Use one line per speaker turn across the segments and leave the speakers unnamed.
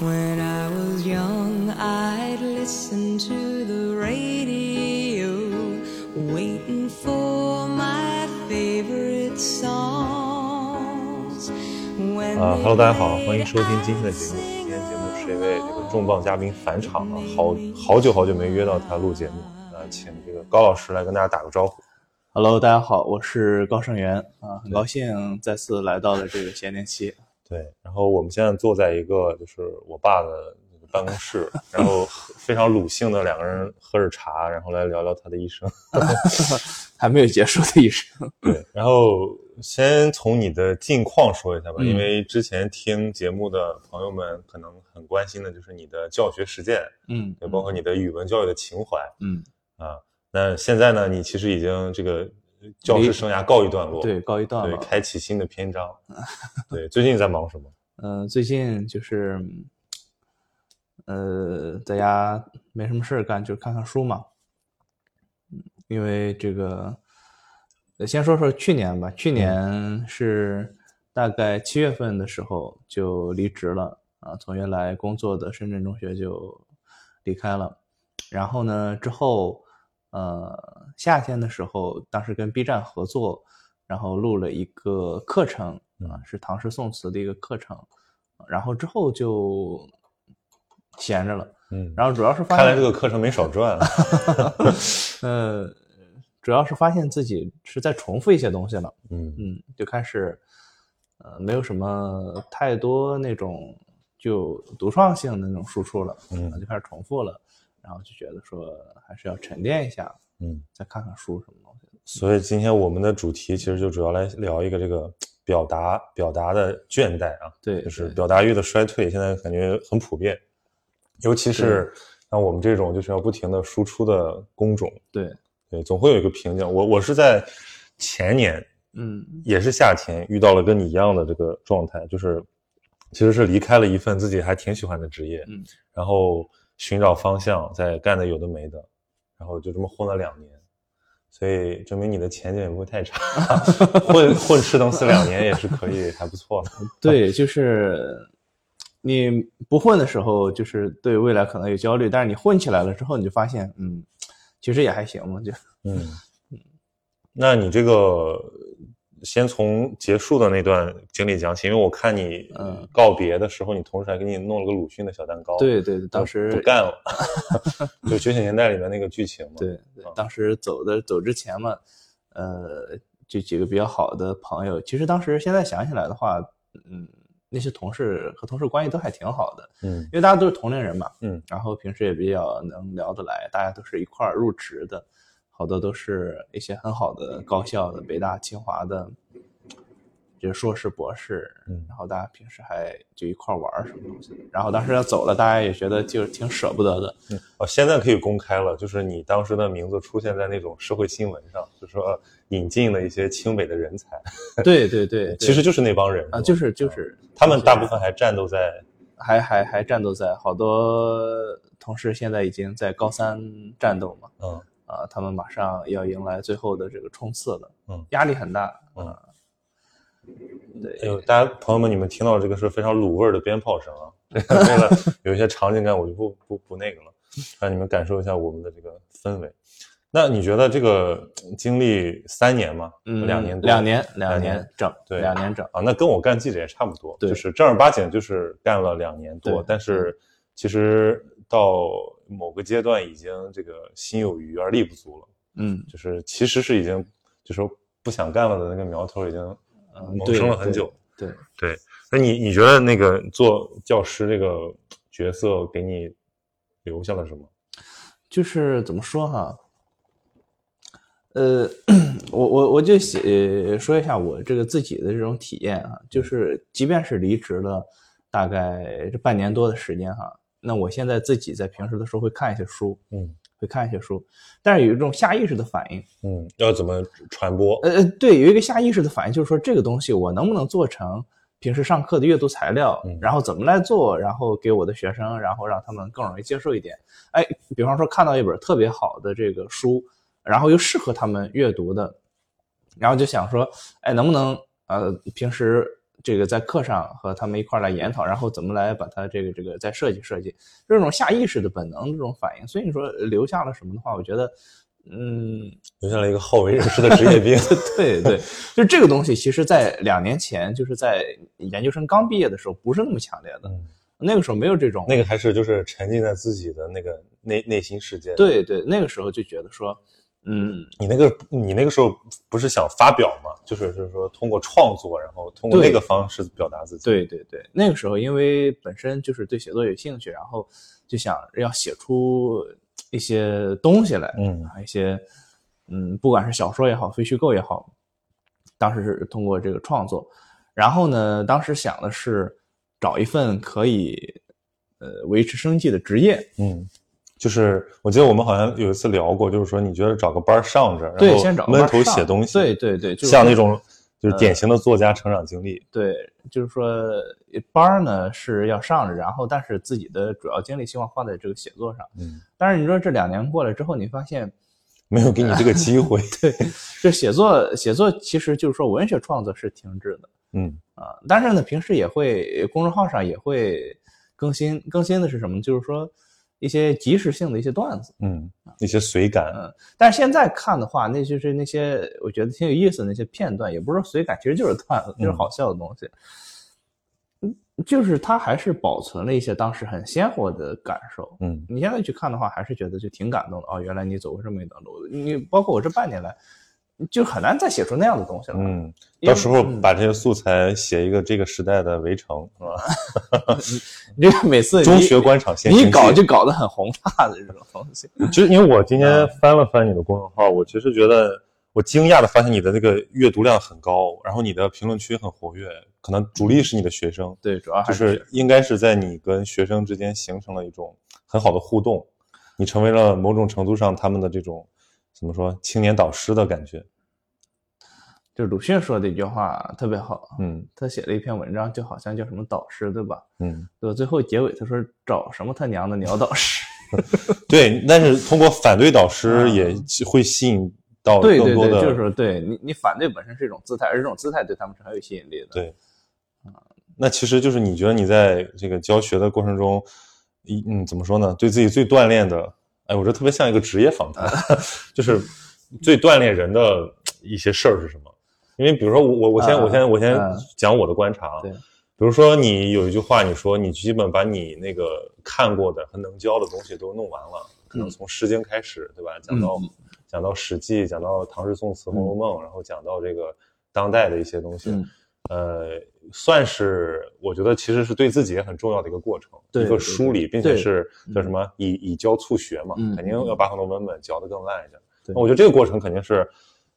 When I was young, I'd listen to the radio, waiting for my favorite songs. When
啊
they
，Hello，大家好，欢迎
played,
收听今天的
I'd
节目。今
sing
天节目是一位这个
along.
重磅嘉宾返场了，好好久好久没约到他录节目，那请这个高老师来跟大家打个招呼。
Hello，大家好，我是高胜元啊，很高兴再次来到了这个闲年期。
对，然后我们现在坐在一个就是我爸的那个办公室，然后喝非常鲁性的两个人喝着茶，然后来聊聊他的一生。
还没有结束的一生。
对， 然后先从你的近况说一下吧，
嗯
因为之前听节目的朋友们可能很关心的就是你的教学实践，
嗯，
也包括你的语文教育的情怀。
嗯，
啊，那现在呢，你其实已经这个教师生涯告一段落，
对，告一段
对，
落。
开启新的篇章。 对，最近在忙什么？
嗯、最近就是，呃，在家没什么事儿干，就看看书嘛。嗯，因为这个，呃先说说去年吧。去年是大概七月份的时候就离职了啊，从原来工作的深圳中学就离开了。然后呢，之后呃夏天的时候，当时跟 B 站合作，然后录了一个课程啊
嗯，
是唐诗宋词的一个课程。然后之后就闲着了，
嗯，
然后主要是发
看
现
来这个课程没少赚啊。
呃，主要是发现自己是在重复一些东西了，
嗯
嗯，就开始呃没有什么太多那种就独创性的那种输出了，啊
嗯
就开始重复了，然后就觉得说还是要沉淀一下，
嗯，
再看看书什么东西的。
所以今天我们的主题其实就主要来聊一个这个表达表达的倦怠啊，
对，
就是
对
表达欲的衰退，现在感觉很普遍，尤其是像我们这种就是要不停的输出的工种，
对，
对，总会有一个瓶颈。我我是在前年
嗯
也是夏天遇到了跟你一样的这个状态，就是其实是离开了一份自己还挺喜欢的职业，
嗯，
然后寻找方向，在干的有的没的，然后就这么混了两年，所以证明你的前景也不会太差， 混混吃等死两年也是可以，还不错的。
对，就是你不混的时候，就是对未来可能有焦虑，但是你混起来了之后，你就发现，嗯，其实也还行 嘛，就
嗯，那你这个先从结束的那段经历讲起，因为我看你
嗯
告别的时候，你同事还给你弄了个鲁迅的小蛋糕，
对对，对当
不
时
不干了， 就《觉醒年代》里面那个剧情嘛。
对对
啊，
当时走的走之前嘛，呃，就几个比较好的朋友，其实当时现在想起来的话，嗯，那些同事和同事关系都还挺好的，
嗯
因为大家都是同龄人嘛，
嗯，
然后平时也比较能聊得来，大家都是一块儿入职的，好多都是一些很好的高校的，北大、清华的，就是硕士、博士，
嗯
然后大家平时还就一块儿玩儿什么东西的，然后当时要走了，大家也觉得就挺舍不 得的，
哦，现在可以公开了，就是你当时的名字出现在那种社会新闻上，就说引进了一些清北的人才，
对对对，
其
对
实就是那帮人
啊，就是是就是
吧他们大部分还战斗在
还还还战斗在，好多同事现在已经在高三战斗嘛，
嗯
啊，他们马上要迎来最后的这个冲刺了，
嗯
压力很大，
嗯。
对，
哎呦，大家朋友们，你们听到这个是非常卤味儿的鞭炮声 啊！为了有一些场景感，我就不不不那个了，让你们感受一下我们的这个氛围。那你觉得这个呃经历三年吗？
嗯，
两年多，
两年
两
两
年
年整，
对
两年整，
啊，那跟我干记者也差不多，
对
就是正儿八经就是干了两年多
对，嗯
但是其实到某个阶段已经这个心有余而力不足了，
嗯，
就是其实是已经就是说不想干了的那个苗头已经
嗯
萌
对
生了很
对
久。
对，
对，那你你觉得那个做教师这个角色给你留下了什么？
就是怎么说哈，呃，我我我就写说一下我这个自己的这种体验啊，就是即便是离职了大概这半年多的时间哈，那我现在自己在平时的时候会看一些书，
嗯
会看一些书，但是有一种下意识的反应，
嗯，要怎么传播？
呃，呃对，有一个下意识的反应，就是说这个东西我能不能做成平时上课的阅读材料，
嗯
然后怎么来做，然后给我的学生，然后让他们更容易接受一点。哎，比方说看到一本特别好的这个书，然后又适合他们阅读的，然后就想说，哎，能不能呃平时这个在课上和他们一块儿来研讨，然后怎么来把它这个这个再设计设计，这种下意识的本能这种反应。所以你说留下了什么的话，我觉得，嗯，
留下了一个好为人师的职业病。
对对，就这个东西，其实在两年前，就是在研究生刚毕业的时候，不是那么强烈的，
嗯
那个时候没有这种
那个还是就是沉浸在自己的那个内内心世界。，
对对，那个时候就觉得说，嗯，
你那个你那个时候不是想发表吗？就是就是说通过创作，然后通过那
对
个方式表达自己。，
对对对，那个时候因为本身就是对写作有兴趣，然后就想要写出一些东西来，
嗯
啊，一些嗯，不管是小说也好，非虚构也好，当时是通过这个创作，然后呢，当时想的是找一份可以呃维持生计的职业，
嗯，就是我记得我们好像有一次聊过，就是说你觉得找个班儿上着，
对
然，后
先找个
闷
班
头
上
写东西，
对对对，就是嗯
像
说
那种就是典型的作家成长经历。
对，就是说班儿呢是要上着，然后但是自己的主要精力希望放在这个写作上。
嗯，
但是你说这两年过来之后，你发现
没有给你这个机会。 对，
这写作写作其实就是说文学创作是停滞的
嗯
啊、但是呢，平时也会公众号上也会更新，更新的是什么？就是说一些即时性的一些段子。
嗯，一些随感。
嗯，但是现在看的话，那就是那些我觉得挺有意思的那些片段，也不是说随感，其实就是段子，就是好笑的东西。嗯，就是它还是保存了一些当时很鲜活的感受。
嗯
你现在去看的话，还是觉得就挺感动的。哦，原来你走过这么一段路，你包括我这半年来，就很难再写出那样的东西了。
嗯，
因
到
为
时候把这些素材写一个这个时代的围城，是 吧？
你这个嗯每次你
中学官场现
你
形
一搞
记
就搞得很宏大的这种东西。
就因为我今
嗯
天翻了翻你的公众号，我其实觉得我惊讶的发现你的那个阅读量很高，然后你的评论区很活跃，可能主力是你的学生，
对，主要还
就是是应该是在你跟学生之间形成了一种很好的互动，你成为了某种程度上他们的这种怎么说青年导师的感觉。
就鲁迅说的一句话特别好，
嗯
他写了一篇文章，就好像叫什么导师，对吧？
嗯，
对吧？最后结尾他说找什么他娘的鸟导师，
对。但是通过反对导师
嗯
也会吸引到
对
更
对
多
对，
的
就是说对你你反对本身是一种姿态，而这种姿态对他们是很有吸引力的。
对那其实就是你觉得你在这个教学的过程中，一嗯，怎么说呢？对自己最锻炼的，哎，我这特别像一个职业访 谈，就是最锻炼人的一些事儿是什么？因为比如说我我我先、
啊
我先我先
啊
讲我的观察，
对
比如说你有一句话，你说你基本把你那个看过的和能教的东西都弄完了，可
嗯
能从《诗经》开始，对吧？讲到、讲到《史记》，讲到唐诗宋词《红楼梦》，然后讲到这个当代的一些东西，
嗯
呃，算是我觉得其实是对自己也很重要的一个过程，
对
一个
对
梳理，并
对
且是叫什么以以教促学嘛，
嗯
肯定要把很多文本教得更烂一点。
对
那我觉得这个过程肯定是，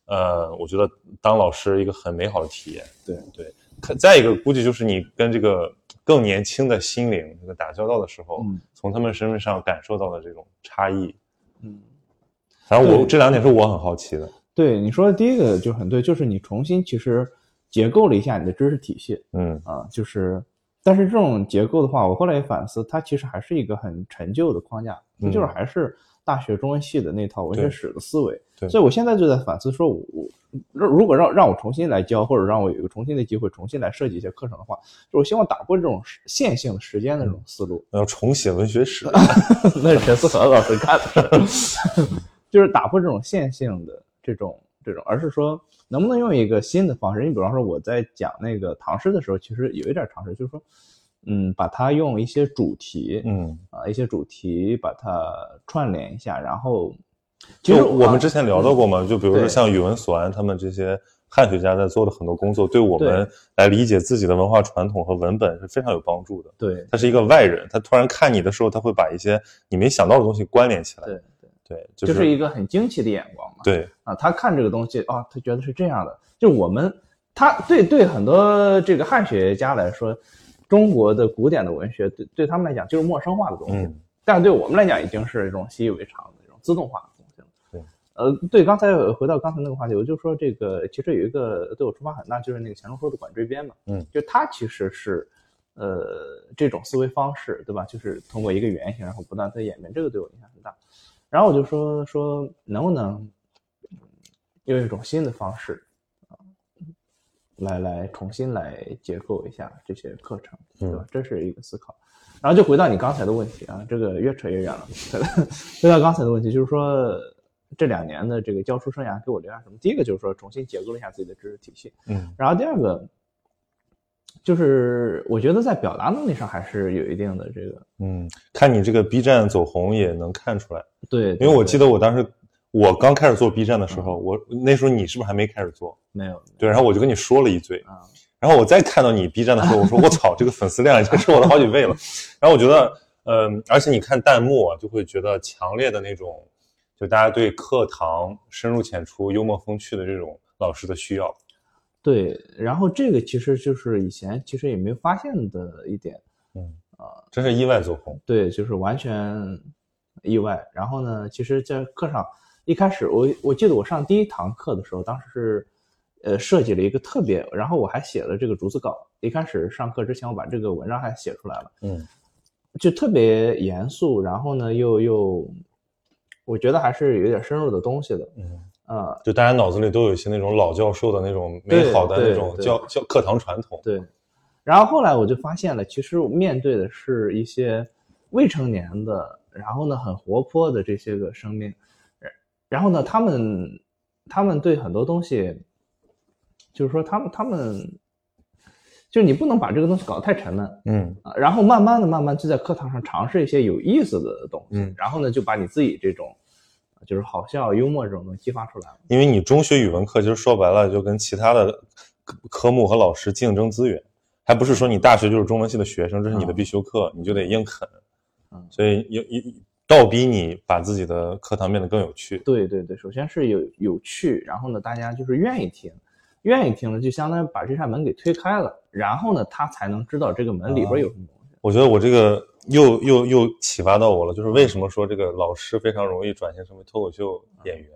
呃，我觉得当老师一个很美好的体验。
对
对，可再一个估计就是你跟这个更年轻的心灵这个打交道的时候，
嗯
从他们身上感受到的这种差异。
嗯，
反正我
对
这两点是我很好奇的。
对你说的第一个就很对，就是你重新其实结构了一下你的知识体系
嗯
啊，就是但是这种结构的话，我后来也反思，它其实还是一个很陈旧的框架，它就是
嗯
还是大学中文系的那套文
对
学史的思维。
对
所以我现在就在反思，说我我如如果让让我重新来教，或者让我有一个重新的机会，重新来设计一些课程的话，就我希望打破这种时线性的时间的这种思路。
要重写文学 史，
那是陈思和老师干的事儿， 就是打破这种线性的这种这种，而是说能不能用一个新的方式？你比方说我在讲那个唐诗的时候，其实有一点尝试，就是说，嗯，把它用一些主题，
嗯，
啊，一些主题把它串联一下，然后嗯其实
就我们之
前。
前聊到过嘛，就比如说
对
像宇文所安啊他们这些汉学家在做的很多工作，对我们来理解自己的文化传统和文本是非常有帮助的。
对
他是一个外人，他突然看你的时候，他会把一些你没想到的东西关联起来。
对，
对，
就
就是
一个很惊奇的眼光嘛。
对，
啊，他看这个东西啊、他觉得是这样的。就我们，他对对很多这个汉学家来说，中国的古典的文学对对他们来讲就是陌生化的东西，
嗯
但是对我们来讲已经是一种习以为常的一种自动化的东西了。
对，
呃，对，刚才回到刚才那个话题，我就说这个其实有一个对我触发很大，就是那个乾隆说的管锥编嘛，
嗯，
就他其实是。呃，这种思维方式，对吧？就是通过一个原型，然后不断地演变，这个对我影响很大。然后我就说说能不能嗯用一种新的方式，啊来来重新来结构一下这些课程，对吧
嗯？
这是一个思考。然后就回到你刚才的问题啊，这个越扯越远了。回到刚才的问题，就是说这两年的这个教书生涯给我留下什么？第一个就是说重新结构了一下自己的知识体系，
嗯
然后第二个就是我觉得在表达能力上还是有一定的这个
嗯，看你这个 B 站走红也能看出来，
对，嗯
因为我记
得
得我当时我刚开始做 B 站的时候，我那时候你是不是还没开始做？
没有
对，然后我就跟你说了一嘴，
啊，
然后我再看到你 B 站的时候，我说我操，这个粉丝量已经是我的好几倍 了。然后我觉得，嗯、而且你看弹幕啊，就会觉得强烈的那种，就大家对课堂深入浅出、幽默风趣的这种老师的需要。
对，然后这个其实就是以前其实也没有发现的一点，
嗯啊，真是意外走红。
对，就是完全意外。然后呢，其实，在课上一开始我，我记得我上第一堂课的时候，当时是呃设计了一个特别，然后我还写了这个逐字稿。一开始上课之前，我把这个文章还写出来了，
嗯
就特别严肃，然后呢又又，我觉得还是有点深入的东西的，
嗯，
呃，
就大家脑子里都有一些那种老教授的那种美
对
好的
对
那种
对
教教课堂传统。
对。然后后来我就发现了，其实我面对的是一些未成年的，然后呢很活泼的这些个生命，然然后呢他们他们对很多东西，就是说他们他们，就是你不能把这个东西搞得太沉闷
嗯
啊，然后慢慢的慢慢就在课堂上尝试一些有意思的东西，
嗯
然后呢就把你自己这种就是好笑幽默这种东西激发出来了。
因为你中学语文课其实说白了就跟其他的科科目和老师竞争资源，还不是说你大学就是中文系的学生，这是你的
嗯
必修课，你就得硬啃
嗯。
所以有有倒逼你把自己的课堂变得更有趣。
对对对，首先是有有趣，然后呢，大家就是愿意听，愿意听了，就相当于把这扇门给推开了，然后呢，他才能知道这个门里边有什么东西。
我觉得我这个又又又启发到我了，就是为什么说这个老师非常容易转型成为脱口秀演员？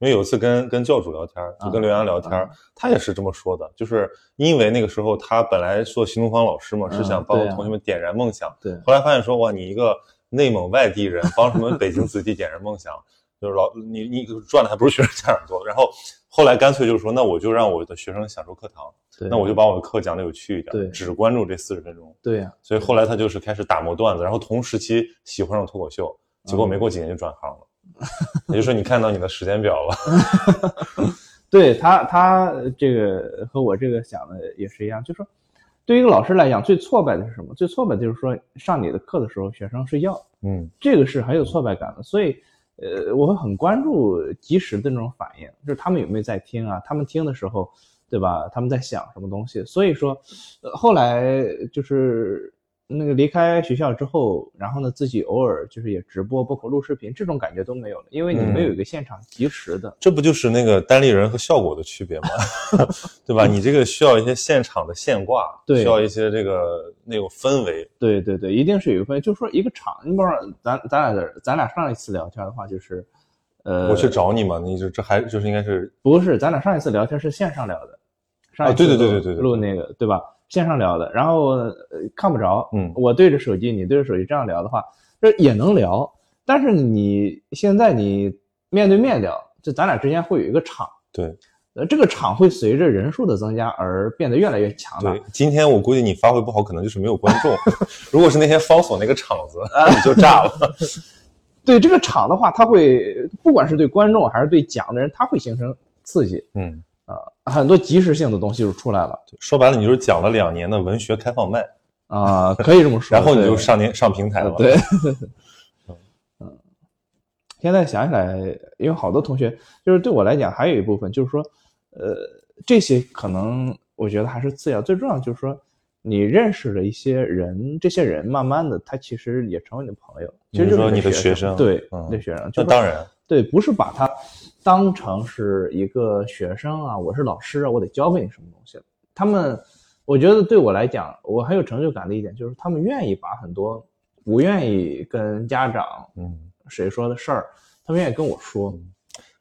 因为有一次跟跟教主聊天，就跟刘洋聊天，
啊
他也是这么说的，就是因为那个时候他本来做新东方老师嘛，是
嗯
想帮
对啊
同学们点燃梦想，
对，
后来发现说哇，你一个内蒙外地人，帮什么北京子弟点燃梦想，就是老你你赚的还不是学生家长多。然后后来干脆就说，那我就让我的学生享受课堂，
对
那我就把我的课讲的有趣一点，
对
只关注这四十分钟。
对啊呀、
所以后来他就是开始打磨段子，然后同时期喜欢上脱口秀，结果
嗯
没过几年就转行了。也就是说，你看到你的时间表了，
对他他这个和我这个想的也是一样，就说对于一个老师来讲，最挫败的是什么？最挫败就是说上你的课的时候，学生睡觉，
嗯
这个是很有挫败感的，所以。呃，我会很关注及时的那种反应，就是他们有没有在听啊？他们听的时候，对吧？他们在想什么东西？所以说，呃后来就是那个离开学校之后，然后呢，自己偶尔就是也直播，包括录视频，这种感觉都没有了，因为你
嗯
没有一个现场及时的。
这不就是那个单立人和效果的区别吗？ 对吧？你这个需要一些现场的现挂，
对
需要一些这个那种氛围，
对对对，一定是有一份，就是说一个场，你比如说咱咱俩的咱俩上一次聊天的话，就是，呃，
我去找你嘛，你这这还就是应该是
不是，咱俩上一次聊天是线上聊的，上一次
啊对对对
录
对对对
录那个对吧？线上聊的，然后呃看不着，
嗯
我对着手机，你对着手机这样聊的话，这也能聊，但是你现在你面对面聊，就咱俩之间会有一个场，
对
呃，这个场会随着人数的增加而变得越来越强大
对。。今天我估计你发挥不好，可能就是没有观众。 如果是那天方所那个场子，
啊
你就炸 了。
对这个场的话，它会不管是对观众还是对讲的人，它会形成刺激，
嗯，
很多即时性的东西就出来了
说白了，你就是讲了两年的文学开放麦，
啊、可以这么说。
然后你就
对
上年上平台
啊，
了。
对，嗯，现在想起来，因为好多同学，就是对我来讲，还有一部分就是说，呃，这些可能我觉得还是次要，最重要就是说，你认识了一些人，这些人慢慢的，他其实也成为你的朋友，其实
你
就是是
说你的学生
生，对，
嗯
对学生，
那
就是
当然，
对，不是把他当成是一个学生啊，我是老师啊，我得教给你什么东西。他们，我觉得对我来讲，我很有成就感的一点就是他们愿意把很多不愿意跟家长
嗯，
谁说的事儿，他们愿意跟我说，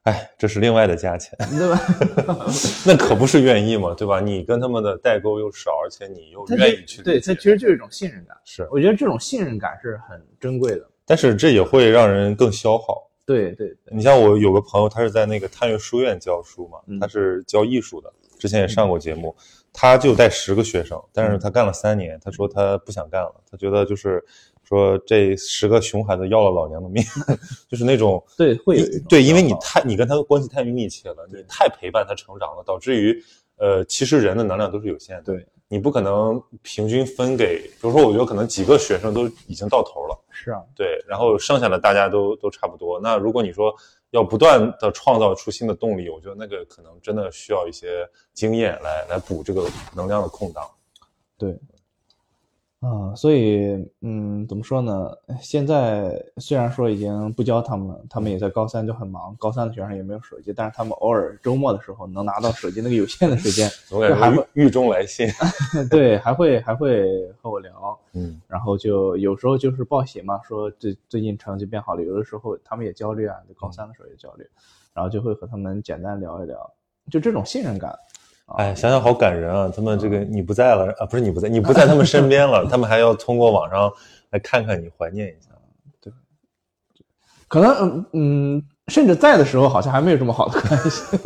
哎，这是另外的价钱，
对 吧？
那可不是愿意嘛，对吧？你跟他们的代沟又少，而且你又
他
愿意去
就对
理
他
解，
其实就是一种信任感，
是，
我觉得这种信任感是很珍贵的。
但是这也会让人更消耗。
对对对，
你像我有个朋友，他是在那个探月书院教书嘛，
嗯
他是教艺术的，之前也上过节目。他就带十个学生，但是他干了三年，他说他不想干了，他觉得就是说这十个熊孩子要了老娘的命， 就是那种
对会有
因
一种
对，因为
想
你
法
太你跟他的关系太密切了，你太陪伴他成长了，导致于呃，其实人的能量都是有限的，
对，
你不可能平均分给，比如说我觉得可能几个学生都已经到头了。
是啊，
对，然后剩下的大家都都差不多。那如果你说要不断的创造出新的动力，我觉得那个可能真的需要一些经验来来补这个能量的空档。
对，啊，所以，嗯，怎么说呢？现在虽然说已经不教他们了，他们也在高三就很忙，高三的学生也没有手机，但是他们偶尔周末的时候能拿到手机那个有限的时间，
总感
就还
觉狱狱中来 信。
对，还会还会和我聊，
嗯，
然后就有时候就是报喜嘛，说最最近成绩变好了，有的时候他们也焦虑啊，就高三的时候也焦虑，然后就会和他们简单聊一聊，就这种信任感，
哎，想想好感人啊！他们这个你不在了啊，不是你不在，你不在他们身边了，他们还要通过网上来看看你，怀念一下。
可能嗯嗯，甚至在的时候好像还没有这么好的关 系，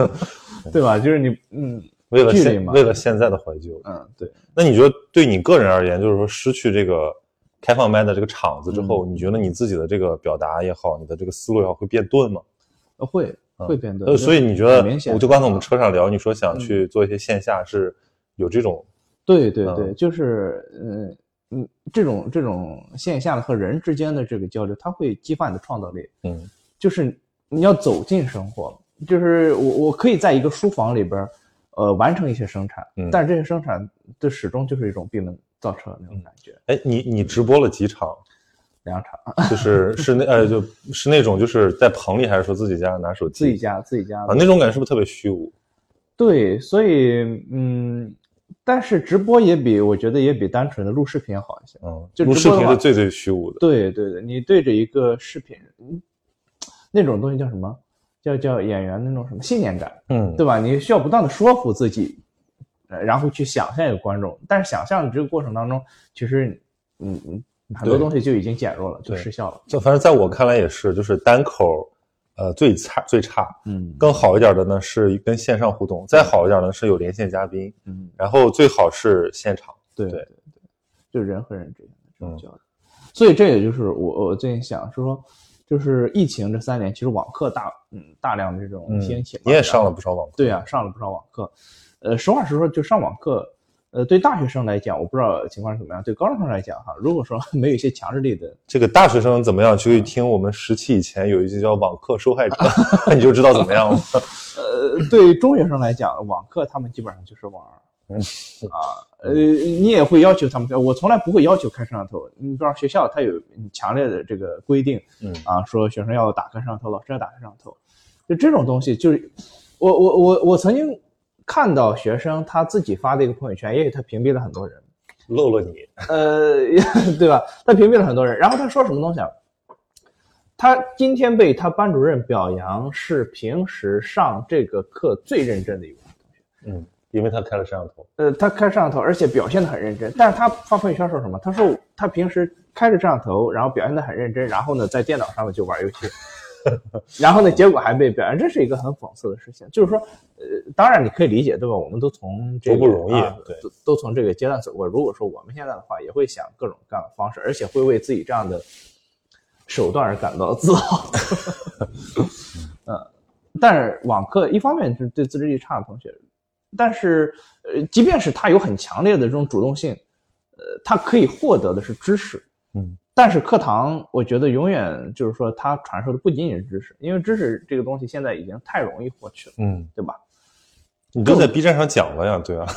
对吧？就是你嗯
为了
距离
现
嘛
为了现在的怀旧，
嗯对，
那你觉得对你个人而言，就是说失去这个开放麦的这个场子之后，你觉得你自己的这个表达也好，你的这个思路也好，会变钝吗？
呃会
嗯
会变得
呃，
就
所以你觉
很
得
明，显啊嗯
我就刚才我们车上聊，你说想去做一些线下，是有这种
对对
嗯
对，就是嗯嗯，这种这种线下的和人之间的这个交流，它会激发你的创造力，
嗯
就是你要走进生活，就是我我可以在一个书房里边儿，呃，完成一些生产，
嗯
但是这些生产的始终就是一种闭门造车那种感觉，
哎，你你直播了几场？
两场
就是 是那呃，就是那种就是在棚里，还是说自己家拿手机？
自己家自己家
啊，那种感觉是不是特别虚无？
对，所以嗯，但是直播也比我觉得也比单纯的录视频要好一些。
嗯，
就
录
直
视
播的
频
话
是最最虚无的。
对对对，你对着一个视频，嗯那种东西叫什么？叫叫演员那种什么信念感，
嗯，
对吧？你需要不断的说服自己，呃然后去想象一个观众。但是想象的这个过程当中，其实嗯嗯很多
对
东西就已经减弱了，就
对
失效了。
就反正在我看来也是，就是单口，呃，最差最差。
嗯
更好一点的呢是跟线上互动，再好一点呢是有连线嘉宾，
嗯，
然后最好是现场。
对
对
对，就人和人之间的这
嗯
种交流。所以这也就是我我最近想是说，就是疫情这三年，其实网课大嗯大量的这种
嗯
兴起嘛、
你也
然
上了
后
不少网课。
对啊，上了不少网课。呃，实话实说，就上网课，呃，对大学生来讲，我不知道情况是怎么样；对高中生来讲，哈，如果说 没有一些强制力的，
这个大学生怎么样？去听我们十期以前有一集叫《网课受 害者》，你就知道怎么 样了。
呃，对中学生来讲，网课他们基本上就是玩儿。啊，呃，你也会要求他们，我从来不会要求开摄像头。你比方学校，它有强烈的这个规定，
嗯
啊，说学生要打开摄像头，老师要打开摄像头，就这种东西，就是我我我我曾经看到学生他自己发的一个朋友圈，也许他屏蔽了很多人，
漏了你，
呃， 对吧？他屏蔽了很多人，然后他说什么东西啊？他今天被他班主任表扬是平时上这个课最认真的一个。
嗯，因为他开了摄像头。
呃，他开摄像头，而且表现得很认真。但是他发朋友圈说什么？他说他平时开着摄像头，然后表现得很认真，然后呢，在电脑上面就玩游 戏，然后呢，结果还被表扬，这是一个很讽刺的事情。就是说，呃，当然你可以理解，对吧？我们都从这个
都不容易
啊
对
都都从这个阶段走过。如果说我们现在的话，也会想各种各样的方式，而且会为自己这样的手段而感到自豪。 嗯但是网课一方面是对自制力差的同学，但是呃，即便是他有很强烈的这种主动性，呃，他可以获得的是知识，
嗯，
但是课堂我觉得永远就是说，它传授的不仅仅是知识，因为知识这个东西现在已经太容易获取了，
嗯，
对吧？
你都在 B 站上讲了呀，对啊。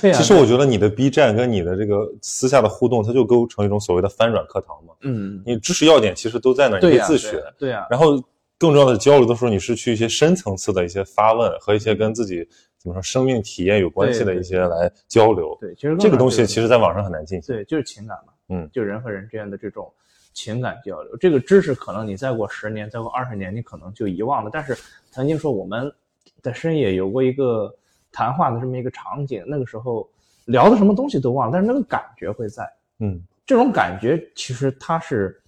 对呀、
其实我觉得你的 B 站跟你的这个私下的互动，它就构成一种所谓的翻转课堂嘛。
嗯，
你知识要点其实都在那儿，你可
对
以
呀、
自学。
对啊呀、
然后更重要的交流的时候，你是去一些深层次的一些发问和一些跟自己怎么说生命体验有关系的一些来交流。
对，啊其实
这个东西其
实
实在网上很难进行。
对就是情感嘛，
嗯
就人和人之间的这种情感交流，这个知识可能你再过十年，再过二十年，你可能就遗忘了。但是曾经说我们在深夜有过一个谈话的这么一个场景，那个时候聊的什么东西都忘了，但是那个感觉会在。
嗯
这种感觉其实它是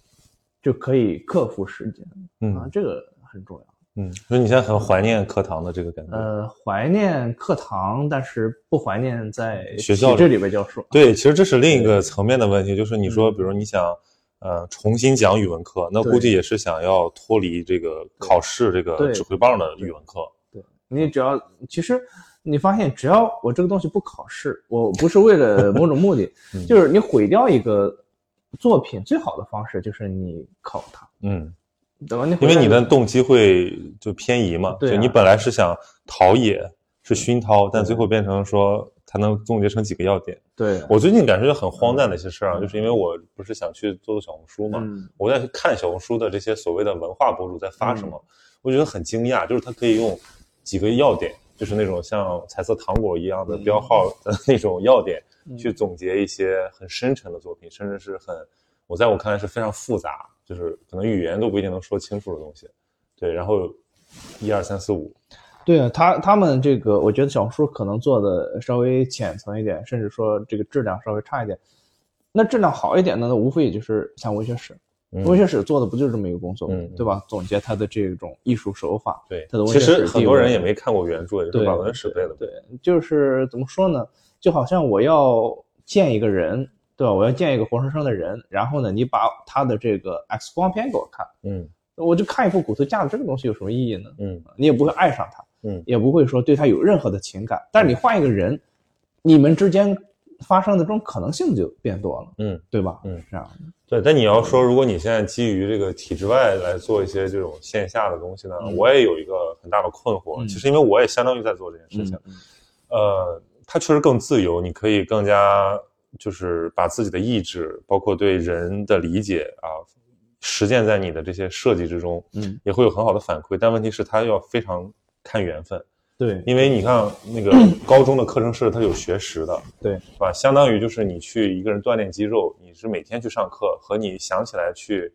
就可以克服时间的
嗯
啊，，这个很重要。
嗯，所以你现在很怀念课堂的这个感觉。
呃，怀念课堂，但是不怀念在
学校
体制里边教书。
对，其实这是另一个层面的问题，就是你说，
嗯
比如你想，呃，重新讲语文课，那估计也是想要脱离这个考试这个
对
指挥棒的语文课。，
你只要其实你发现，只要我这个东西不考试，我不是为了某种目的
嗯
就是你毁掉一个作品，最好的方式就是你考它，
嗯，
对吧？你
因
毁
为
掉
你
一个
的动机会就偏移嘛，
对啊
就你本来是想陶冶，是熏陶，但最后变成说它能总结成几个要点。
对，
我最近感受就很荒诞的一些事儿啊，就是因为我不是想去做做小红书嘛，
嗯
我在看小红书的这些所谓的文化博主在发什么，
嗯
我觉得很惊讶，就是他可以用几个要点，就是那种像彩色糖果一样的标号
嗯
的那种要点，去总结一些很深沉的作品，甚至是很我在我看来是非常复杂，就是可能语言都不一定能说清楚的东西。对，然后一二三四五，
对啊，他他们这个，我觉得小红书可能做的稍微浅层一点，甚至说这个质量稍微差一点。那质量好一点的，那无非也就是像文学史，
嗯
文学史做的不就是这么一个工作吗，
嗯嗯
对吧？总结他的这种艺术手法，
对
他的，文
其
学史
实很
地
多
位
人也没看过原著，也就是
对
把文史背的。
对，就是怎么说呢？就好像我要见一个人，对吧？我要见一个活生生的人，然后呢，你把他的这个 X 光片给我看，
嗯
我就看一副骨头架子，这个东西有什么意义呢？
嗯
你也不会爱上他，
嗯
也不会说对他有任何的情感。但是你换一个人，你们之间发生的这种可能性就变多了，
嗯，
对吧？
嗯，
这样的。
对，但你要说，
嗯
如果你现在基于这个体制外来做一些这种线下的东西呢，
嗯
我也有一个很大的困惑。
嗯
其实因为我也相当于在做这件事情，呃，它确实更自由，你可以更加就是把自己的意志，包括对人的理解啊，实践在你的这些设计之中，
嗯，
也会有很好的反馈。但问题是，它要非常看缘分，
对
因为你看那 个高中的课程是它有学时的，
对
是吧？相当于就是你去一个人锻炼肌肉，你是每天去上课和你想起来去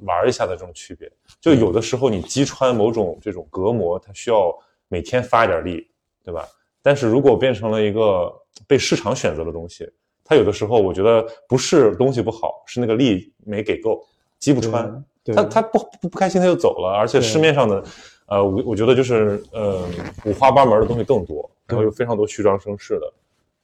玩一下的这种区别。就有的时候你击穿某种这种隔膜，它需要每天发一点力，对吧？但是如果变成了一个被市场选择的东西，它有的时候我觉得不是东西不好，是那个力没给够，击不穿。
对
他他不不不开心他就走了，而且市面上的，呃，我我觉得就是呃五花八门的东西更多，然后有非常多虚张声势的，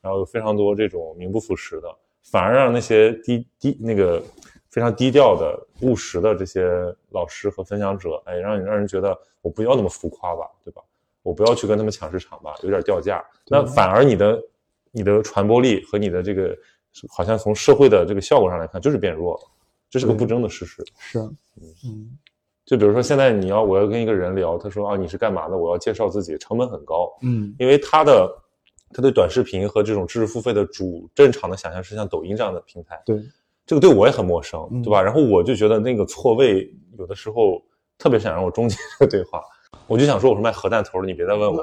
然后有非常多这种名不副实的，反而让那些低低那个非常低调的务实的这些老师和分享者，哎，让你让人觉得我不要那么浮夸吧，对吧？我不要去跟他们抢市场吧，有点掉价。
对
那反而你的你的传播力和你的这个好像从社会的这个效果上来看，就是变弱了，这是个
对
不争的事实。
是，嗯，
就比如说现在你要我要跟一个人聊，他说啊你是干嘛的，我要介绍自己，成本很高，
嗯，
因为他的他对短视频和这种知识付费的主正常的想象是像抖音这样的平台，
对，
这个对我也很陌生，
嗯
对吧？然后我就觉得那个错位有的时候特别想让我终结这个对话，我就想说我是卖核弹头的，你别再问我。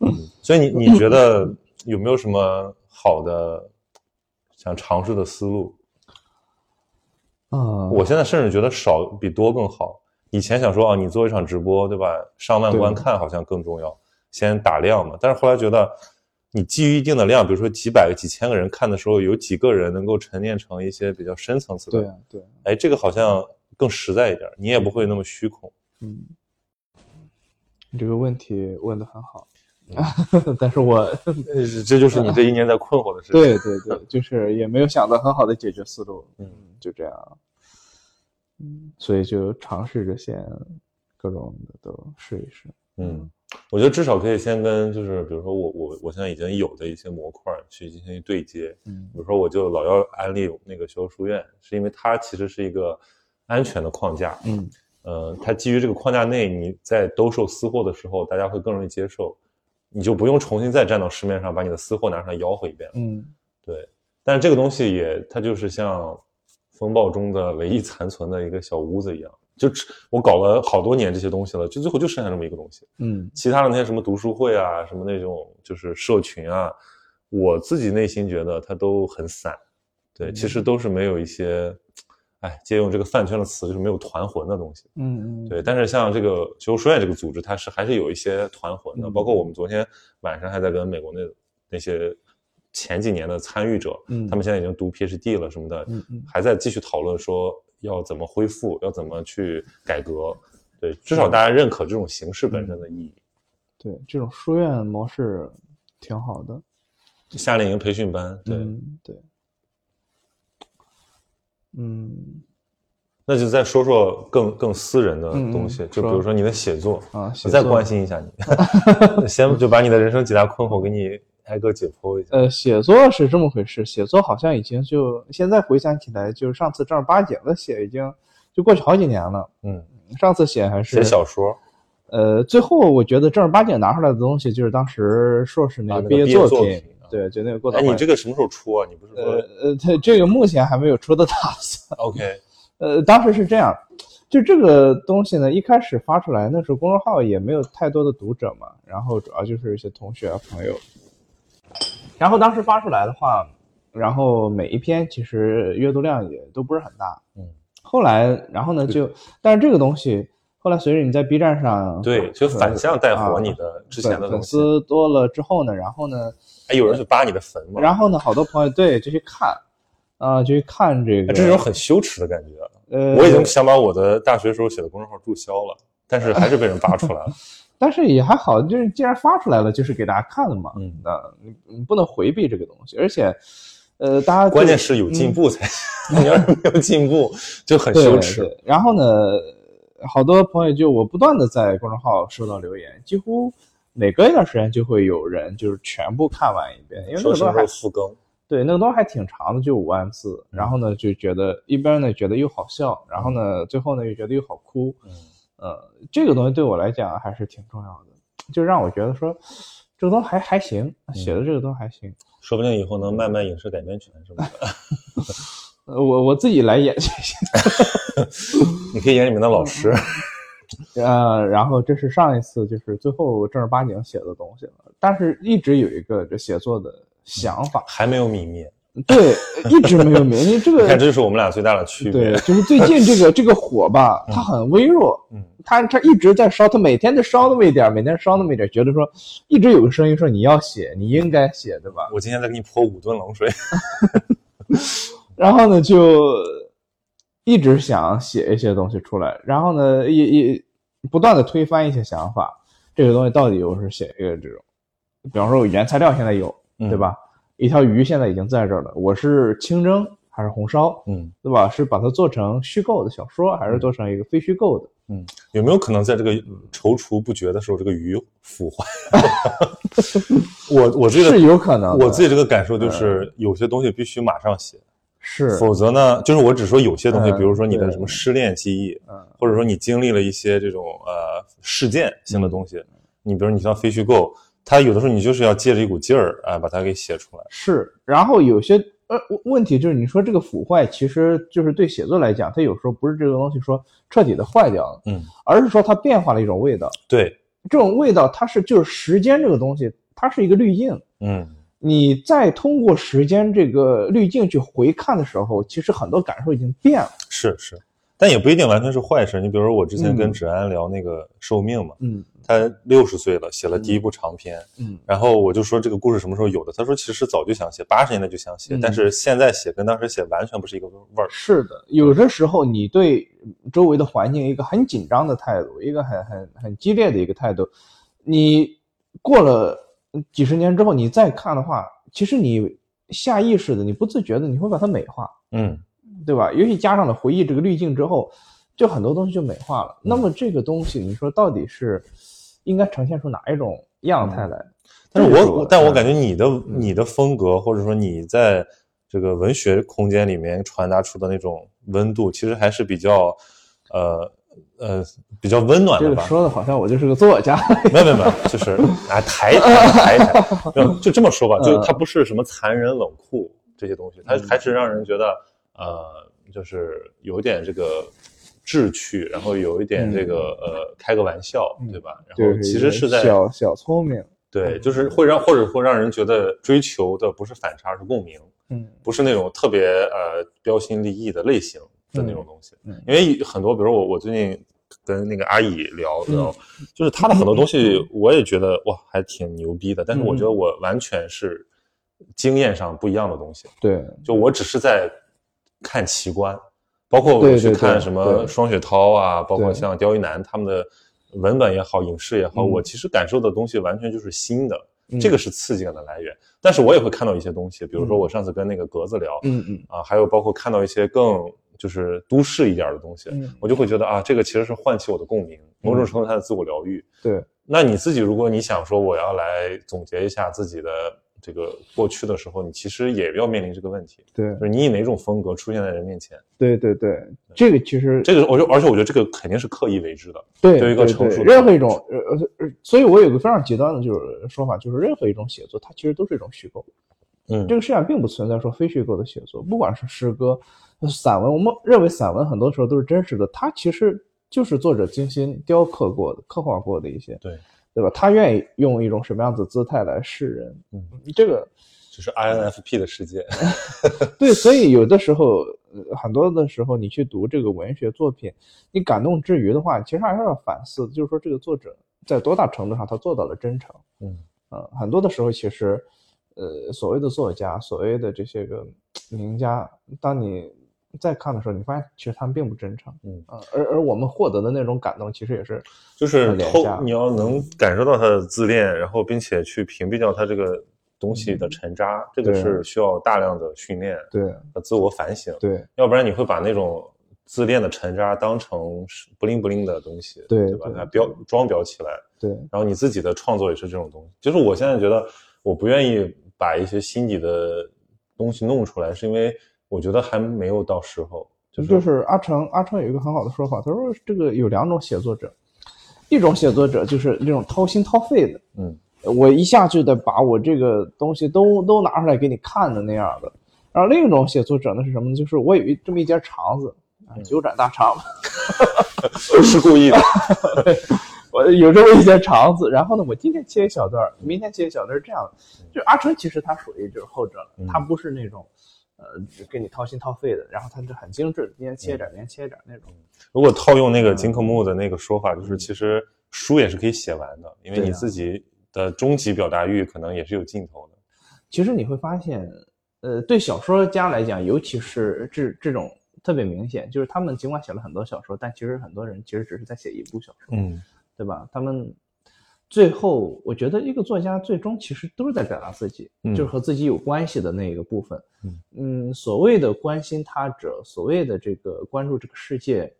嗯所以你你觉得有没有什么好的想尝试的思路？
啊，
我现在甚至觉得少比多更好。以前想说啊，你做一场直播，对吧？上万观看好像更重要，先打量嘛。但是后来觉得，你基于一定的量，比如说几百个、几千个人看的时候，有几个人能够沉淀成一些比较深层次的，
对啊，对啊，
哎，这个好像更实在一点，你也不会那么虚空。
嗯，你这个问题问的很好，
嗯
但是我
呃这就是你这一年在困惑的事情。
对对对，就是也没有想到很好的解决思路，
嗯，
就这样，嗯，所以就尝试着先各种的都试一试，
嗯，我觉得至少可以先跟就是比如说我我我现在已经有的一些模块去进行对接，
嗯
比如说我就老要安利那个学校书院，是因为它其实是一个安全的框架，
嗯。
呃，它基于这个框架内，你在兜售私货的时候，大家会更容易接受，你就不用重新再站到市面上把你的私货拿上来吆喝一遍了。
嗯
对，但是这个东西也，它就是像风暴中的唯一残存的一个小屋子一样，就只我搞了好多年这些东西了，就最后就剩下这么一个东西。
嗯
其他的那些什么读书会啊，什么那种就是社群啊，我自己内心觉得它都很散，对，
嗯
其实都是没有一些，哎，借用这个饭圈的词，就是没有团魂的东西。
嗯嗯，
对，但是像这个学术书院这个组织，它是还是有一些团魂的，
嗯
包括我们昨天晚上还在跟美国那那些前几年的参与者，
嗯
他们现在已经读 PhD 了什么的，
嗯嗯
还在继续讨论说要怎么恢复，要怎么去改革。对，至
嗯
少大家认可这种形式本身的意义。
对，这种书院模式挺好的。
夏令营培训班，对，
嗯，对，嗯
那就再说说更更私人的东西，
嗯嗯
就比如说你的写作，
啊，
我再关
系。
心一下你， 先就把你的人生几大困惑给你挨个解剖一 下。
呃，写作是这么回事，写作好像已经就现在回想起来，就是上次正儿八经的写已经就过去好几年了。
嗯，
上次写还是
写小说，
呃，最后我觉得正儿八经拿出来的东西就是当时硕士
啊
那
那个
个毕业
毕业作
品，
品啊
对，就那个过早
哎，
会。
你这个什么时候出啊？你不是说、
呃呃，它这个目前还没有出的打算。
OK？
呃，当时是这样，就这个东西呢，一开始发出来，那时候公众号也没有太多的读者嘛，然后主要就是一些同学啊朋友。然后当时发出来的话，然后每一篇其实阅读量也都不是很大。
嗯，
后来，然后呢，就但是这个东西后来随着你在 B 站上
对，就反向带火你
呃啊
的之前的
粉
东
粉
西。
丝多了之后呢，然后呢，
哎，有人去扒你的坟吗？
然后呢，好多朋友对就去看，啊、就去看这个，
哎这是一种很羞耻的感觉。
呃，
我已经想把我的大学时候写的公众号注销了，但是还是被人扒出来了。
但是也还好，就是既然发出来了，就是给大家看的嘛。
嗯
那你你不能回避这个东西，而且，呃，大家 对嗯
关键是有进步才行， 你要是没有进步就很羞耻
对。对然后呢，好多朋友就我不断的在公众号收到留言，几乎每隔一段时间就会有人就是全部看完一遍，因为那
说
个
什么
东西
时候
还
复更？
对那个东西还挺长的，就五万字。然后呢，就觉得一边呢觉得又好笑，然后呢最后呢又觉得又好哭。
嗯
呃，这个东西对我来讲还是挺重要的，就让我觉得说这个东西还还行，写的这个东西还行。
说不定以后能卖卖影视改编权什 么的。
呃，我我自己来演这些，
你可以演里面的老师。
嗯呃，然后这是上一次就是最后正儿八经写的东西了，但是一直有一个这写作的想法，
还没有泯灭。
对，一直没有明，因为这
你看，
个
这就是我们俩最大的区
对
别，。
就是最近这个这个火吧，它很微弱，
嗯，
他他一直在烧，他每天都烧那么一点儿，每天烧那么一点儿，觉得说一直有个声音说你要写，你应该写，对吧？
我今天再给你泼五吨冷水。
然后呢，就一直想写一些东西出来，然后呢，也也不断的推翻一些想法，这个东西到底我是写一个这种，比方说我原材料现在有，
嗯
对吧？一条鱼现在已经在这儿了，我是清蒸还是红烧，
嗯，
对吧？是把它做成虚构的小说，还是做成一个非虚构的？
有没有可能在这个踌躇不决的时候，这个鱼腐坏？ 我我自己
是
的
有可能的，嗯
我自己这个感受就是，有些东西必须马上写，
是
否则呢，就是我只说有些东西，
嗯
比如说你的
对
什么失恋记忆，
嗯
或者说你经历了一些这种呃事件性的东西，你比如你像非虚构，它有的时候你就是要借着一股劲儿啊，把它给写出来。
是，然后有些呃问问题就是，你说这个腐坏，其实就是对写作来讲，它有时候不是这个东西说彻底的坏掉了，
嗯，
而是说它变化了一种味道。
对，
这种味道它是就是时间这个东西，它是一个滤镜。
嗯，
你再通过时间这个滤镜去回看的时候，其实很多感受已经变了。
是是，但也不一定完全是坏事。你比如说我之前跟
嗯
芷安聊那个寿命嘛，
嗯
他六十岁了，写了第一部长篇，
嗯
然后我就说这个故事什么时候有的？他说其实早就想写，八十年代就想写，
嗯
但是现在写跟当时写完全不是一个味儿。
是的，有的时候你对周围的环境一个很紧张的态度，一个很很很激烈的一个态度，你过了几十年之后，你再看的话，其实你下意识的、你不自觉的，你会把它美化，
嗯，
对吧？尤其加上了回忆这个滤镜之后，就很多东西就美化了。
嗯
那么这个东西，你说到底是应该呈现出哪一种样态来？
嗯但是
这
我我但我感
觉
觉你的
嗯
你的风格或者说你在这个文学空间里面传达出的那种温度，其实还是比较呃呃比较温暖
这
的
个
吧。
说的好像我就是个作家，
没有没有没有，就是啊抬一抬 抬一抬，没有就这么说吧，就
嗯
它不是什么残忍冷酷这些东西，它还是让人觉得呃，就是有点这个志趣，然后有一点
嗯
这个呃开个玩笑，对吧？然后
就是
其实是在
小小聪明，
对，
嗯
就是会让或者会让人觉得追求的不是反差，而是共鸣，
嗯。
不是那种特别呃标新立异的类型的那种东西。
嗯嗯
因为很多，比如我我最近跟那个阿乙聊
嗯
聊，就是他的很多东西，我也觉得哇还挺牛逼的，但是我
嗯
觉得我完全是经验上不一样的东西，
对，
就我只是在看奇观。包括我
对
去
对
看
对
什么
对
双雪涛啊，包括
对
像刁一男他们的文本也好，影视也好，
嗯
我其实感受的东西完全就是新的，
嗯
这个是刺激感的来源。但是我也会看到一些东西，比如说我上次跟那个格子聊，
嗯嗯
啊，还有包括看到一些更就是都市一点的东西，
嗯，
我就会觉得啊，这个其实是唤起我的共鸣，某种程度上的自我疗愈。
对，
那你自己，如果你想说我要来总结一下自己的这个过去的时候，你其实也要面临这个问题，
对
就是你以哪种风格出现在人面前。
对对对，这个其实
这个我就，而且我觉得这个肯定是刻意为之的。
对
对于一个成熟的
任何
人
一种呃呃，呃所以我有个非常极端的就是说法，就是任何一种写作，它其实都是一种虚构。
嗯
这个世界上并不存在说非虚构的写作，不管是诗歌、呃散文，我们认为散文很多时候都是真实的，它其实就是作者精心雕刻过的、刻画过的一些，
对，
对吧？他愿意用一种什么样子的姿态来示人，
嗯，
这个
就是 INFP 的世界。
对，所以有的时候，呃很多的时候，你去读这个文学作品，你感动之余的话，其实还是要反思，就是说这个作者在多大程度上他做到了真诚。
嗯
呃，很多的时候，其实，呃，所谓的作家，所谓的这些个名家，当你再看的时候，你发现其实他们并不真诚。
嗯
呃而而我们获得的那种感动，其实也是
就是
廉
透
价，
你要能感受到他的自恋，然后并且去屏蔽掉他这个东西的沉渣，这个
嗯对
是需要大量的训练
对
和自我反省，
对
要不然你会把那种自恋的沉渣当成是不灵不灵的东西，
对
吧？
对
它标装裱起来，
对
然后你自己的创作也是这种东西。就是我现在觉得，我不愿意把一些心底的东西弄出来，是因为我觉得还没有到时候。就是
就是阿成，阿成有一个很好的说法，他说这个有两种写作者，一种写作者就是那种掏心掏肺的，
嗯，
我一下就得把我这个东西都都拿出来给你看的那样的。然后另一种写作者呢是什么呢？就是我有一这么一截肠子，啊
嗯
九盏大肠嘛，
是故意的，
我有这么一截肠子。然后呢，我今天切一小段儿，明天切一小段儿，是这样的。就阿成其实他属于就是后者了
嗯，
他不是那种，呃，给你掏心掏肺的，然后他是很精致，今天
嗯
切一点儿，明天切一点儿那种。
如果套用那
嗯
个金克木的那个说法，就是其实书也是可以写完的，因为
对啊
你
呀
自己的终极表达欲可能也是有尽头的。
其实你会发现，呃，对小说家来讲，尤其是这这种特别明显，就是他们尽管写了很多小说，但其实很多人其实只是在写一部小说，
嗯，
对吧？他们最后，我觉得一个作家最终其实都是在表达自己，
嗯
就是和自己有关系的那个部分。
嗯
所谓的关心他者，所谓的这个关注这个世界。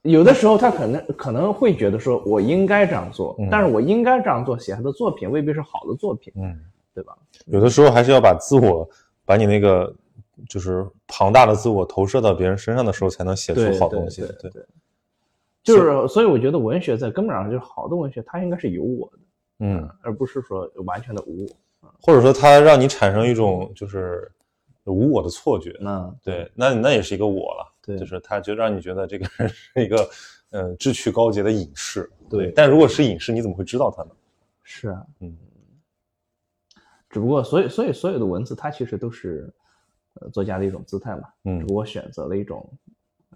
有的时候他可能可能会觉得说，我应该这样做，
嗯
但是我应该这样做，写他的作品未必是好的作品，
嗯，
对吧？
有的时候还是要把自我，把你那个就是庞大的自我投射到别人身上的时候，才能写
对
出好
对
东西。
对，就是所以我觉得文学在根本上就是好的文学，它应该是有我的，
嗯，
而不是说完全的无我。
或者说它让你产生一种就是无我的错觉。
那
对，那那也是一个我了。
对
就是它就让你觉得这个人是一个嗯志趣高洁的隐士。
对
但如果是隐士，你怎么会知道他呢？
是啊，
嗯，
只不过所以所以所有的文字它其实都是呃作家的一种姿态嘛，
嗯
只不过选择了一种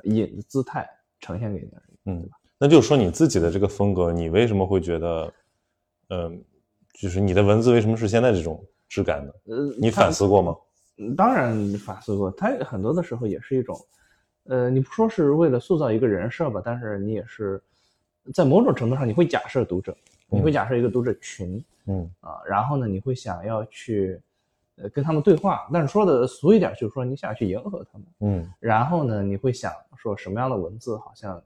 引的姿态呈现给你而已。
那就是说你自己的这个风格，你为什么会觉得，嗯、就是你的文字为什么是现在这种质感呢？
呃，
你
它
反思过吗？
嗯当然反思过，它很多的时候也是一种，呃，你不说是为了塑造一个人设吧，但是你也是在某种程度上你会假设读者，你会
嗯
假设一个读者群，
嗯
啊，然后呢，你会想要去呃跟他们对话，但是说的俗一点，就是说你想去迎合他们，
嗯
然后呢，你会想说什么样的文字好像，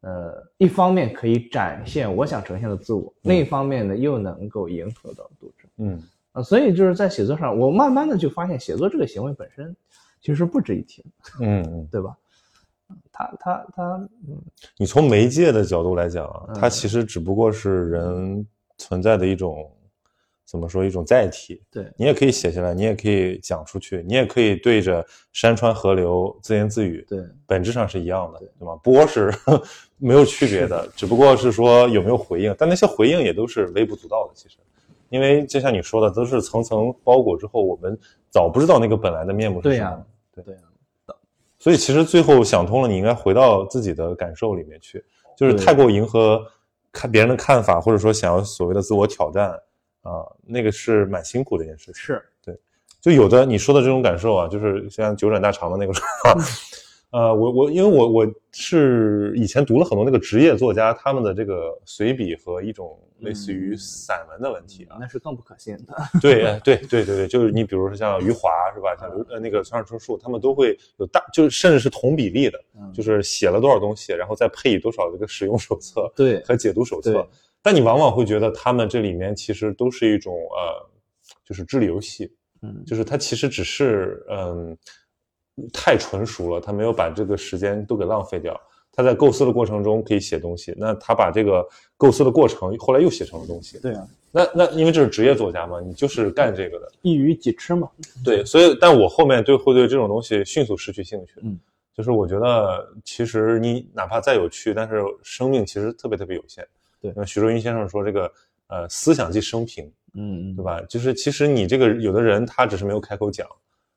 呃，一方面可以展现我想呈现的自我，另一方面呢又能够迎合到读者
嗯
啊，所以就是在写作上，我慢慢的就发现写作这个行为本身其实不值一提，
嗯嗯。
对吧？嗯他他他，嗯，
你从媒介的角度来讲啊，
嗯
它其实只不过是人存在的一种，怎么说一种载体。
对
你也可以写下来，你也可以讲出去，你也可以对着山川河流自言自语。
对，
本质上是一样的，对吧？波是 没有区别的，只不过是说有没有回应，但那些回应也都是微不足道的，其实，因为就像你说的，都是层层包裹之后，我们早不知道那个本来的面目是
对
什么。
呀
对
对呀
所以其实最后想通了，你应该回到自己的感受里面去，就是
对
太过迎合看别人的看法，或者说想要所谓的自我挑战啊、那个是蛮辛苦的一件事情。
是，
就有的你说的这种感受啊，就是像九转大肠的那个说法，
嗯
呃，我我因为我我是以前读了很多那个职业作家他们的这个随笔和一种类似于
嗯
散文的问题啊，
那是更不可信的。
对哎对对对对，就是你比如说像余华是吧，像刘呃那个村上春树，他们都会有大，就是甚至是同比例的，
嗯
就是写了多少东西，然后再配多少这个使用手册
对
和解读手册
对。
但你往往会觉得他们这里面其实都是一种呃，就是智力游戏，
嗯，
就是它其实只是嗯太纯熟了，他没有把这个时间都给浪费掉。他在构思的过程中可以写东西，那他把这个构思的过程后来又写成了东西。
对啊，
那那因为这是职业作家嘛，你就是干这个的，
一鱼几吃嘛。
对，所以但我后面对会对这种东西迅速失去兴趣。
嗯，
就是我觉得其实你哪怕再有趣，但是生命其实特别特别有限。
对
那徐若云先生说这个呃思想即生平，
嗯，
对？吧？就是其实你这个有的人他只是没有开口讲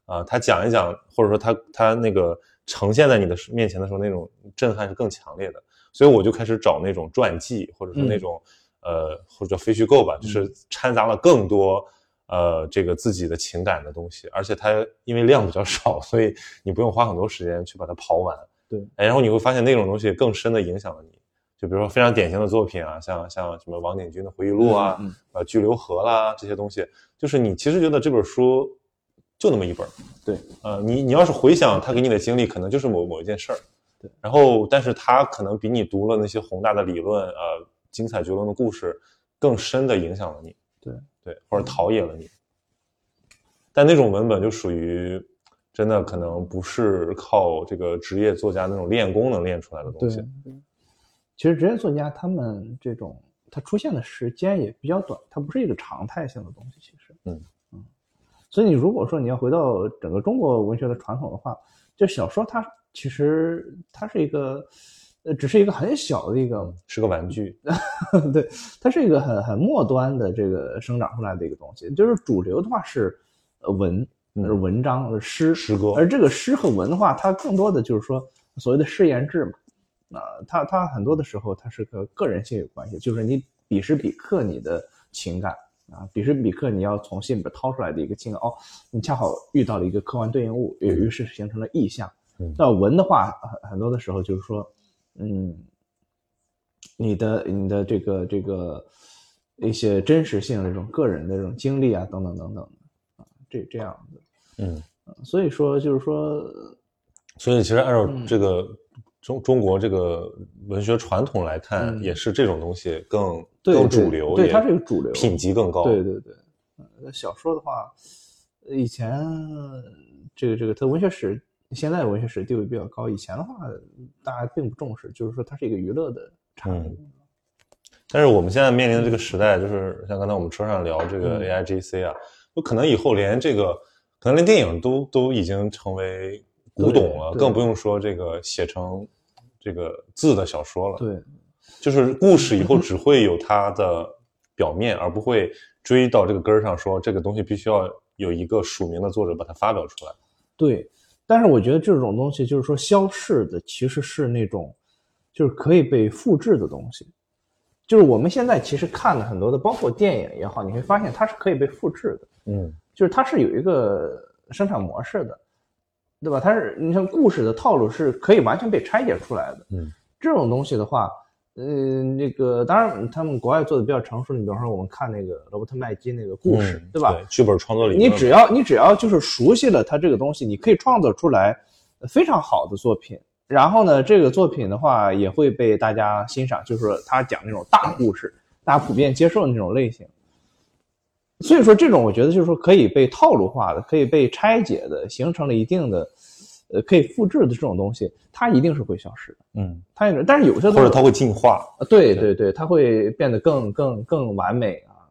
啊、他讲一讲，或者说他他那个呈现在你的面前的时候，那种震撼是更强烈的。所以我就开始找那种传记，或者说那
嗯
种、呃或者叫非虚构吧，就是掺杂了更多。呃，这个自己的情感的东西，而且它因为量比较 少，所以你不用花很多时间去把它刨完。
对
哎，然后你会发现那种东西更深的影响了你。就比如说非常典型的作品啊，像像什么王鼎钧的回忆录啊，
嗯嗯
呃，巨流河啦这些东西，就是你其实觉得这本书就那么一本儿，
对，
呃，你你要是回想他给你的经历，可能就是某某一件事儿，
对，
然后但是他可能比你读了那些宏大的理论，呃，精彩绝伦的故事，更深的影响了你，
对
对，或者陶冶了你，但那种文本就属于。真的可能不是靠这个职业作家那种练功能练出来的东
对
西，。
其实职业作家他们这种，他出现的时间也比较短，它不是一个常态性的东西。其实，
嗯
嗯，所以你如果说你要回到整个中国文学的传统的话，就小说它其实它是一个，呃，只是一个很小的一个
是个玩具。
对，它是一个很很末端的这个生长出来的一个东西。就是主流的话是呃文，
嗯
是文章、是诗、
诗歌
而这个诗和文的话，它更多的就是说所谓的誓言制嘛。啊、它它很多的时候它是和个人性有关系，就是你彼时彼刻你的情感啊，彼时彼刻你要从心里边掏出来的一个情感哦，你恰好遇到了一个客观对应物，也于是形成了意象。
嗯
那文的话，很很多的时候就是说，嗯，你的你的这个这个一些真实性的这种个人的这种经历啊，等等等等啊，这这样的。
嗯，
所以说就是说，
所以其实按照
嗯
这个中中国这个文学传统来看，
嗯
也是这种东西更
对
更
对
主流，
对
也
它是一个主流
品级更高。
对对对，呃，小说的话，呃以前呃这个这个它文学史现在文学史地位比较高，以前的话大家并不重视，就是说它是一个娱乐的产物。
嗯但是我们现在面临的这个时代，就是像刚才我们车上聊这个
嗯
AIGC 啊，就可能以后连这个，可能连电影都都已经成为古董了，
对对
更不用说这个写成这个字的小说了。
对，
就是故事以后只会有它的表面，而不会追到这个根儿上说这个东西必须要有一个署名的作者把它发表出来。
对，但是我觉得这种东西就是说消逝的，其实是那种就是可以被复制的东西。就是我们现在其实看了很多的，包括电影也好，你会发现它是可以被复制的，
嗯
就是它是有一个生产模式的，对吧？它是你像故事的套路是可以完全被拆解出来的。
嗯，
这种东西的话，嗯，那个当然他们国外做的比较成熟，你比方说我们看那个罗伯特麦基那个故事，
嗯
对吧？
剧本创作理
你
论，
只要你只要就是熟悉了它这个东西，你可以创作出来呃非常好的作品。然后呢，这个作品的话也会被大家欣赏，就是说他讲那种大故事，大家普遍接受的那种类型。所以说，这种我觉得就是说可以被套路化的，可以被拆解的，形成了一定的，呃，可以复制的这种东西，它一定是会消失的。
嗯，
它也是，但是有些东西
或者它会进化。
啊，对
对
对对，它会变得更更更完美啊，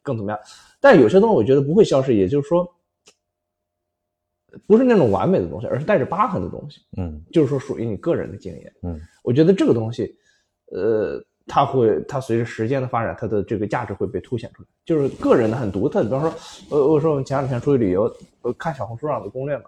更怎么样？但有些东西我觉得不会消失，也就是说，不是那种完美的东西，而是带着疤痕的东西，
嗯
就是说属于你个人的经验。
嗯，
我觉得这个东西，呃，它会它随着时间的发展，它的这个价值会被凸显出来，就是个人的很独特的。比方说，呃，我说我们前两天出去旅游，呃，看小红书上的攻略嘛，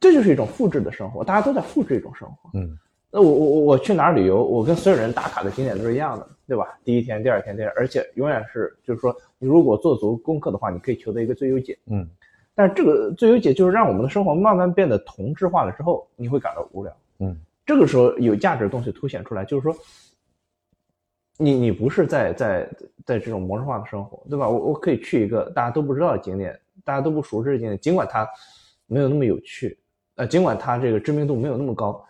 这就是一种复制的生活，大家都在复制一种生活。
嗯
那我我我我去哪儿旅游，我跟所有人打卡的景点都是一样的，对吧？第一天、第二天、第二天，而且永远是就是说，你如果做足功课的话，你可以求得一个最优解。
嗯，
但是这个最优解就是让我们的生活慢慢变得同质化了之后，你会感到无聊。
嗯，
这个时候有价值的东西凸显出来，就是说，你你不是在在在这种模式化的生活，对吧？我我可以去一个大家都不知道的景点，大家都不熟知的景点，尽管它没有那么有趣，呃，尽管它这个知名度没有那么高，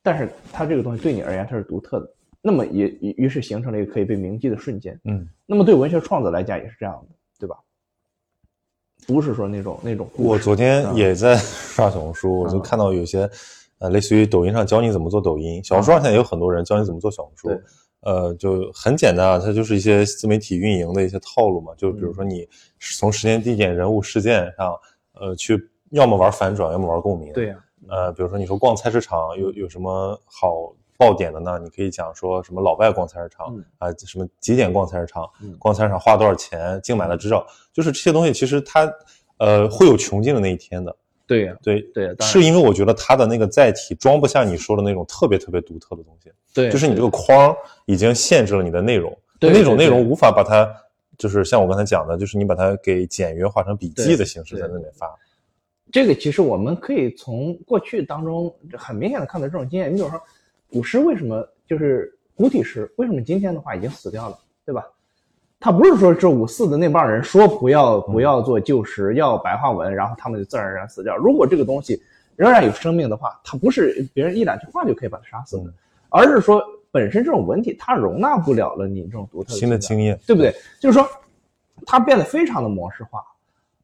但是它这个东西对你而言它是独特的，那么也于于是形成了一个可以被铭记的瞬间。
嗯，
那么对文学创作来讲也是这样的，对吧？不是说那种那种故事，
我昨天
嗯
也在 刷小红书，我就看到有些，呃，类似于抖音上教你怎么做抖音，小红书上现在有很多人教你怎么做小红书
嗯对，
呃，就很简单啊，它就是一些自媒体运营的一些套路嘛，就比如
嗯
说你从时间、地点、人物、事件上，呃，去要么玩反转，要么玩共鸣，
对呀、
呃，比如说你说逛菜市场有有什么好爆点的呢？你可以讲说什么老外逛菜市场
嗯
啊、什么几点逛菜市场
嗯，
逛菜市场花多少钱，净买了多少，就是这些东西其实它呃会有穷尽的那一天的，
对呀、
对。
对呀、当然
是因为我觉得它的那个载体装不下你说的那种特别特别独特的东西，
对，
就是你这个框儿已经限制了你的内容，
对
那种
对
内
对
容无法把它，就是像我刚才讲的，就是你把它给简约化成笔记
对
的形式
对
在那里发，
这个其实我们可以从过去当中很明显的看到这种经验。你比如说，古诗为什么就是古体诗，为什么今天的话已经死掉了，对吧？他不是说这五四的那帮人说不要不要做旧诗，要白话文，然后他们就自然而然死掉。如果这个东西仍然有生命的话，它不是别人一两句话就可以把它杀死的，
嗯
而是说本身这种文体它容纳不了了你这种独特的
新的
情感
经验，
对不对？就是说，它变得非常的模式化。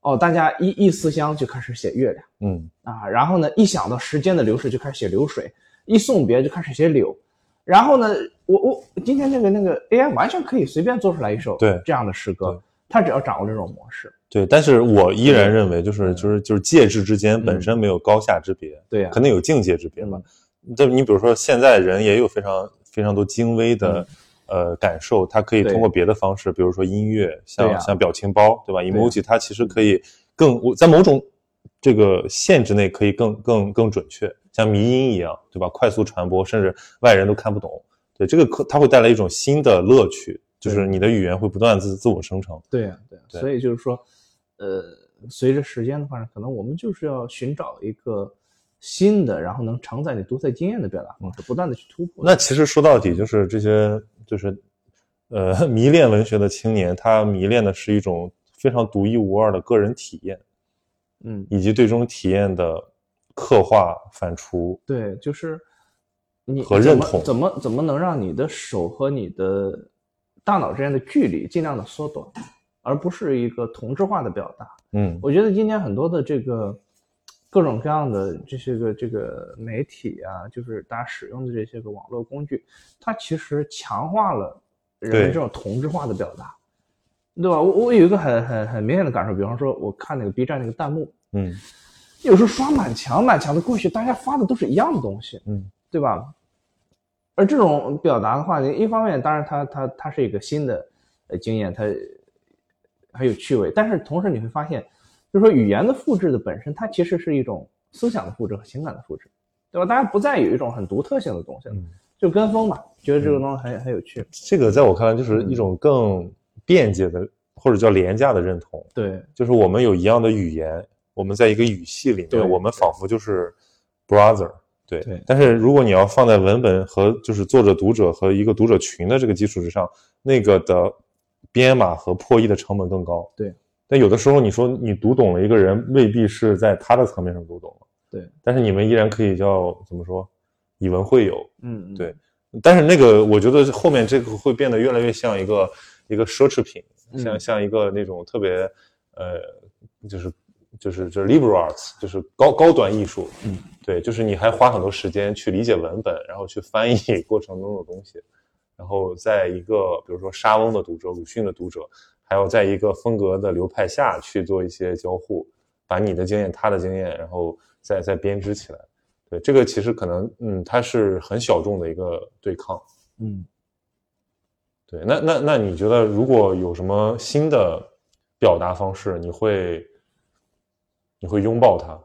哦，大家一一思乡就开始写月亮
嗯，
啊，然后呢，一想到时间的流逝就开始写流水，一送别就开始写柳，然后呢，我我今天那个那个 AI 完全可以随便做出来一首
对
这样的诗
对
歌，它只要掌握这种模式，
对，但是我依然认为，就是
嗯
就是就是介质之间本身没有高下之别，
对呀、
可能有境界之别
对
嘛
吗。？
这你比如说，现在人也有非常非常多精微的呃感受，他可以
嗯对
通过别的方式，比如说音乐，
对
像
呀
像表情包，对吧
呀嗯
？emoji 它其实可以更我在某种这个限制内可以更更更准确，像迷音一样，对吧？快速传播，甚至外人都看不懂。对这个可它会带来一种新的乐趣，就是
对
你的语言会不断自自我生成。
对呀、对呀、
对
所以就是说，呃，随着时间的发展，可能我们就是要寻找一个新的，然后能承载你独特经验的表达方式，不断的去突破。
那其实说到底就是这些，就是呃， 迷恋文学的青年，他迷恋的是一种非常独一无二的个人体验，
嗯，
以及对这种体验的刻画、反刍。
对，就是你
和
怎
认
么
同
怎么怎么能让你的手和你的大脑之间的距离尽量的缩短，而不是一个同质化的表达。
嗯
我觉得今天很多的这个各种各样的这些个这个媒体啊，就是大家使用的这些个网络工具，它其实强化了人
对
们这种同质化的表达，对吧？我我有一个很很很明显的感受，比方说我看那个 B 站那个弹幕，
嗯
有时候刷满墙满墙的过去，大家发的都是一样的东西，
嗯，
对吧？而这种表达的话，一方面当然它它它是一个新的呃经验，它很有趣味，但是同时你会发现，就是说语言的复制的本身，它其实是一种思想的复制和情感的复制，对吧？大家不再有一种很独特性的东西了，
嗯
就跟风嘛，觉得这个东西很、很有趣，
这个在我看来就是一种更便捷的，或者叫廉价的认同，
对
就是我们有一样的语言，我们在一个语系里
对
面，我们仿佛就是 brother。对，
对
但是如果你要放在文本和就是作者、读者和一个读者群的这个基础之上，那个的编码和破译的成本更高。
对，
但有的时候你说你读懂了一个人，未必是在他的层面上读懂了。
对，
但是你们依然可以叫怎么说，以文会友。
嗯嗯
对但是那个，我觉得后面这个会变得越来越像一个一个奢侈品，
嗯
像像一个那种特别呃，就是就是就是 liberal arts，就是高高端艺术。
嗯，
对，就是你还花很多时间去理解文本，然后去翻译过程中的东西，然后在一个比如说莎翁的读者、鲁迅的读者，还要在一个风格的流派下去做一些交互，把你的经验、他的经验，然后再再编织起来。对，这个其实可能，嗯，它是很小众的一个对抗。
嗯，
对，那那那你觉得如果有什么新的表达方式，你会你会拥抱它？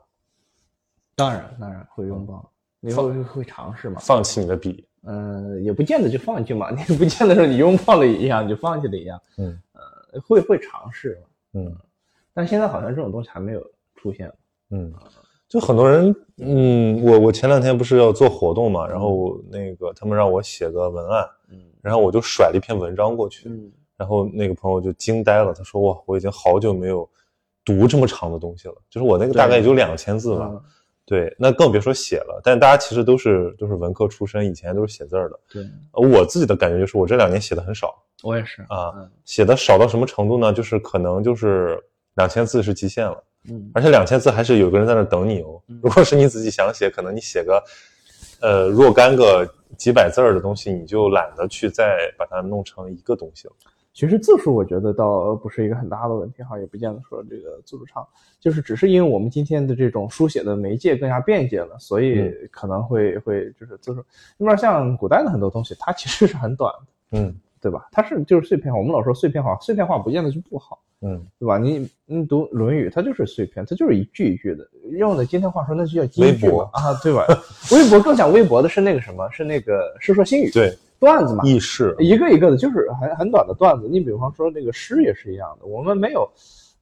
当然，
当然会拥抱。嗯你会会会尝试吗？
放弃你的笔，
嗯，也不见得就放弃嘛， 你不见得说你拥抱了一样你就放弃了一样，
嗯
呃，会会尝试嘛，
嗯
但现在好像这种东西还没有出现。
嗯，就很多人，嗯，我我前两天不是要做活动嘛，然后我那个他们让我写个文案，
嗯
然后我就甩了一篇文章过去，
嗯
然后那个朋友就惊呆了，他说哇，我已经好久没有读这么长的东西了，就是我那个大概也就两千字吧，
嗯
对，那更别说写了。但大家其实都是都是文科出身，以前都是写字儿的。
对，
呃我自己的感觉就是，我这两年写的很少
我也是，
啊，
嗯
写的少到什么程度呢？就是可能就是两千字是极限了，
嗯，
而且两千字还是有个人在那等你哦。如果是你自己想写，可能你写个呃若干个几百字儿的东西，你就懒得去再把它弄成一个东西了。
其实字数我觉得倒不是一个很大的问题哈，也不见得说这个字数差，就是只是因为我们今天的这种书写的媒介更加便捷了，所以可能会、会就是字数。那么像古代的很多东西，它其实是很短的，
嗯
对吧？它是就是碎片化，我们老说碎片化，碎片化不见得就不好，
嗯，
对吧？你你读《论语》，它就是碎片，它就是一句一句的，用的今天话说那就叫金句
微博
嘛啊，对吧？ 微博更像微博的是那个什么？是那个《世说新语》
对，
段子嘛，
意识，
一个一个的，就是很很短的段子。你比方说那个诗也是一样的，我们没有，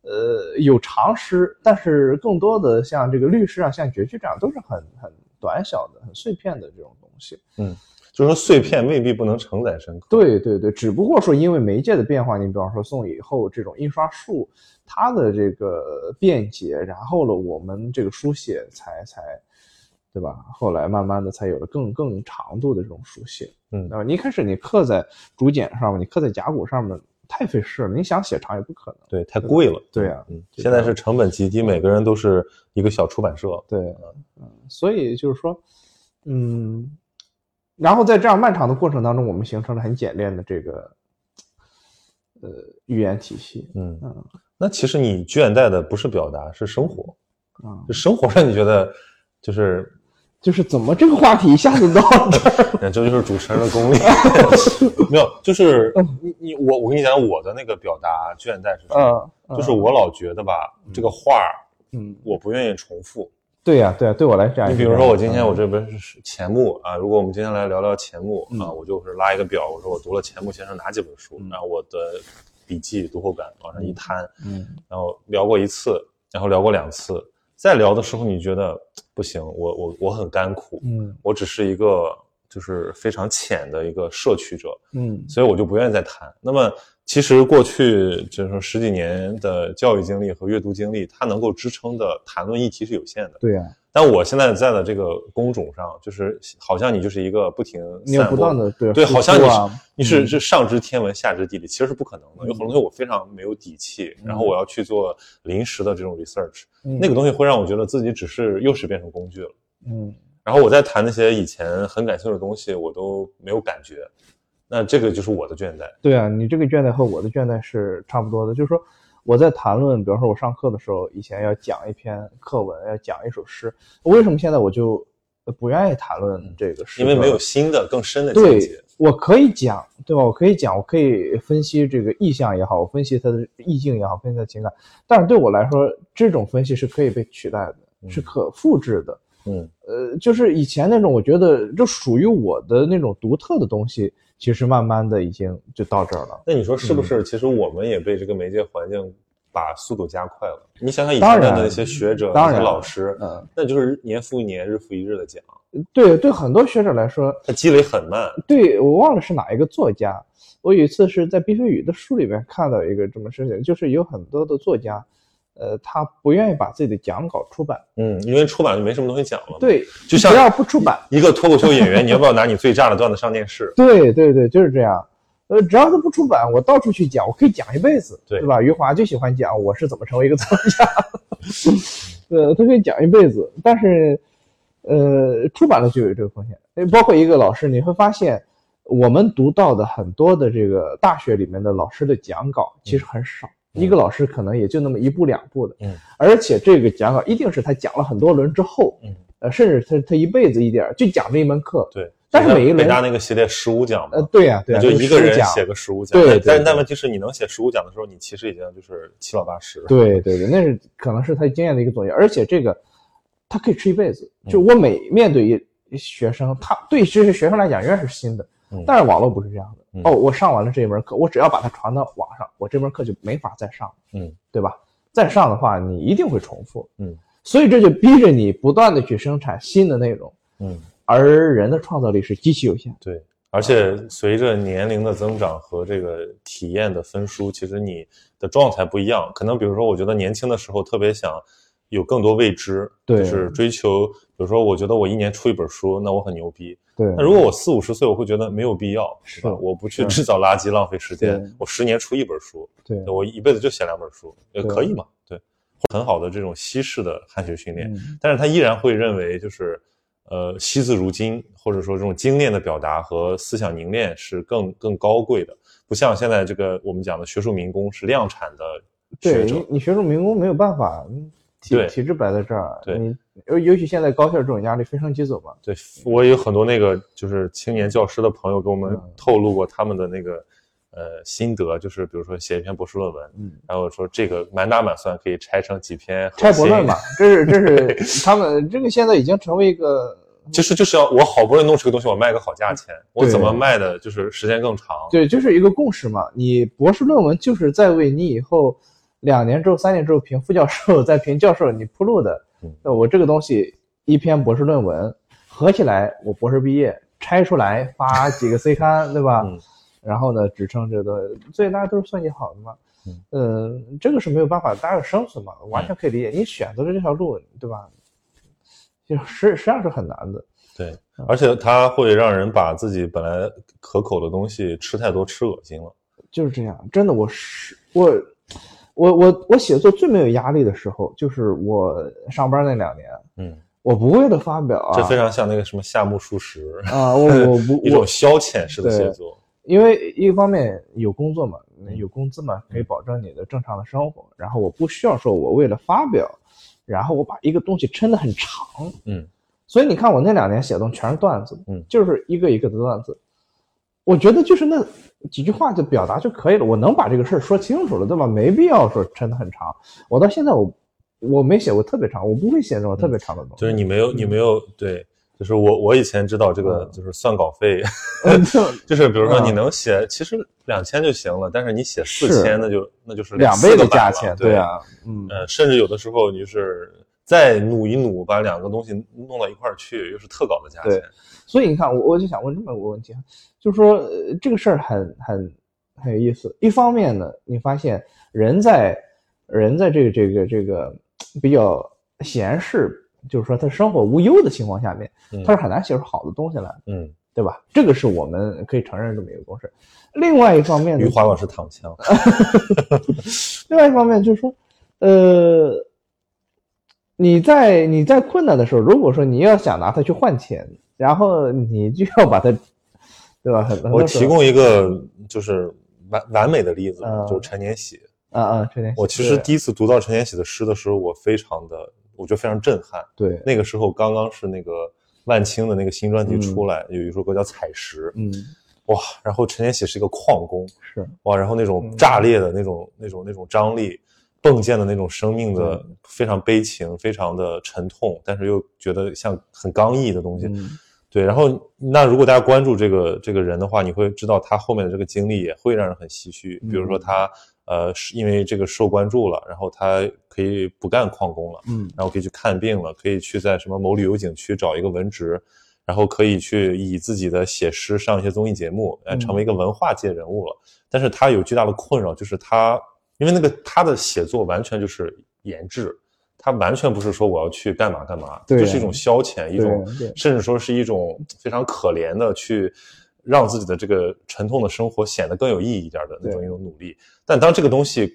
呃，有长诗，但是更多的像这个律诗啊，像绝句这样，都是很很短小的、很碎片的这种东西。
就是说碎片未必不能承载深刻。
对对对，只不过说因为媒介的变化，你比方说宋以后这种印刷术，它的这个便捷，然后了我们这个书写才才，对吧？后来慢慢的才有了更更长度的这种书写。
嗯
那么你一开始你刻在竹简上面，你刻在甲骨上面太费事了，你想写长也不可能。
对，太贵了。
对啊
嗯，
这
现在是成本极低，每个人都是一个小出版社。
对，嗯，所以就是说，嗯，然后在这样漫长的过程当中，我们形成了很简练的这个，呃，语言体系。
嗯
嗯
那其实你倦怠的不是表达，是生活，
啊、
就生活让你觉得就是，
就是怎么这个话题一下子到这 儿？
这就是主持人的 功力。没有，就是你你我我跟你讲，我的那个表达倦怠是什么？
嗯
就是我老觉得吧，这个话儿
嗯，
我不愿意重复。
对呀、对呀、对我来讲也
你
是
比
这样，
如说，我今天
嗯
我这边是钱穆啊，如果我们今天来聊聊钱穆
嗯
啊，我就是拉一个表，我说我读了钱穆先生哪几本书，然后我的笔记、读后感往上一摊，
嗯
然后聊过一次，然后聊过两次，再聊的时候你觉得不行，我我我很甘苦，
嗯
我只是一个就是非常浅的一个摄取者，
嗯
所以我就不愿意再谈。那么其实过去就是说十几年的教育经历和阅读经历，它能够支撑的谈论议题是有限的。
对呀、
但我现在在的这个工种上，就是好像你就是一个不停
你有
散
不
播
断的对
对，
付
好像你
出
是、
啊嗯
你是是上知天文下知地理，其实是不可能的。有很多东西我非常没有底气，然后我要去做临时的这种 research，、
嗯
那个东西会让我觉得自己只是又是变成工具了。
嗯
然后我在谈那些以前很感兴趣的东西，我都没有感觉。那这个就是我的倦怠。
对啊，你这个倦怠和我的倦怠是差不多的，就是说我在谈论，比方说我上课的时候，以前要讲一篇课文，要讲一首诗，为什么现在我就呃不愿意谈论这个诗
因
歌了？
为没有新的、更深的见
对
解，，
我可以讲，对吧？我可以讲，我可以分析这个意象也好，我分析它的意境也好，分析它的情感。但是对我来说，这种分析是可以被取代的，是可复制的。
嗯
呃，就是以前那种，我觉得就属于我的那种独特的东西，其实慢慢的已经就到这儿了。
那你说
嗯
是不是？其实我们也被这个媒介环境把速度加快了。你想想以
当
前的
然
那些学者、
当
那些
然
老师，
嗯，
那就是年复一年、日复一日的讲，
对对，很多学者来说，
它积累很慢。
对我忘了是哪一个作家，我有一次是在毕飞宇的书里面看到一个这么事情，就是有很多的作家，呃，他不愿意把自己的讲稿出版，
嗯，因为出版就没什么东西讲了嘛。
对，
就像
不要不出版，
一个脱口秀演员，你要不要拿你最炸的段子上电视？
对对对，就是这样。呃，只要他不出版，我到处去讲，我可以讲一辈子，
对
吧？余华就喜欢讲我是怎么成为一个作家， 呃，他可以讲一辈子。但是，呃，出版了就有这个风险。呃包括一个老师，你会发现，我们读到的很多的这个大学里面的老师的讲稿其实很少，
嗯
一个老师可能也就那么一步两步的，
嗯，
而且这个讲稿一定是他讲了很多轮之后，
嗯，
呃，甚至他他一辈子一点儿就讲这一门课，
对，
但是
就像
每一轮
北大那个系列十五讲嘛，
呃，对呀、对
那
呀、
就
就是
一个
书
人
讲
写个十五讲。
对
但
对
但但
对
问题是你能写十五讲的时候，你其实已经就是七老八十了。
对对对，那
嗯
是可能是他经验的一个总结，而且这个他可以吃一辈子。就我每面对一学生，他对这些学生来讲永远是新的
嗯，
但是网络不是这样的
嗯。
哦，我上完了这一门课，我只要把它传到网上，我这门课就没法再上，
嗯，
对吧？再上的话，你一定会重复，
嗯，
所以这就逼着你不断的去生产新的内容，
嗯，
而人的创造力是极其有限的。
对，而
啊
且随着年龄的增长和这个体验的分殊，其实你的状态不一样。可能比如说，我觉得年轻的时候特别想有更多未知，
对
就是追求。比如说，我觉得我一年出一本书，那我很牛逼。
对
那如果我四五十岁，我会觉得没有必要，是吧？
是
我不去制造垃圾，浪费时
对
间。我十年出一本书，
对
我一辈子就写两本书，也
对
可以嘛？对，很好的这种西式的汉学训练。
嗯
但是他依然会认为就是，呃，惜字如金，或者说这种精炼的表达和思想凝练是更更高贵的，不像现在这个我们讲的学术民工是量产的学
对
者
你，，你学术民工没有办法，嗯体
对
体制摆在这儿，
对
你尤尤其现在高校这种压力非升级走嘛，
对我有很多那个就是青年教师的朋友给我们
嗯
透露过他们的那个呃心得，就是比如说写一篇博士论文，
嗯，
然后说这个满打满算可以拆成几篇
拆
核
博
心
论嘛，，这是这 是他们这个现在已经成为一个，
其实就是要我好不容易弄出个东西，我卖个好价钱，我
嗯对
怎么卖的就是时间更长，
对，就是一个共识嘛。你博士论文就是在为你以后两年之后、三年之后评副教授、再评教授你铺路的
嗯。
那我这个东西一篇博士论文合起来，我博士毕业拆出来发几个 C 刊，对吧？
嗯
然后呢，指称这个，所以大家都是算计好的嘛。
嗯
嗯，这个是没有办法，大家有生存嘛，完全可以理解。你选择了这条路，对吧？就是实实际上是很难的。
对，
嗯
而且它会让人把自己本来可口的东西吃太多，吃恶心了。
就是这样，真的，我是我，我我我写作最没有压力的时候，就是我上班那两年，
嗯，
我不为了发表啊，
这非常像那个什么夏目漱石，
啊，我我不
一
我
种，消遣式的
对
写作。
因为一方面有工作嘛，有工资嘛，可以保证你的正常的生活，然后我不需要说我为了发表，然后我把一个东西抻得很长，
嗯，
所以你看我那两年写的东西全是段子，
嗯
就是一个一个的段子，我觉得就是那几句话的表达就可以了，我能把这个事儿说清楚了，对吧？没必要说抻得很长。我到现在我我没写过特别长，我不会写那种特别长的东西。
就是你没有，你没有对，就是我我以前知道这个
嗯
就是算稿费，
嗯就
就是比如说
嗯
你能写，其实两千就行了，但是你写四
是
千，那就那就是
两
四
倍
个
的
版
价
了
钱，
对
对啊，嗯，
呃，甚至有的时候你就是再努一努，把两个东西弄到一块儿去，又是特稿的价
对
钱。
所以你看，我我就想问这么一个问题啊，就是说、呃、这个事儿很很很有意思。一方面呢，你发现人在人在这个这个这个比较闲适，就是说他生活无忧的情况下面，
嗯
他是很难写出好的东西来的，
嗯，
对吧？这个是我们可以承认这么一个公式。另外一方面呢，
余华老师躺枪。
另外一方面就是说，呃，你在你在困难的时候，如果说你要想拿它去换钱，然后你就要把它，对吧？很很
我
多时候
提供一个就是完完美的例子吧，
嗯
就是陈年喜。
啊啊，陈年喜
我其实
对
第一次读到陈年喜的诗的时候，我非常的，我觉得非常震撼。
对，
那个时候刚刚是那个万青的那个新专辑出来，有一首歌叫《采石》，
嗯，
哇，然后陈年喜是一个矿工，
是
哇，然后那
嗯
种炸裂的那种、那种、那种张力，迸溅的那种生命的
对
非常悲情、非常的沉痛，但是又觉得像很刚毅的东西。
嗯
对，然后那如果大家关注这个这个人的话，你会知道他后面的这个经历也会让人很唏嘘。比如
嗯
说他呃，是因为这个受关注了，然后他可以不干矿工了，
嗯
然后可以去看病了，可以去在什么某旅游景区找一个文职，然后可以去以自己的写诗上一些综艺节目，呃，
嗯
成为一个文化界人物了。但是他有巨大的困扰，就是他因为那个他的写作完全就是研制，他完全不是说我要去干嘛干嘛，
对
就是一种消遣，一种
对
甚至说是一种非常可怜的去让自己的这个沉痛的生活显得更有意义一点的那种
对
一种努力。但当这个东西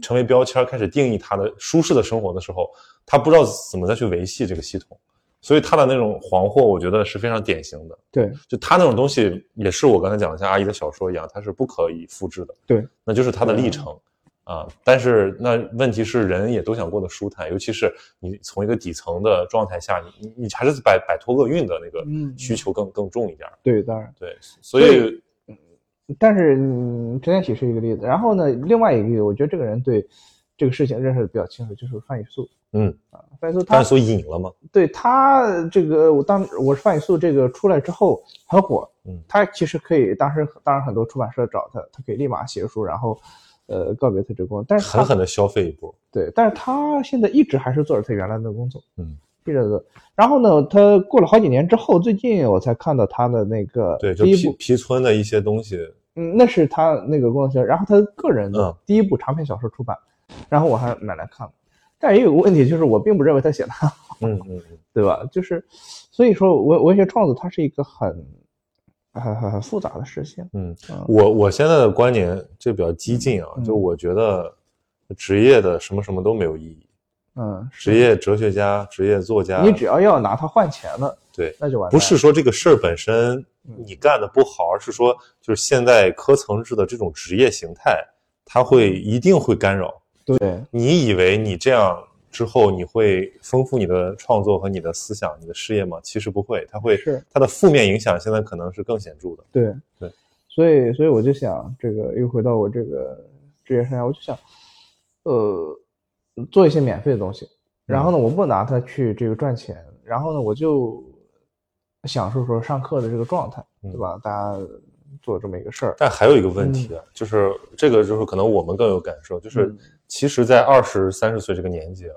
成为标签，开始定义他的舒适的生活的时候，他不知道怎么再去维系这个系统，所以他的那种惶惑，我觉得是非常典型的。
对
就他那种东西，也是我刚才讲的像阿姨的小说一样，它是不可以复制的。
对，
那就是它的
对
历程啊。但是那问题是，人也都想过得舒坦，尤其是你从一个底层的状态下，你你你还是摆摆脱厄运的那个
嗯
需求更更重一点儿。
对，当然，
对，所以
但是嗯陈建喜是一个例子。然后呢，另外一个例子，我觉得这个人对这个事情认识的比较清楚，就是范宇素。
嗯，
啊，范宇素他
但所以引了嘛，
对他这个，我当我是范宇素这个出来之后很火，
嗯
他其实可以，当时当然很多出版社找他，他可以立马写书，然后，呃，告别他这个工作，但是他
狠狠的消费一波。
对，但是他现在一直还是做着他原来的工作，
嗯，
一直在做。然后呢，他过了好几年之后，最近我才看到他的那个
对，就
第一
皮
部，
皮村的一些东西，
嗯，那是他那个工作室，然后他个人
嗯
的第一部长篇小说出版，然后我还买来看了。但也有个问题，就是我并不认为他写的很好，
嗯嗯嗯，
对吧？就是，所以说文文学创作它是一个很很很很复杂的事情。
嗯
嗯，
我我现在的观点就比较激进啊，
嗯
就我觉得职业的什么什么都没有意义，
嗯，是
职业哲学家、职业作家，
你只要要拿它换钱了，
啊对，
那就完
不
蛋。
是，说这个事儿本身
嗯
你干的不好，而是说就是现在科层制的这种职业形态，它会
嗯
一定会干扰。
对，
你以为你这样之后你会丰富你的创作和你的思想、你的事业吗？其实不会，它会
是
它的负面影响现在可能是更显著的。
对
对，
所以所以我就想，这个又回到我这个职业生涯，我就想，呃，做一些免费的东西，
嗯
然后呢，我不拿它去这个赚钱，然后呢，我就享受说上课的这个状态，对
嗯
吧？大家做这么一个事儿，
但还有一个问题啊，就是这个就是可能我们更有感受，就是
嗯
其实，在二十三十岁这个年纪啊，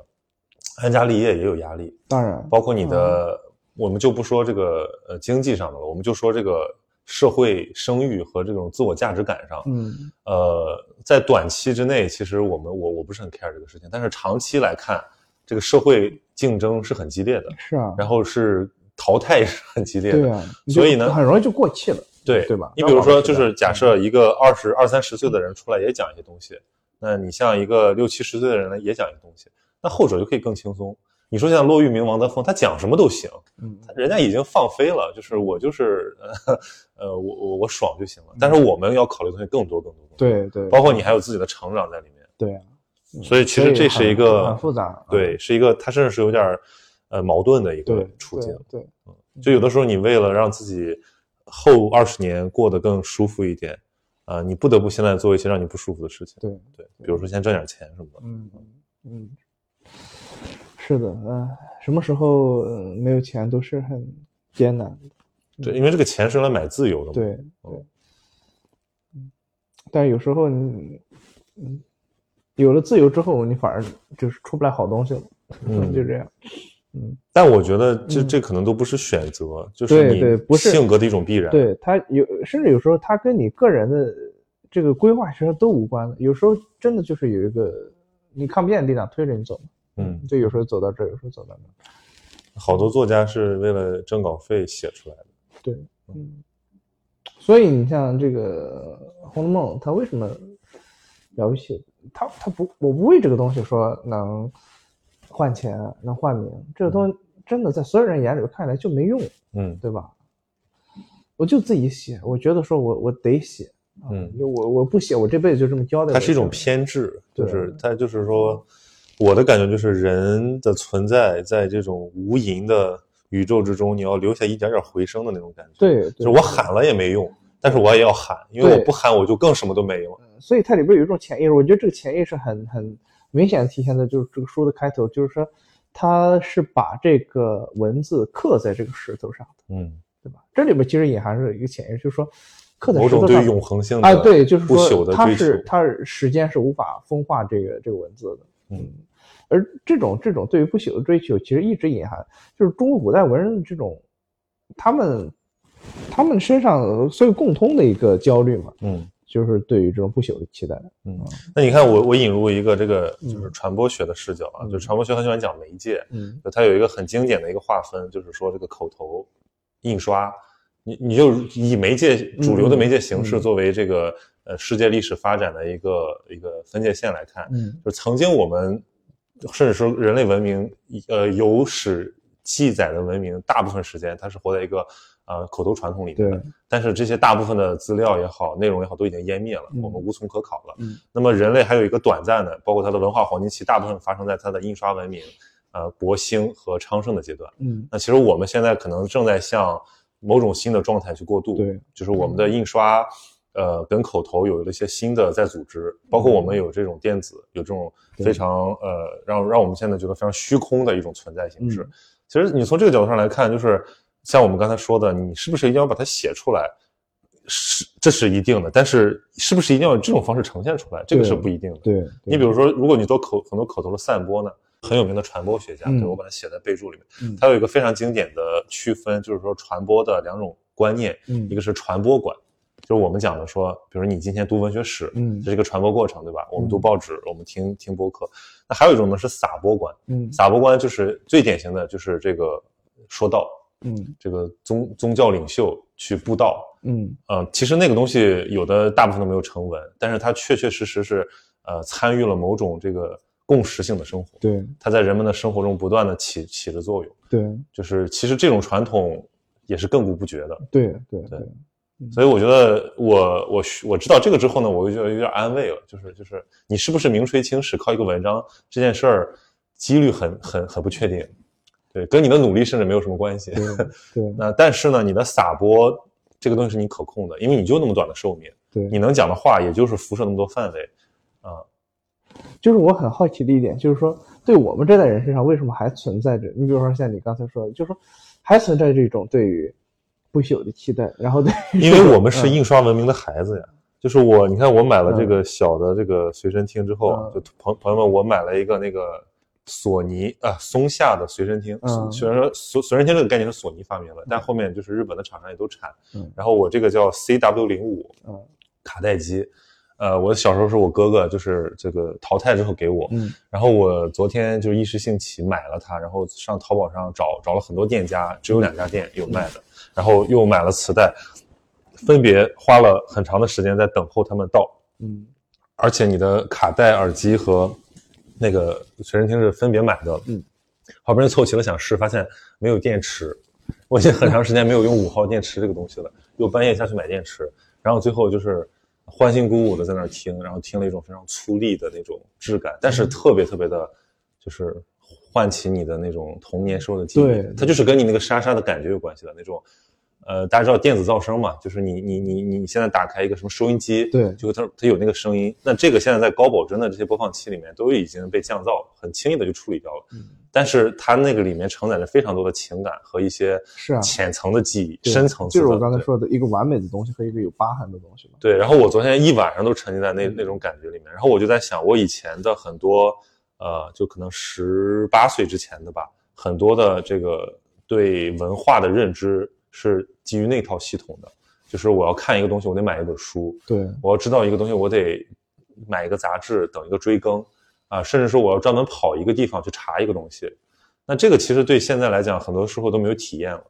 安家立业也有压力，
当然，
包括你的，
嗯
我们就不说这个呃经济上的了，我们就说这个社会声誉和这种自我价值感上，
嗯，
呃，在短期之内，其实我们我我不是很 care 这个事情，但是长期来看，这个社会竞争是很激烈的，
是啊，
然后是淘汰也是很激烈的，
对啊，你就
所以呢
很容易就过气了，
对
对吧
你比如说，
那
就
我
是假设一个二十二三十岁的人出来也讲一些东西，那你像一个六七十岁的人呢也讲一些东西，那后者就可以更轻松。你说像骆玉明、王德峰，他讲什么都行，
嗯，
人家已经放飞了，就是我就是呃呃我我我爽就行了。但是我们要考虑的东西更多更多，更多，
对对
包括你还有自己的成长在里面。
对啊，
所以其实这是一
所以很
个
很复杂，啊
对，是一个他甚至是有点儿呃矛盾的一个
对，
处境。
对，对
就有的时候你为了让自己后二十年过得更舒服一点，啊、你不得不现在做一些让你不舒服的事情。
对。
对，比如说先挣点钱什么的。
嗯嗯，是的，嗯、什么时候、呃、没有钱都是很艰难的，
对，因为这个钱是用来买自由的嘛。
嗯对对，嗯，但是有时候你，嗯，有了自由之后，你反而就是出不来好东西了，
嗯
就这样，
但我觉得这
嗯
这可能都不是选择，就
对对
是
不
你
是
性格的一种必然。
对他有，甚至有时候他跟你个人的这个规划其实都无关的，有时候真的就是有一个你看不见的力量推着你走，
嗯，
就有时候走到这儿，有时候走到那儿，
好多作家是为了挣稿费写出来的。
对，嗯，所以你像这个《红楼梦》，它为什么了不起？它它不，我不为这个东西说能换钱、能换名，这个东西真的在所有人眼里看来就没用，
嗯
对吧？我就自己写，我觉得说我我得写，啊
嗯，
就我我不写，我这辈子就这么交代。
它是一种，偏执，就
对
是它就是说，我的感觉就是人的存在在这种无垠的宇宙之中，你要留下一点点回声的那种感觉。
对，
就
对
是我喊了也没用，但是我也要喊，因为
对
我不喊我就更什么都没有。
所以它里边有一种潜意识，我觉得这个潜意识很很明显的体现在就是这个书的开头，就是说它是把这个文字刻在这个石头上的，
嗯，
对吧？这里边其实隐含着一个潜意识，就是说刻在
某
石
种
头
对
上
永恒性的
啊，对，就是
不朽
说
的
它
追求。
是它是时间是无法风化这个这个文字的，
嗯，
而这种这种对于不朽的追求，其实一直隐含就是中国古代文人的这种他们他们身上所有共通的一个焦虑嘛，
嗯
就是对于这种不朽的期待，
嗯。那你看我我引入一个这个就是
嗯
传播学的视角啊，
嗯
就传播学很喜欢讲媒介，
嗯。
就它有一个很经典的一个划分，就是说这个口头印刷，你你就以媒介主流的媒介形式
嗯
作为这个呃世界历史发展的一个一个分界线来看，
嗯
就是曾经我们甚至说人类文明，呃，有史记载的文明，大部分时间它是活在一个呃口头传统里面的
对。
但是这些大部分的资料也好，内容也好，都已经湮灭了，
嗯
我们无从可考了。
嗯
那么人类还有一个短暂的，包括它的文化黄金期，大部分发生在它的印刷文明，呃，勃兴和昌盛的阶段。
嗯
那其实我们现在可能正在向某种新的状态去过渡，
对，
就是我们的印刷呃跟口头有了一些新的在组织，包括我
嗯
们有这种电子，有这种非常呃让让我们现在觉得非常虚空的一种存在形式。
嗯
其实你从这个角度上来看，就是像我们刚才说的，你是不是一定要把它写出来？是，这是一定的，但是是不是一定要以这种方式呈现出来？这个是不一定的。
对，
你比如说，如果你做口很多口头的散播呢，很有名的传播学家，
嗯
对我把它写在备注里面
嗯，
他有一个非常经典的区分，就是说传播的两种观念，
嗯
一个是传播观，就是我们讲的说，比如你今天读文学史，
嗯
这是一个传播过程，对吧？我们读报纸，我们听听播客，那还有一种呢是撒播观，
嗯
撒播观就是最典型的就是这个说道，
嗯
这个宗宗教领袖去布道，
嗯
呃，其实那个东西有的大部分都没有成文，但是它确确实实是呃参与了某种这个共识性的生活，
对
它在人们的生活中不断的起起着作用。
对
就是其实这种传统也是亘古不绝的，
对对
对
对，
所以我觉得我我需我知道这个之后呢，我就觉得有点安慰了，就是就是你是不是名垂青史靠一个文章这件事儿，几率很很很不确定，对，跟你的努力甚至没有什么关系。
对对
那但是呢，你的撒播这个东西是你可控的，因为你就那么短的寿命，
对
你能讲的话也就是辐射那么多范围。
就是我很好奇的一点，就是说，对我们这代人身上为什么还存在着？你比如说像你刚才说的，就是说还存在这种对于不朽的期待，然后对于
因为我们是印刷文明的孩子呀。就是我，你看我买了这个小的这个随身听之后啊，就朋朋友们，我买了一个那个索尼啊松下的随身听。
嗯
虽然说随随身听这个概念是索尼发明的，但后面就是日本的厂商也都产
嗯。
然后我这个叫 CW 零五
嗯
卡带机，呃，我小时候是我哥哥就是这个淘汰之后给我，
嗯
然后我昨天就一时兴起买了它，然后上淘宝上找找了很多店家，只有两家店有卖的，然后又买了磁带，分别花了很长的时间在等候他们到。
嗯
而且你的卡带、耳机和那个随身听是分别买的。
嗯，
好不容易凑齐了想试，发现没有电池。我已经很长时间没有用五号电池这个东西了，又半夜下去买电池，然后最后就是欢欣鼓舞的在那儿听，然后听了一种非常粗粝的那种质感，但是特别特别的，就是唤起你的那种童年时候的记忆。
对
它就是跟你那个沙沙的感觉有关系的那种。呃，大家知道电子噪声嘛，就是你你你你你现在打开一个什么收音机，
对
就它它有那个声音。那这个现在在高保真的这些播放器里面都已经被降噪，很轻易的就处理掉了。
嗯
但是它那个里面承载着非常多的情感和一些
是啊
浅层的记忆、
对
深层次
就
的。
是我刚才
对
说的一个完美的东西和一个有疤痕的东西嘛。
对，然后我昨天一晚上都沉浸在那那种感觉里面，然后我就在想，我以前的很多，呃，就可能十八岁之前的吧，很多的这个对文化的认知是基于那套系统的，就是我要看一个东西，我得买一本书，
对
嗯
我要知道一个东西，我得买一个杂志，等一个追更啊、甚至说我要专门跑一个地方去查一个东西。那这个其实对现在来讲，很多时候都没有体验了。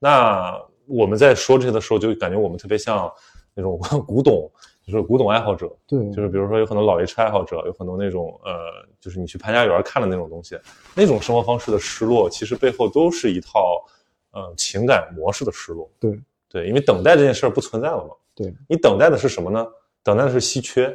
那我们在说这些的时候，就感觉我们特别像那种 古董，就是古董爱好者，
对
就是比如说有很多老爷车爱好者，有很多那种呃，就是你去潘家园看的那种东西，那种生活方式的失落，其实背后都是一套呃情感模式的失落。
对
对，因为等待这件事儿不存在了嘛。
对，
你等待的是什么呢？等待的是稀缺，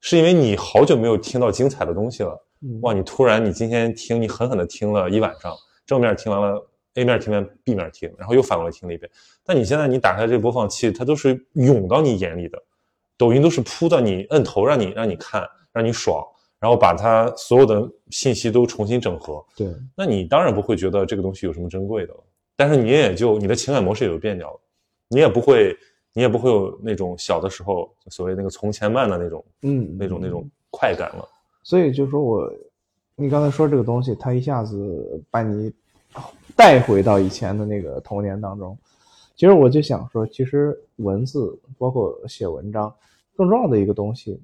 是因为你好久没有听到精彩的东西了。
嗯
哇，你突然你今天听，你狠狠的听了一晚上，正面听完了 A 面听完 B 面听，然后又反过来听了一遍。但你现在你打开这播放器，它都是涌到你眼里的，抖音都是扑到你摁头让你让你看，让你爽，然后把它所有的信息都重新整合。
对
那你当然不会觉得这个东西有什么珍贵的了，但是你也就你的情感模式也就变掉了，你也不会，你也不会有那种小的时候所谓那个从前慢的那种
嗯
那种那种快感了。
所以就说我，你刚才说这个东西，它一下子把你带回到以前的那个童年当中。其实我就想说，其实文字包括写文章，更重要的一个东西，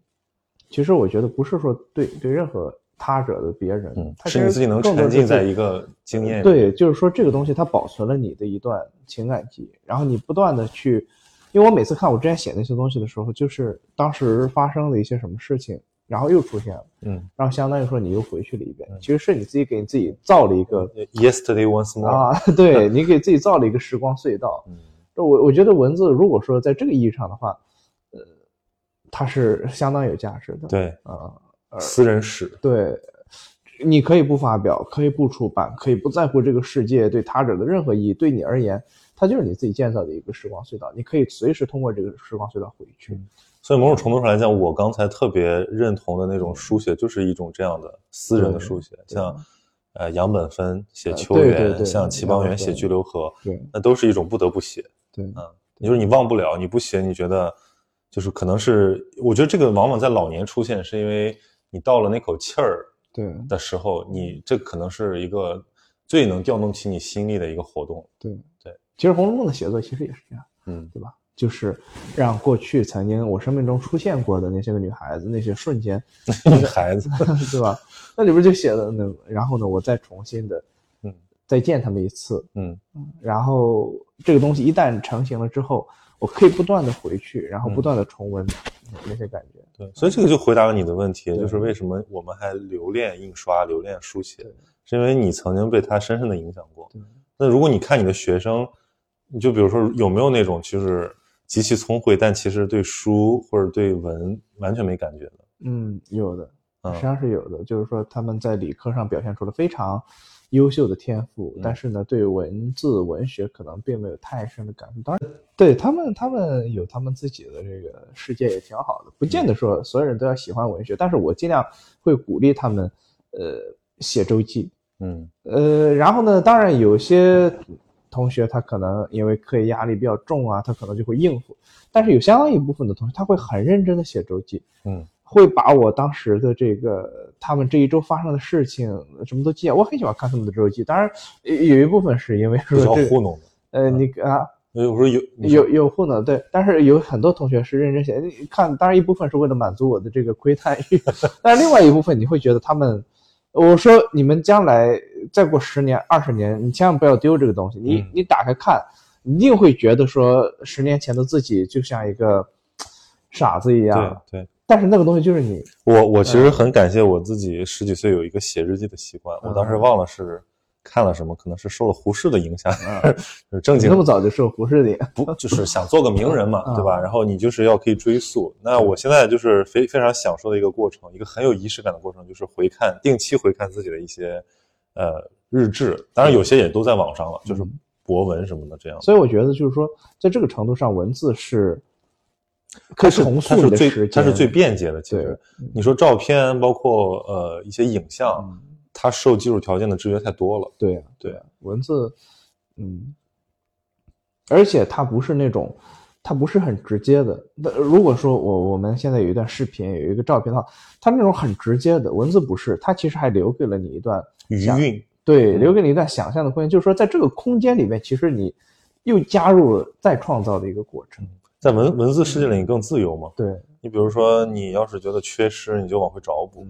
其实我觉得不是说对对任何他者的别人，
嗯，
它
是
其
你
实
自己能
更多
沉
是
浸在
自己
一个经验里。
对，就是说这个东西它保存了你的一段情感记忆，然后你不断的去，因为我每次看我之前写那些东西的时候，就是当时发生的一些什么事情，然后又出现了，
嗯
然后相当于说你又回去了一遍，其实是你自己给你自己造了一个
，Yesterday once more，、
啊， 对你给自己造了一个时光隧道。
嗯
这我我觉得文字如果说在这个意义上的话，呃，它是相当有价值的。
对，
啊、
私人史，
对，你可以不发表，可以不出版，可以不在乎这个世界对他者的任何意义。对你而言，它就是你自己建造的一个时光隧道，你可以随时通过这个时光隧道回去。
嗯所以某种程度上来讲，我刚才特别认同的那种书写，就是一种这样的私人的书写，像呃杨本芬写秋
对
园，
对对
像齐邦
杨
媛
本
写
芬
居留河，
对
那都是一种不得不写。
对
你说你忘不了，你不写，你觉得就是可能是，我觉得这个往往在老年出现，是因为你到了那口气儿
对
的时候，你这可能是一个最能调动起你心力的一个活动。
对
对，
其实《红楼梦》的写作其实也是这样。
嗯
对吧？就是让过去曾经我生命中出现过的那些个女孩子，那些瞬间，
孩子，
对吧？那里边就写的呢，然后呢，我再重新的，
嗯，
再见她们一次，
嗯，
然后这个东西一旦成型了之后，我可以不断的回去，然后不断的重温那些感觉。
对，所以这个就回答了你的问题，
对
就是为什么我们还留恋印刷、留恋书写，是因为你曾经被它深深的影响过
对。
那如果你看你的学生，你就比如说有没有那种就是极其聪慧，但其实对书或者对文完全没感觉的？
嗯，有的，实际
嗯
上是啊有的，就是说他们在理科上表现出了非常优秀的天赋，但是呢，对文字文学可能并没有太深的感悟。当然，对他们，他们有他们自己的这个世界也挺好的，不见得说所有人都要喜欢文学，但是我尽量会鼓励他们，呃，写周记。
嗯
呃，然后呢，当然有些同学他可能因为课业压力比较重啊，他可能就会应付，但是有相当一部分的同学他会很认真的写周记。
嗯
会把我当时的这个他们这一周发生的事情什么都记下。我很喜欢看他们的周记，当然有有一部分是因为
比较
说这
糊
个，
弄的。
呃，你啊
所以我说有你说
有有糊弄对，但是有很多同学是认真写，你看，当然一部分是为了满足我的这个窥探 欲，但是另外一部分你会觉得他们。我说，你们将来再过十年、二十年，你千万不要丢这个东西。你
嗯
你打开看，你一定会觉得说，十年前的自己就像一个傻子一
对
样。
对，
但是那个东西就是 你，
我我其实
嗯
很感谢我自己十几岁有一个写日记的习惯，我当
嗯
时忘了是看了什么，可能是受了胡适的影 响，就是正
你
经
那么早就受不是的，
不就是想做个名人嘛，
嗯
对吧？然后你就是要可以追溯。那我现在就是非非常享受的一个过程，一个很有仪式感的过程，就是回看定期回看自己的一些呃日志，当然有些也都在网上了，就是博文什么的这样。
嗯所以我觉得就是说，在这个程度上，文字是可以
是
重
它
塑你
是
的时
最
间，
它是最便捷的。其
对
实你说照片，包括呃一些影像
嗯，
它受技术条件的制约太多了。
对啊
对
啊文字，嗯，而且它不是那种，它不是很直接的。那如果说我我们现在有一段视频，有一个照片的话，它那种很直接的文字不是，它其实还留给了你一段
余
想
韵，
对，
嗯
留给你一段想象的空间，就是说在这个空间里面，其实你又加入了再创造的一个过程。
在
嗯
文文字世界里你更自由嘛？
对，
你比如说，你要是觉得缺失，你就往回找补，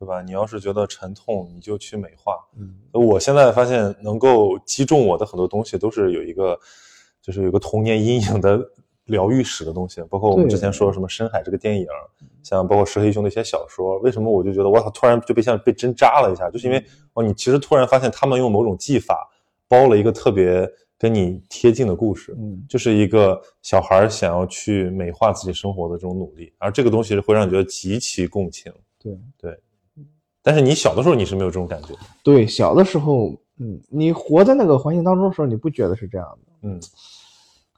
对吧？你要是觉得沉痛，你就去美化。呃
嗯，
我现在发现，能够击中我的很多东西，都是有一个，就是有一个童年阴影的疗愈史的东西。包括我们
对
之前说什么《深海》这个电影，像包括石黑兄的一些小说，为什么我就觉得我操，突然就被像被针扎了一下，就是因为哦，你其实突然发现他们用某种技法包了一个特别跟你贴近的故事。
嗯，
就是一个小孩儿想要去美化自己生活的这种努力，而这个东西会让你觉得极其共情。
对
对，但是你小的时候你是没有这种感觉的，
对，小的时候，嗯，你活在那个环境当中的时候，你不觉得是这样的，
嗯。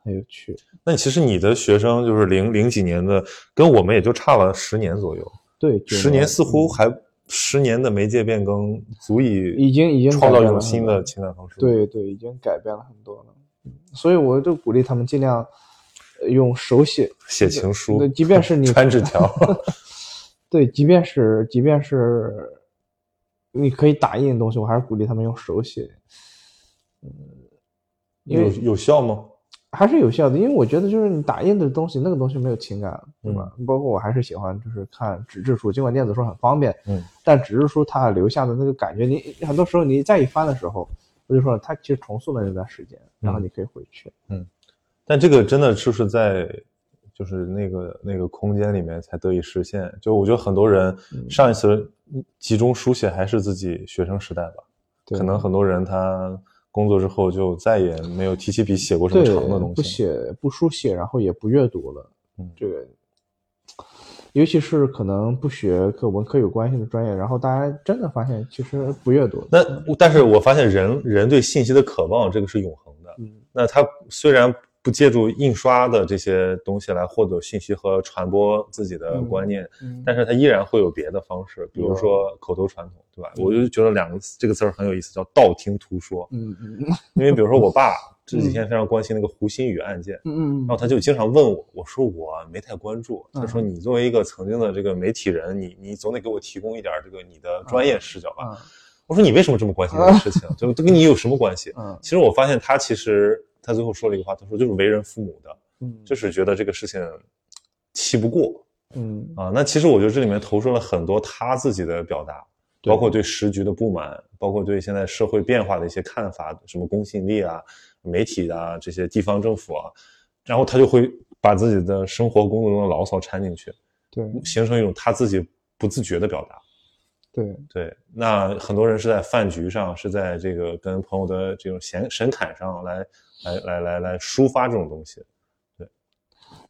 很有趣。
那其实你的学生就是零零几年的，跟我们也就差了十年左右，
对，九
十年似乎
嗯
还十年的媒介变更足以
已经已经
创造一
改变
种
了
新
很多
的情感方式。，
对对，已经改变了很多了。嗯所以我就鼓励他们尽量呃用手写，
写情
对
书，
即便是你
传纸条，
对，即便是即便是你可以打印的东西，我还是鼓励他们用手写， 嗯因
有
为
有效吗？
还是有效的。因为我觉得就是你打印的东西，那个东西没有情感，对吧？
嗯
包括我还是喜欢就是看纸质书，尽管电子书很方便，
嗯，
但纸质书它留下的那个感觉，你很多时候你再一翻的时候，我就说了它其实重塑了那段时间，然后
嗯
你可以回去。
但这个真的就是在就是那个那个空间里面才得以实现。就我觉得很多人
嗯
上一次集中书写还是自己学生时代吧，
对
可能很多人他工作之后就再也没有提起笔写过什么
对
长的东
不
西。
写不书写，然后也不阅读了，
嗯
这个。尤其是可能不学跟文科有关系的专业，然后大家真的发现其实不阅读了。
那但是我发现人人对信息的渴望这个是永恒的，
嗯
那它虽然不借助印刷的这些东西来获得信息和传播自己的观念，
嗯
但是它依然会有别的方式，比如说口头传统，对吧？我就觉得两个词这个词儿很有意思，叫道听途说。
嗯嗯
因为比如说我爸这几天非常关心那个胡鑫宇案件，
嗯
然后他就经常问我，我说我没太关注。
嗯
他说你作为一个曾经的这个媒体人，你你总得给我提供一点这个你的专业视角吧。
啊
我说你为什么这么关心这个事情？就这跟你有什么关系？
嗯
其实我发现他其实他最后说了一个话，他说就是为人父母的，
嗯，
就是觉得这个事情气不过
嗯
啊。那其实我觉得这里面投射了很多他自己的表达，
对
包括对时局的不满，包括对现在社会变化的一些看法，什么公信力啊、媒体啊这些地方政府啊，然后他就会把自己的生活工作中的牢骚掺进去，
对
形成一种他自己不自觉的表达。
对
对，那很多人是在饭局上，是在这个跟朋友的这种闲神侃上来来来来来抒发这种东西。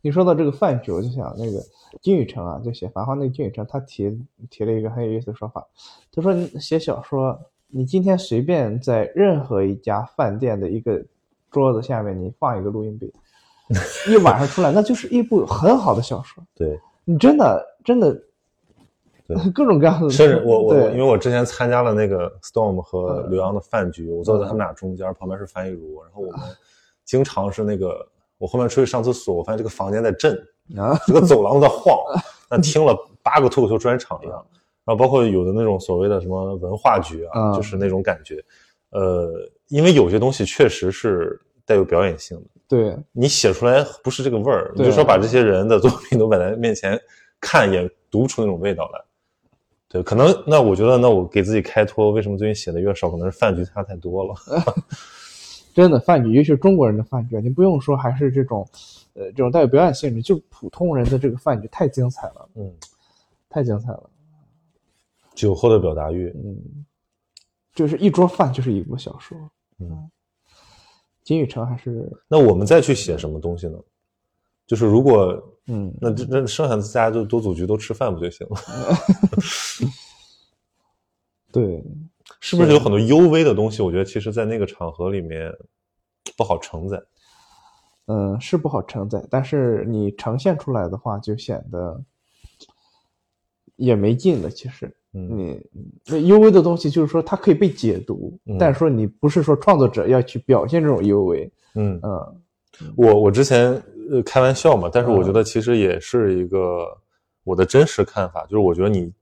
你说到这个饭局，我就想那个金宇澄啊，就写《繁花》那个金宇澄，他提提了一个很有意思的说法，他说你写小说，你今天随便在任何一家饭店的一个桌子下面，你放一个录 音笔，一晚上出来，那就是一部很好的小说。
对，
你真的真的
对，
各种各样的，
甚至我我我，因为
对
我之前参加了那个 Storm 和
嗯
刘洋的饭局，我坐在他们俩中间，旁边是樊亦茹，然后我们经常是那个，我后面出去上厕所，我发现这个房间在震，
啊，
这个走廊在晃，
嗯
那听了八个脱口秀专场一样，然后包括有的那种所谓的什么文化局啊，
嗯
就是那种感觉，呃，因为有些东西确实是带有表演性的，
对
你写出来不是这个味儿，你
对啊
就说把这些人的作品都摆在面前看，也读不出那种味道来。对，可能那我觉得，那我给自己开脱，为什么最近写的越少？可能是饭局参加太多了。
真的饭局，尤其是中国人的饭局，你不用说，还是这种，呃，这种带有表演性质，就普通人的这个饭局太精彩了，
嗯，
太精彩了。
酒后的表达欲，
嗯，就是一桌饭就是一部小说。
嗯，
金宇澄还是
那我们再去写什么东西呢？就是如果
嗯
那这那剩下的大家就多组局多吃饭不就行了？
对
是不是有很多 UV 的东西？我觉得其实，在那个场合里面不好承载。
嗯是不好承载，但是你呈现出来的话就显得也没劲了。其实
嗯，
你那 UV 的东西就是说它可以被解读，
嗯
但是说你不是说创作者要去表现这种 UV，
嗯，
嗯
我我之前呃开玩笑嘛，但是我觉得其实也是一个我的真实看法，就是我觉得你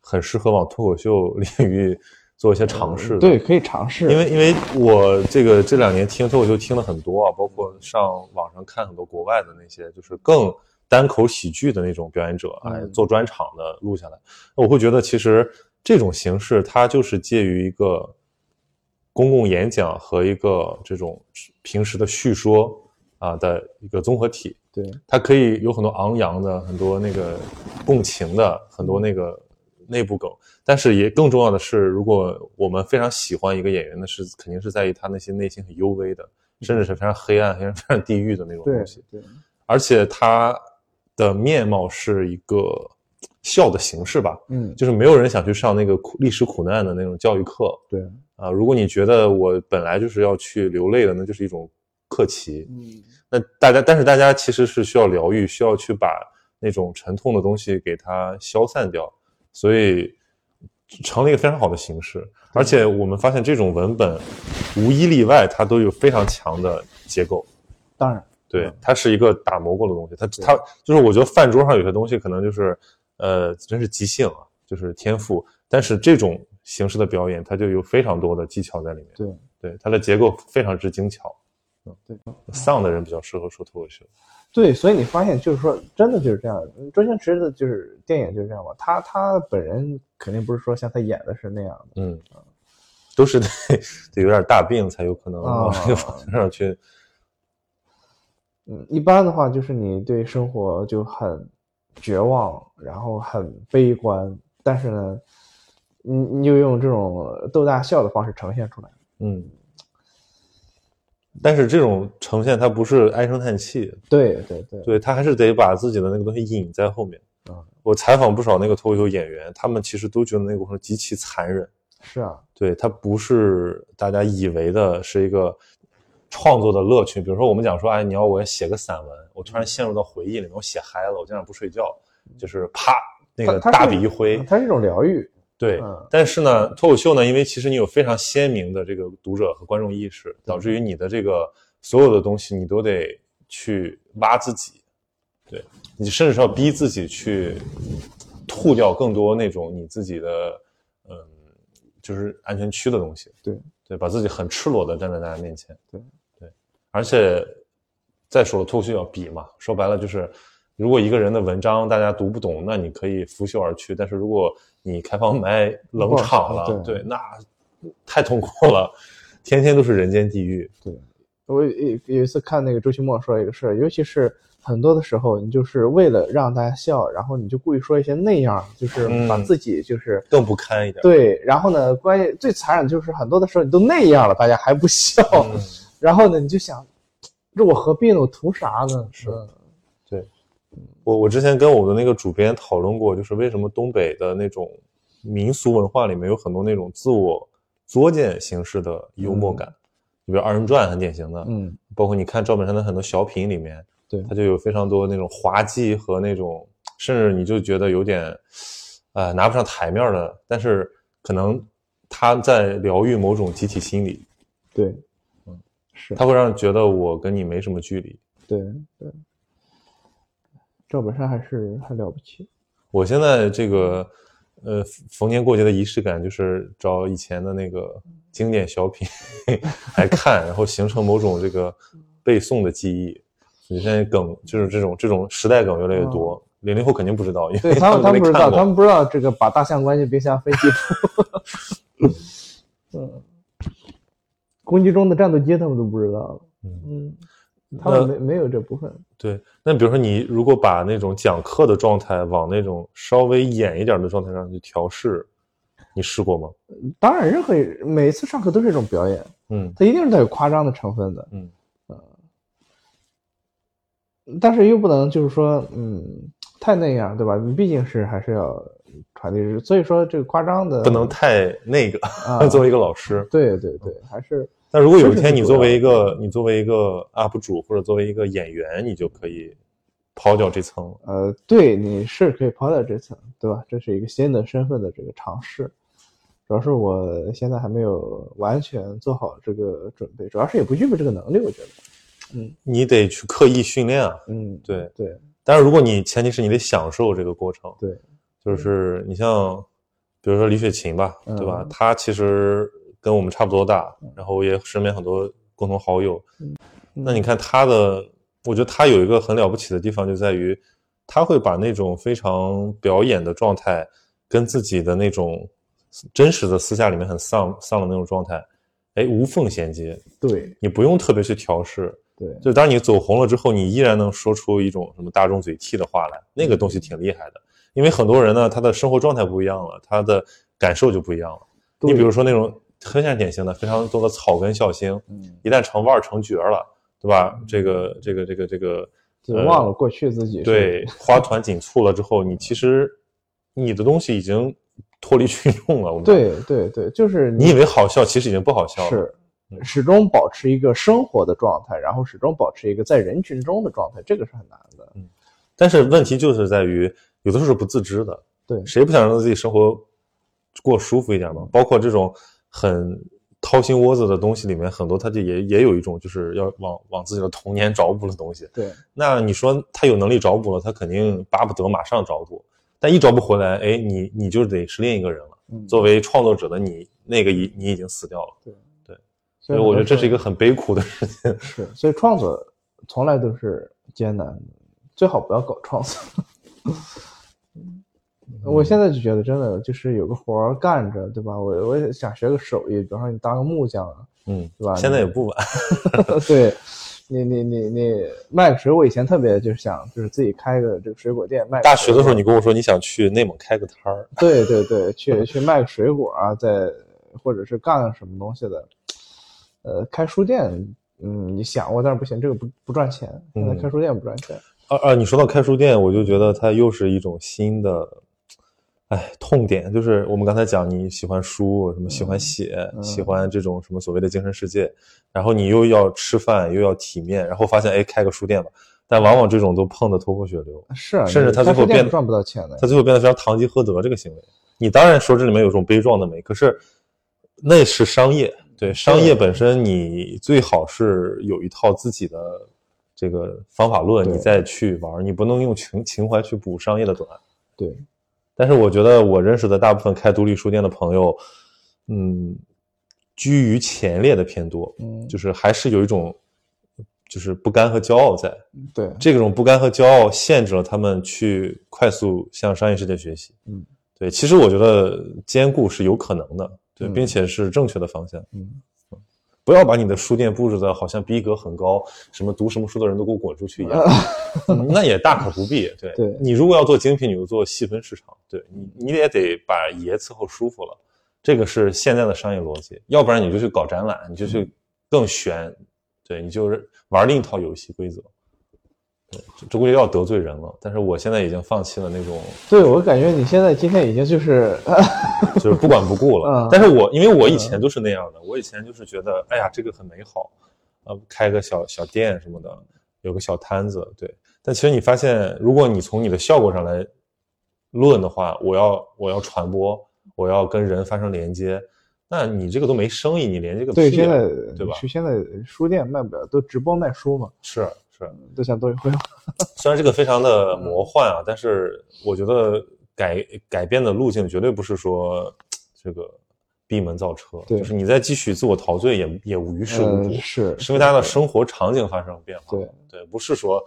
很适合往脱口秀领域做一些尝试的。
嗯对，可以尝试，
因为因为我这个这两年听脱口秀听了很多啊，包括上网上看很多国外的那些就是更单口喜剧的那种表演者，
嗯
哎，做专场的录下来，我会觉得其实这种形式它就是介于一个公共演讲和一个这种平时的叙说啊的一个综合体，
对
它可以有很多昂扬的、很多那个共情的、很多那个内部梗，但是也更重要的是，如果我们非常喜欢一个演员那是，肯定是在于他那些内心很幽微的，甚至是非常黑暗、非常非常地狱的那种
对
东西，
对
而且他的面貌是一个笑的形式吧，
嗯
就是没有人想去上那个苦历史苦难的那种教育课
对
啊。如果你觉得我本来就是要去流泪的，那就是一种客气，
嗯
那大家，但是大家其实是需要疗愈，需要去把那种沉痛的东西给它消散掉，所以成了一个非常好的形式。而且我们发现这种文本无一例外，它都有非常强的结构。
当然
对，它是一个打磨过的东西。它它就是我觉得饭桌上有些东西可能就是，呃，真是即兴啊，就是天赋。但是这种形式的表演，它就有非常多的技巧在里面。
对
对，它的结构非常之精巧。嗯，
对，
丧的人比较适合说脱口秀。
对，所以你发现就是说，真的就是这样。嗯周星驰的就是电影就是这样嘛，他他本人肯定不是说像他演的是那样的
嗯，都是得 得有点大病才有可能往这
哦
个方向上去。
嗯，一般的话就是你对生活就很绝望，然后很悲观，但是呢，你你就用这种逗大笑的方式呈现出来。
嗯，但是这种呈现它不是唉声叹气，
对对对，
对他还是得把自己的那个东西隐在后面
嗯。
我采访不少那个脱口秀演员，他们其实都觉得那个过程极其残忍。
是啊，
对他不是大家以为的是一个创作的乐趣。比如说，我们讲说，哎，你要我写个散文，我突然陷入到回忆里面，我写嗨了，我今晚不睡觉，就是啪那个
它它是嗯
大笔一挥，
它是一种疗愈，
对
嗯，
但是呢，脱口秀呢，因为其实你有非常鲜明的这个读者和观众意识，导致于你的这个所有的东西你都得去挖自己，对你甚至是要逼自己去吐掉更多那种你自己的嗯，就是安全区的东西，
对
对，把自己很赤裸的站在大家面前，
对
对，而且再说了，脱口秀要比嘛，说白了就是。如果一个人的文章大家读不懂，那你可以拂袖而去；但是如果你开放麦冷场
不好
了，
说对
对，那太痛苦了，天天都是人间地狱。
我有有有一次看那个周奇墨说一个事儿，尤其是很多的时候，你就是为了让大家笑，然后你就故意说一些那样儿，就是
嗯
把自己就是、
更不堪一点。
对，然后呢，关键最残忍的就是很多的时候你都那样了，大家还不笑，
嗯，
然后呢，你就想，这我何必呢？我图啥呢？
是
嗯
我我之前跟我们的那个主编讨论过，就是为什么东北的那种民俗文化里面有很多那种自我作践形式的幽默感，比如二人转很典型的，
嗯，
包括你看赵本山的很多小品里面，
对
他就有非常多那种滑稽和那种，甚至你就觉得有点，呃，拿不上台面儿的，但是可能他在疗愈某种集体心理，
对，嗯，是
他会让人觉得我跟你没什么距离。
对对，赵本山还是很了不起，
我现在这个，呃，逢年过节的仪式感就是找以前的那个经典小 品来看，然后形成某种这个背诵的记忆。你现在梗就是这种这种时代梗越来越多，零零后肯定不知道，因
嗯对
为
他们
们
他们
没
不知
看
道，
过。
他们不知道这个把大象关进冰箱飞机， 嗯，攻击中的战斗机他们都不知道，嗯，他们没没有这部分，
对，那比如说你如果把那种讲课的状态往那种稍微演一点的状态上去调试，你试过吗？
当然任何每次上课都是一种表演，
嗯
它一定是带有夸张的成分的，呃
嗯
但是又不能就是说，嗯，太那样，对吧？你毕竟是还是要传递，所以说这个夸张的
不能太那个。，
嗯啊
作为一个老师，
对对对，还是
但如果有一
这是
天
最
你
主
作
要
为一个你作为一个 UP 主或者作为一个演员，你就可以抛掉这层了。
呃，对，你是可以抛掉这层，对吧？这是一个新的身份的这个尝试，主要是我现在还没有完全做好这个准备，主要是也不具备这个能力，我觉得，
你得去刻意训练啊。
嗯，
对
对
但是如果你前提是你得享受这个过程，
对，
就是你像，比如说李雪琴吧，
嗯
对吧？她其实跟我们差不多大，然后也身边很多共同好友。
嗯
那你看她的，我觉得她有一个很了不起的地方，就在于她会把那种非常表演的状态，跟自己的那种真实的私下里面很丧丧的那种状态，哎，无缝衔接，
对
你不用特别去调试。
对
就当你走红了之后，你依然能说出一种什么大众嘴替的话来，那个东西挺厉害的。因为很多人呢，他的生活状态不一样了，他的感受就不一样了。
对
你比如说那种非常典型的，非常多的草根笑星，
嗯，
一旦成腕儿成角儿了，对吧？这个这个这个这个，
就忘了过去自己是
呃对，花团锦簇了之后，你其实你的东西已经脱离群众了。我们，
对对对，就是
你以为好笑，其实已经不好笑了。
是始终保持一个生活的状态，然后始终保持一个在人群中的状态，这个是很难的。
嗯但是问题就是在于，有的时候是不自知的。
对
谁不想让自己生活过舒服一点嘛？包括这种很掏心窝子的东西里面，很多它就也也有一种就是要往往自己的童年找补的东西。
对
那你说他有能力找补了，他肯定巴不得马上找补，但一找补回来，哎，你你就得是另一个人了。
嗯
作为创作者的你，那个已你已经死掉了，
所
所
以
以我觉得
很多
这是一
时
个很悲苦的事情。
候是，所以创作从来都是艰难的，最好不要搞创作。
嗯
我现在就觉得，真的就是有个活儿干着，对吧？我我也想学个手艺，比方说你当个木匠啊，
嗯，
对吧
现在也不晚。
对，你你你你卖个水果，我以前特别就是想，就是自己开个这个水果店卖个
大学
水
的时
果
候，你跟我说你想去内蒙开个摊儿，
对对对，去去卖个水果啊，在或者是干什么东西的，呃，开书店，嗯，你想过，但是不行，这个不不赚钱，现在
嗯
开书店不赚钱，
啊啊！你说到开书店，我就觉得它又是一种新的，哎，痛点就是我们刚才讲，你喜欢书，什么喜欢写，喜欢这种什么所谓的精神世界，然后你又要吃饭，又要体面，然后发现哎，开个书店吧，但往往这种都碰得头破血流，
是啊，
甚至他
你
最
开
后
书店
变
是赚不到钱的
他。最后变得非常堂吉诃德这个行为。你当然说这里面有种悲壮的美，可是那是商业，对商业本身，你最好是有一套自己的这个方法论，
对
你再去玩，你不能用情情怀去补商业的短。
对，
但是我觉得我认识的大部分开独立书店的朋友，嗯，居于前列的偏多，
嗯，
就是还是有一种就是不甘和骄傲在。
对，
这种不甘和骄傲限制了他们去快速向商业世界学习。
嗯，
对，其实我觉得兼顾是有可能的，对，
嗯
并且是正确的方向。
嗯，
不要把你的书店布置的好像逼格很高，什么读什么书的人都给我滚出去一 样，嗯那也大可不必。对，
对
你如果要做精品，你就做细分市场，对你你也得把爷伺候舒服了，这个是现在的商业逻辑，要不然你就去搞展览，你就去更玄，对，你就是玩另一套游戏规则。对这这估计要得罪人了，但是我现在已经放弃了那种
对我感觉你现在今天已 经就是，
就是不管不顾了
嗯。
但是我因为我以前都是那样的，我以前就是觉得，哎呀，这个很美好，呃，开个小小店什么的，有个小摊子，对。但其实你发现，如果你从你的效果上来论的话，我要我要传播，我要跟人发生连接，那你这个都没生意，你连接个
对，
屁呀、
现在
对吧
去现在书店卖不了，都直播卖书嘛，
是是，
都想都 会
虽然这个非常
嗯
的魔幻啊，但是我觉得改改变的路径绝对不是说这个闭门造车，
对
就是你再继续自我陶醉也也无于事无补，
呃是
是因为大家的生活场景发生变化，
对
对，不是说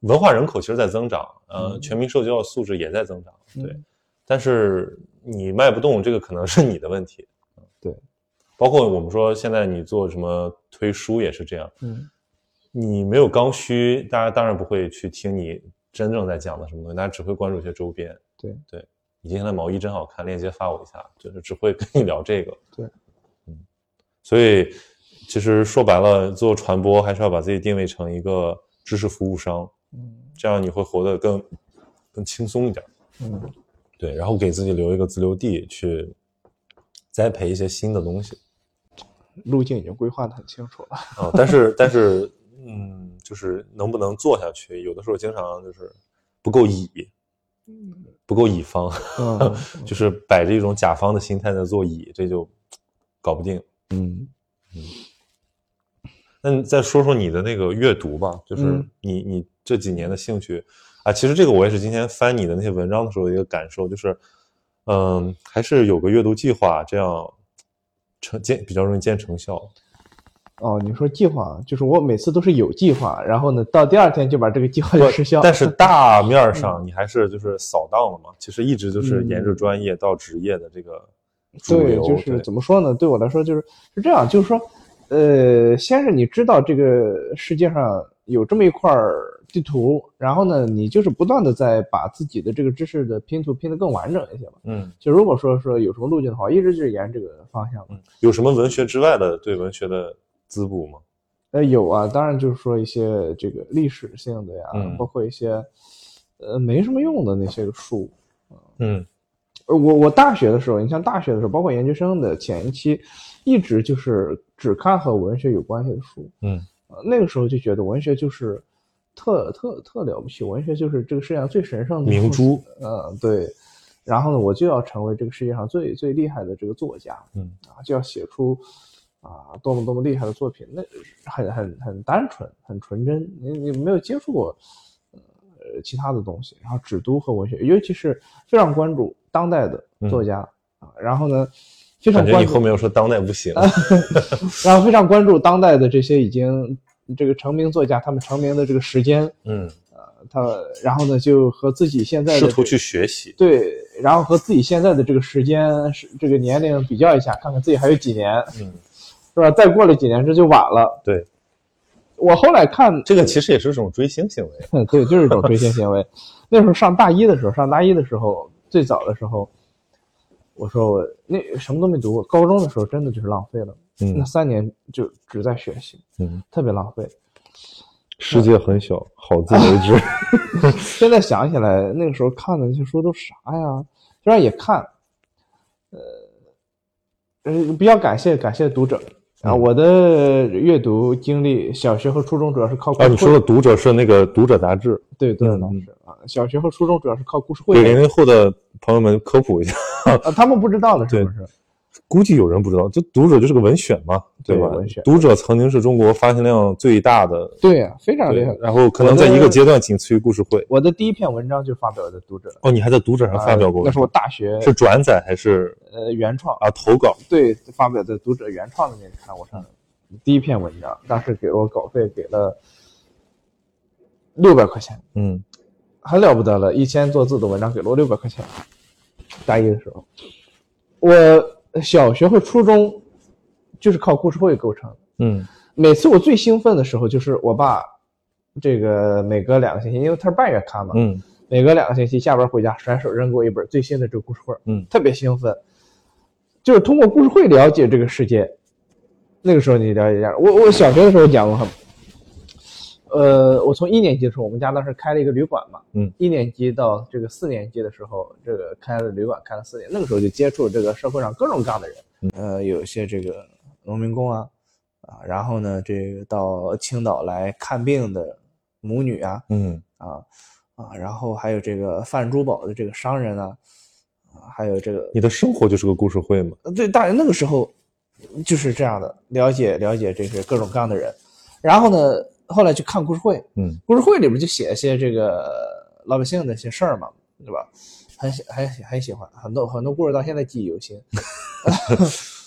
文化人口其实在增长，呃，
嗯
全民社交素质也在增长，
嗯
对，但是你卖不动，这个可能是你的问题，
对，
包括我们说现在你做什么推书也是这样，
嗯
你没有刚需，大家当然不会去听你真正在讲的什么东西，大家只会关注一些周边。
对
对，你今天的毛衣真好看，链接发我一下，就是只会跟你聊这个。
对，
嗯，所以其实说白了，做传播还是要把自己定位成一个知识服务商，
嗯
这样你会活得更更轻松一点。
嗯
对，然后给自己留一个自留地去栽培一些新的东西。
路径已经规划的很清楚 了，
啊，但是但是，嗯，就是能不能做下去，有的时候经常就是不够乙，不够乙方，
嗯
就是摆着一种甲方的心态在做乙，这就搞不定。
嗯
那你再说说你的那个阅读吧，就是
嗯
你你这几年的兴趣啊，其实这个我也是今天翻你的那些文章的时候的一个感受，就是，嗯，还是有个阅读计划，这样成见比较容易见成效。
哦，你说计划，就是我每次都是有计划，然后呢，到第二天就把这个计划就实
不
效，
但 是大面儿上你还是就是扫荡了嘛，其实一直就是
嗯
沿着专业到职业的这个主
对，
流，
就
对
是怎么说呢？对我来说，就是是这样，就是说，呃，先是你知道这个世界上有这么一块儿地图，然后呢，你就是不断的在把自己的这个知识的拼图拼得更完整一些吧。
嗯，
就如果说说有什么路径的话，我一直就是沿这个方向嘛。
有什么文学之外的对文学的滋补吗？
呃，有啊，当然就是说一些这个历史性的呀，
嗯
包括一些呃没什么用的那些个书，
嗯
呃，我我大学的时候，你像大学的时候，包括研究生的前期，一直就是只看和文学有关系的书。
嗯
呃，那个时候就觉得文学就是特特特了不起，文学就是这个世界上最神圣
嗯
的
明珠
东西。呃，对。然后呢，我就要成为这个世界上最最厉害的这个作家
嗯
啊，就要写出啊多么多么厉害的作品。那很很很单纯，很纯真，你你没有接触过呃其他的东西，然后只读和文学，尤其是非常关注当代的作家、啊，然后呢，非常
嗯感觉
关
你
注啊
后面又说当代不行，
然后非常关注当代的这些已经这个成名作家，他们成名的这个时间，
嗯，
他然后呢就和自己现在的
试
这
图
个
去学习，
对，然后和自己现在的这个时间是这个年龄比较一下，看看自己还有几年，
嗯，
是吧？再过了几年这就晚了。
对，
我后来看
这个其实也是一种追星行为，
嗯，对，就是一种追星行为。 那时候上大一的时候，上大一的时候，最早的时候，我说我那什么都没读过。高中的时候真的就是浪费了，
嗯
那三年就只在学习，
嗯，
特别浪费。
世界很小，好自为之，
啊 现在想起来，那个时候看的那些书都啥呀？虽然也看，呃，呃，比较感谢感谢读者啊，
嗯
我的阅读经历，小学和初中主要是靠故
啊，
事
你
会，
说的读者是那个读者杂志，
对对
嗯
当时啊，小学和初中主要是靠故事
给零
会，
零后的朋友们科普一下，
啊，他们不知道的是不是？
估计有人不知道，就读者就是个文选嘛，
对
吧？
文选
读者曾经是中国发行量最大的，
对呀、非常厉害
对。，然后可能在一个阶段仅次于故事会。
我的第一篇文章就发表在读者，
哦，你还在读者上发表过文章？
啊那是我大学
是转载还是
呃原创
啊投稿？
对，发表在读者原创的那个刊物上的第一篇文章，当时给我稿费给了六百块钱，
嗯，
很了不得了，一千多字的文章给了我六百块钱，大一的时候，我小学和初中就是靠故事会构成的。
嗯
每次我最兴奋的时候就是我爸，这个每隔两个星期，因为他是半月刊嘛，
嗯
每隔两个星期下班回家甩手扔给我一本最新的这个故事会，
嗯，
特别兴奋，就是通过故事会了解这个世界。那个时候你了解一下，我我小学的时候讲过很，呃，我从一年级的时候，我们家当时开了一个旅馆嘛，
嗯，
一年级到这个四年级的时候，这个开了旅馆开了四年，那个时候就接触这个社会上各种各样的人，
嗯
呃，有些这个农民工啊，啊，然后呢，这个到青岛来看病的母女啊，
嗯，
啊啊，然后还有这个贩珠宝的这个商人啊，啊还有这个
你的生活就是个故事会嘛？
呃对，大那个时候就是这样的，了解了解这些各种各样的人，然后呢，后来去看故事会，
嗯
故事会里面就写一些这个老百姓的一些事儿嘛，对吧？很喜很喜很喜欢，很多很多故事到现在记忆犹 新。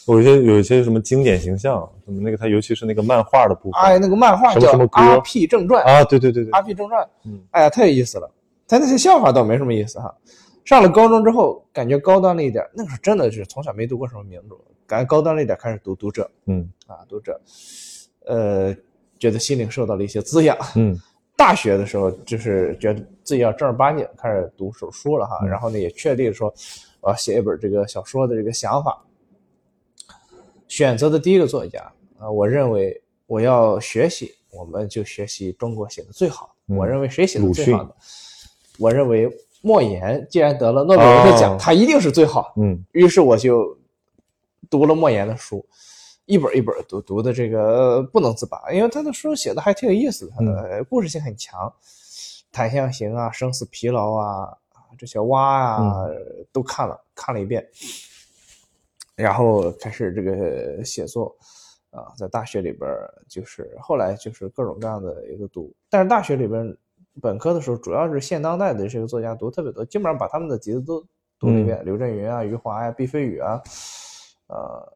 有一些有一些什么经典形象，什么那个它尤其是那个漫画的部分、
哎，那个漫画
什么
叫
什么
《
歌
阿 P 正传》，
啊，对对对对
《阿，P 正传》，
嗯
哎呀，太有意思了。他那些笑话倒没什么意思哈。上了高中之后，感觉高端了一点。那个时候真的是从小没读过什么名著，感觉高端了一点，开始读读者
嗯
啊，读者，呃，觉得心灵受到了一些滋养。
嗯
大学的时候，就是觉得自己要正儿八经开始读手书
嗯
了哈，然后呢，也确立说我要写一本这个小说的这个想法。选择的第一个作家啊、我认为我要学习，我们就学习中国写的最好
嗯
的。我认为谁写的
鲁
最
迅
好的？我认为莫言既然得了诺贝尔
哦
的奖，他一定是最好的。
嗯
于是我就读了莫言的书，一本一本读，读的这个不能自拔，因为他的书写的还挺有意思的，他的故事性很强，檀香刑》啊，《生死疲劳》啊，这些蛙啊、都看了，看了一遍，然后开始这个写作。啊，在大学里边儿就是后来就是各种各样的一个读，但是大学里边儿本科的时候主要是现当代的这个作家读特别多，基本上把他们的集子都读了一遍，刘震云啊、余华呀、毕飞宇啊，呃，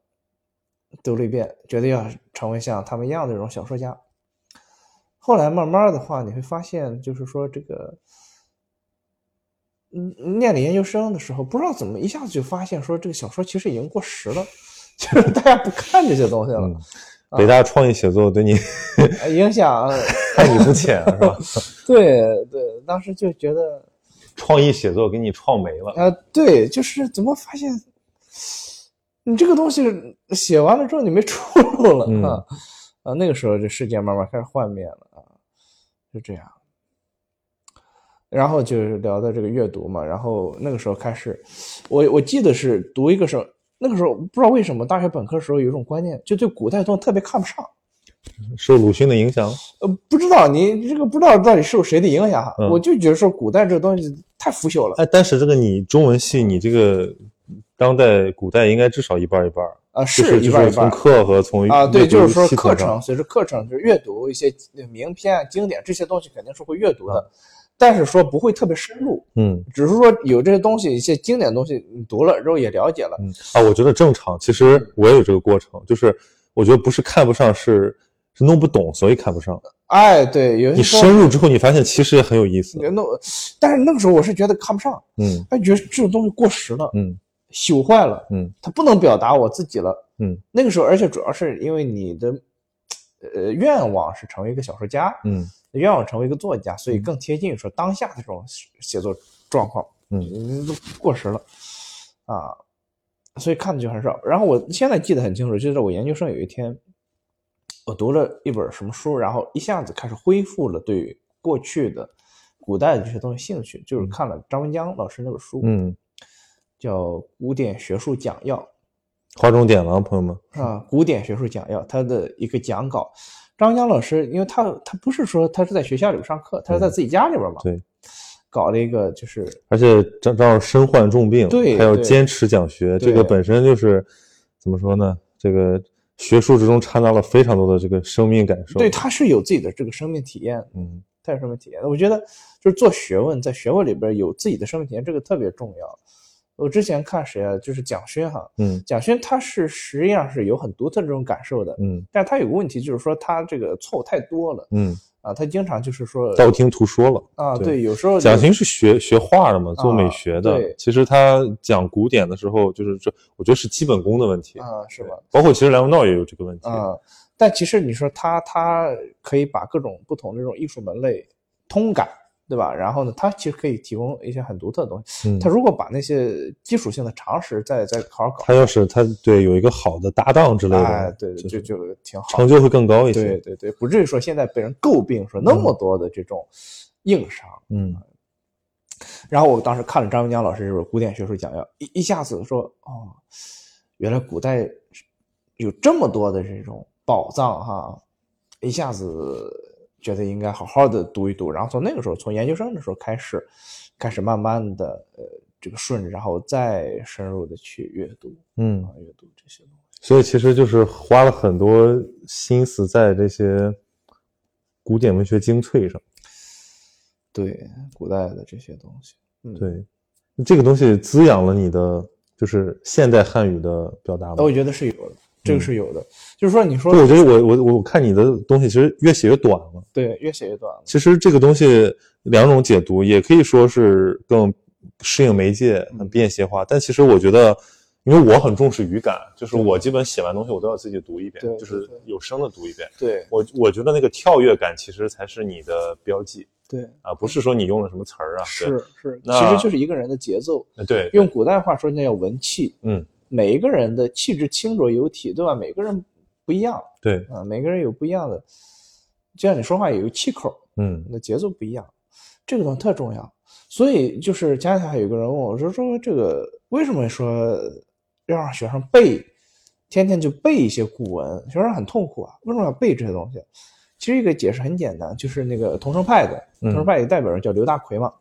读了一遍，觉得要成为像他们一样的这种小说家。后来慢慢的话，你会发现，就是说这个，嗯，念了研究生的时候，不知道怎么一下子就发现说这个小说其实已经过时了， 就是大家不看这些东西了。
嗯，北大创意写作对 你
呃影响，
看你不浅是吧？
对对，当时就觉得，
创意写作给你创没了，
呃，对，就是怎么发现你这个东西写完了之后你没出路了、
嗯
啊啊，那个时候这世界慢慢开始幻灭了啊，就这样。然后就是聊到这个阅读嘛，然后那个时候开始，我我记得是读一个时候，那个时候不知道为什么大学本科时候有一种观念，就对古代东西特别看不上。
受鲁迅的影响，
呃，不知道你这个不知道到底受谁的影响哈，
嗯
我就觉得说古代这东西太腐朽了
哎，但是这个你中文系你这个当代古代应该至少一半儿一半儿，
啊，
哎就是
一半
就
一
是从
半
课和从
啊，对，
阅读
就是说
系统
课
上
程，随着课程就是阅读一些名篇啊、经典这些东西肯定是会阅读的，但是说不会特别深入，
嗯
只是说有这些东西一些经典的东西你读了之后也了解了，
嗯啊，我觉得正常。其实我也有这个过程，就是我觉得不是看不上，是是弄不懂，所以看不上。
哎，对，有些
你
时候
深入之后，你发现其实也很有意思。
那我，但是那个时候我是觉得看不上，
嗯
哎，觉得这种东西过时了，
嗯
朽坏了，
嗯
它不能表达我自己了。
嗯
那个时候，而且主要是因为你的呃愿望是成为一个小说家，
嗯
愿望成为一个作家，所以更贴近说当下的这种写写作状况，
嗯
都过时了啊，所以看的就很少。然后我现在记得很清楚，就是我研究生有一天，我读了一本什么书，然后一下子开始恢复了对过去的古代的这些东西兴趣，就是看了张文江老师那本书，
嗯
叫《古典学术讲要》
划重点了啊，朋友们。
啊，《古典学术讲要》它的一个讲稿。张江老师，因为他他不是说他是在学校里边上课，他是在自己家里边嘛，
嗯对，
搞了一个就是
而且张张老师身患重病，
对
还要
对
坚持讲学，这个
对
本身就是怎么说呢？这个学术之中掺杂了非常多的这个生命感受。
对，他是有自己的这个生命体验的，
嗯，
他有生命体验的。我觉得就是做学问，在学问里边有自己的生命体验，这个特别重要。我之前看谁啊，就是蒋勋哈，
嗯
蒋勋他是实际上是有很独特这种感受的，
嗯
但是他有个问题就是说他这个错误太多了
嗯，
啊，他经常就是说
道听途说了。
啊，
对
对，有时候
蒋勋
勋
是学学画的嘛，做美
啊
学的。
对
其实他讲古典的时候，就是这，我觉得是基本功的问题。
啊，是吧？
包括其实梁文道也有这个问题。
啊、但其实你说他，他可以把各种不同的这种艺术门类通感，对吧？然后呢，他其实可以提供一些很独特的东西。
嗯，
他如果把那些基础性的常识再再好好搞，
他要是他对有一个好的搭档之类的，
哎，对，
就
就是就挺好
成。就会更高一些。
对，对对，不至于说现在被人诟病说那么多的这种硬伤。
嗯
啊然后我当时看了张文江老师这本《古典学术讲要》，一一下子说哦，原来古代是有这么多的这种宝藏哈，一下子觉得应该好好的读一读。然后从那个时候，从研究生的时候开始，开始慢慢的呃这个顺着，然后再深入的去阅读
嗯
啊。阅读这些东西。
所以其实就是花了很多心思在这些古典文学精粹上。
对古代的这些东西，嗯，。
对，这个东西滋养了你的就是现代汉语的表达吗
那我？觉得是有的，这个是有的。就是说，你说
对，我觉得我我我看你的东西其实越写越短了。
对，越写越短了。
其实这个东西两种解读，也可以说是更适应媒介、很便携化。但其实我觉得，因为我很重视语感，就是我基本写完东西我都要自己读一遍
对，对
就是
对
有声的读一遍。
对
我我觉得那个跳跃感其实才是你的标记
对，
啊，不是说你用了什么词儿啊。
是是，其
那
实就是一个人的节奏。
对对，
用古代话说那叫文气，
嗯，
每一个人的气质清浊有体，对吧？每个人不一样
对，
啊，每个人有不一样的，就像你说话也有气口，
嗯
你的节奏不一样，这个东西特重要。所以就是前两天还有个人问我说说这个为什么说要让学生背，天天就背一些古文，学生很痛苦啊，为什么要背这些东西？其实一个解释很简单，就是那个桐城派的
嗯
桐城派有代表人叫刘大奎嘛，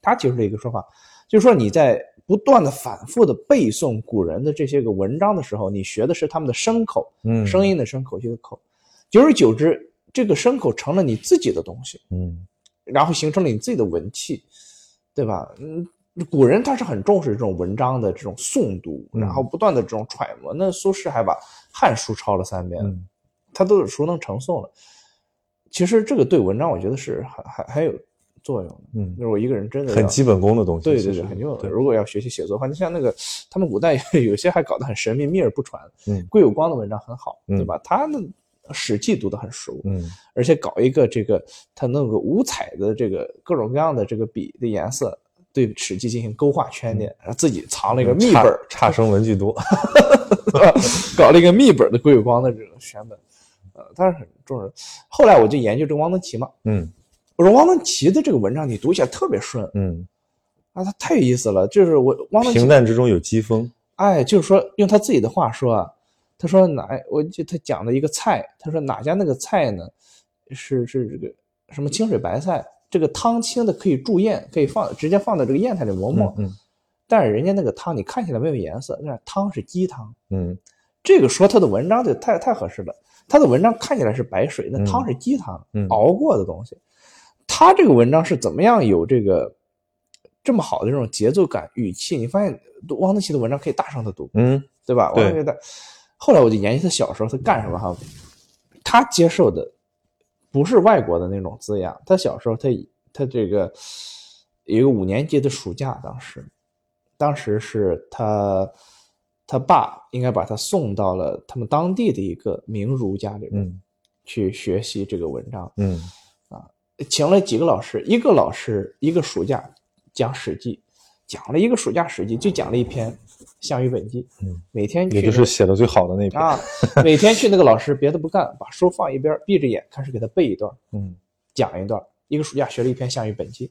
他提出了一个说法，就是说你在不断的反复的背诵古人的这些个文章的时候，你学的是他们的牲口，
嗯，
声，音的声，口气的口，久而久之，这个牲口成了你自己的东西，
嗯
然后形成了你自己的文气，对吧？嗯，古人他是很重视这种文章的这种诵读，
嗯
然后不断的这种揣摩。那苏轼还把《汉书》抄了三遍，
嗯
他都有熟能成诵了。其实这个对文章，我觉得是还还还有作用的。
嗯
就是我一个人真的
很
要
基本功的东西。
对
其
对
实
对，很重要的。
对
如果要学习写作，反正像那个他们古代 有些还搞得很神秘，秘而不传。
嗯
归有光的文章很好，
嗯
对吧？他的《史记》读得很熟，
嗯
而且搞一个这个他弄个五彩的这个各种各样的这个笔的颜色，对《史记》进行勾画圈点，然后自己藏了一个密
嗯差
本儿，
差生文具多。
搞了一个密本的归有光的这个选本，呃，他是很重视。后来我就研究这个汪曾祺嘛，
嗯
我说汪曾祺的这个文章你读起来特别顺
嗯，
啊，他太有意思了，就是我汪曾祺
平淡之中有机锋。
哎，就是说用他自己的话说啊，他说哪，我记得他讲的一个菜，他说哪家那个菜呢，是是这个什么清水白菜，这个汤清的可以助咽，可以放直接放到这个砚台里磨
嗯
磨，
嗯
但是人家那个汤你看起来没有颜色，那汤是鸡汤，
嗯
这个说他的文章就太太合适了，他的文章看起来是白水，那
嗯
汤是鸡汤，
嗯
熬过的东西，他这个文章是怎么样有这个这么好的这种节奏感、语气？你发现汪曾祺的文章可以大声的读。
嗯
对吧？我
对
也觉得，后来我就研究他小时候他干什么哈，他接受的不是外国的那种滋养，他小时候他他这个有一个五年级的暑假，当时当时是他他爸应该把他送到了他们当地的一个名儒家里边、
嗯
去学习这个文章，
嗯
请了几个老师，一个老师一个暑假讲《史记》。讲了一个暑假《史记》，就讲了一篇《项羽本纪》，
嗯，
每天去
也就
那
是写的最好的那篇。
啊，每天去那个老师，别的不干，把书放一边儿，闭着眼开始给他背一段儿，
嗯
讲一段儿。一个暑假学了一篇《项羽本纪》，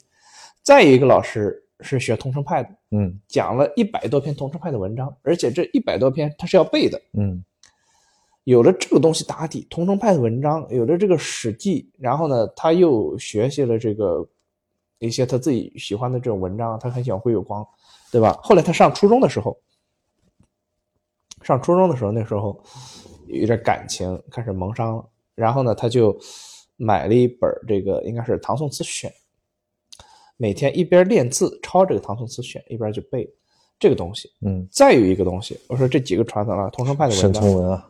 再一个老师是学桐城派的，
嗯
讲了一百多篇桐城派的文章，而且这一百多篇他是要背的。
嗯
有了这个东西打底，桐城派的文章，有了这个《史记》，然后呢，他又学习了这个一些他自己喜欢的这种文章，他很喜欢归有光，对吧？后来他上初中的时候，上初中的时候，那时候有点感情开始萌伤了，然后呢，他就买了一本这个应该是《唐宋词选》，每天一边练字抄这个《唐宋词选》，一边就背这个东西。
嗯，
再有一个东西，我说这几个传统啊，桐城派的文
沈
章。
从文啊，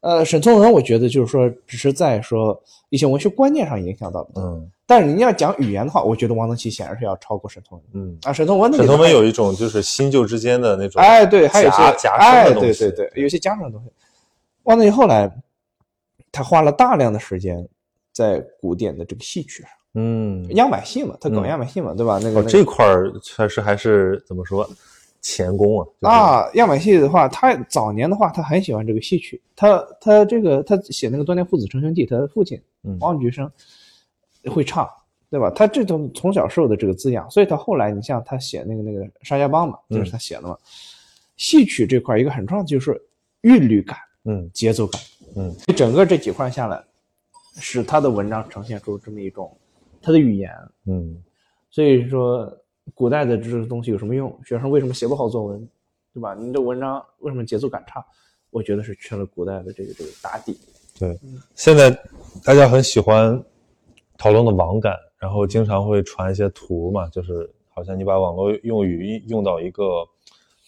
呃，沈从文，我觉得就是说，只是在说一些文学观念上影响到的。
嗯
但是你要讲语言的话，我觉得汪曾祺显然是要超过沈从文的
嗯，
啊。沈从文的
沈从文
里
有一种就是新旧之间的那种，
面，哎，对，还有一些
夹夹生
哎，
的东
对
西
对对，有些家常的东西。汪曾祺后来，他花了大量的时间在古典的这个戏曲上，
嗯，
样板戏嘛，他搞
嗯
样板戏嘛，对吧？那个、
哦，
那个
这块儿确实还是怎么说，前功啊，就是、，
啊，样板戏的话，他早年的话，他很喜欢这个戏曲。他他这个他写那个《多年父子成兄弟》，他的父亲
嗯
汪菊生会唱，对吧？他这种从小受的这个滋养，所以他后来你像他写那个那个沙家浜嘛，
嗯
就是他写的嘛。戏曲这块一个很重要的就是韵律感、
嗯
节奏感，
嗯，
整个这几块下来，使他的文章呈现出这么一种他的语言。
嗯
所以说，古代的这个东西有什么用？学生为什么写不好作文，对吧？你的文章为什么节奏感差？我觉得是缺了古代的这个这个打底。
对，现在大家很喜欢讨论的网感，然后经常会传一些图嘛，就是好像你把网络用语一用到一个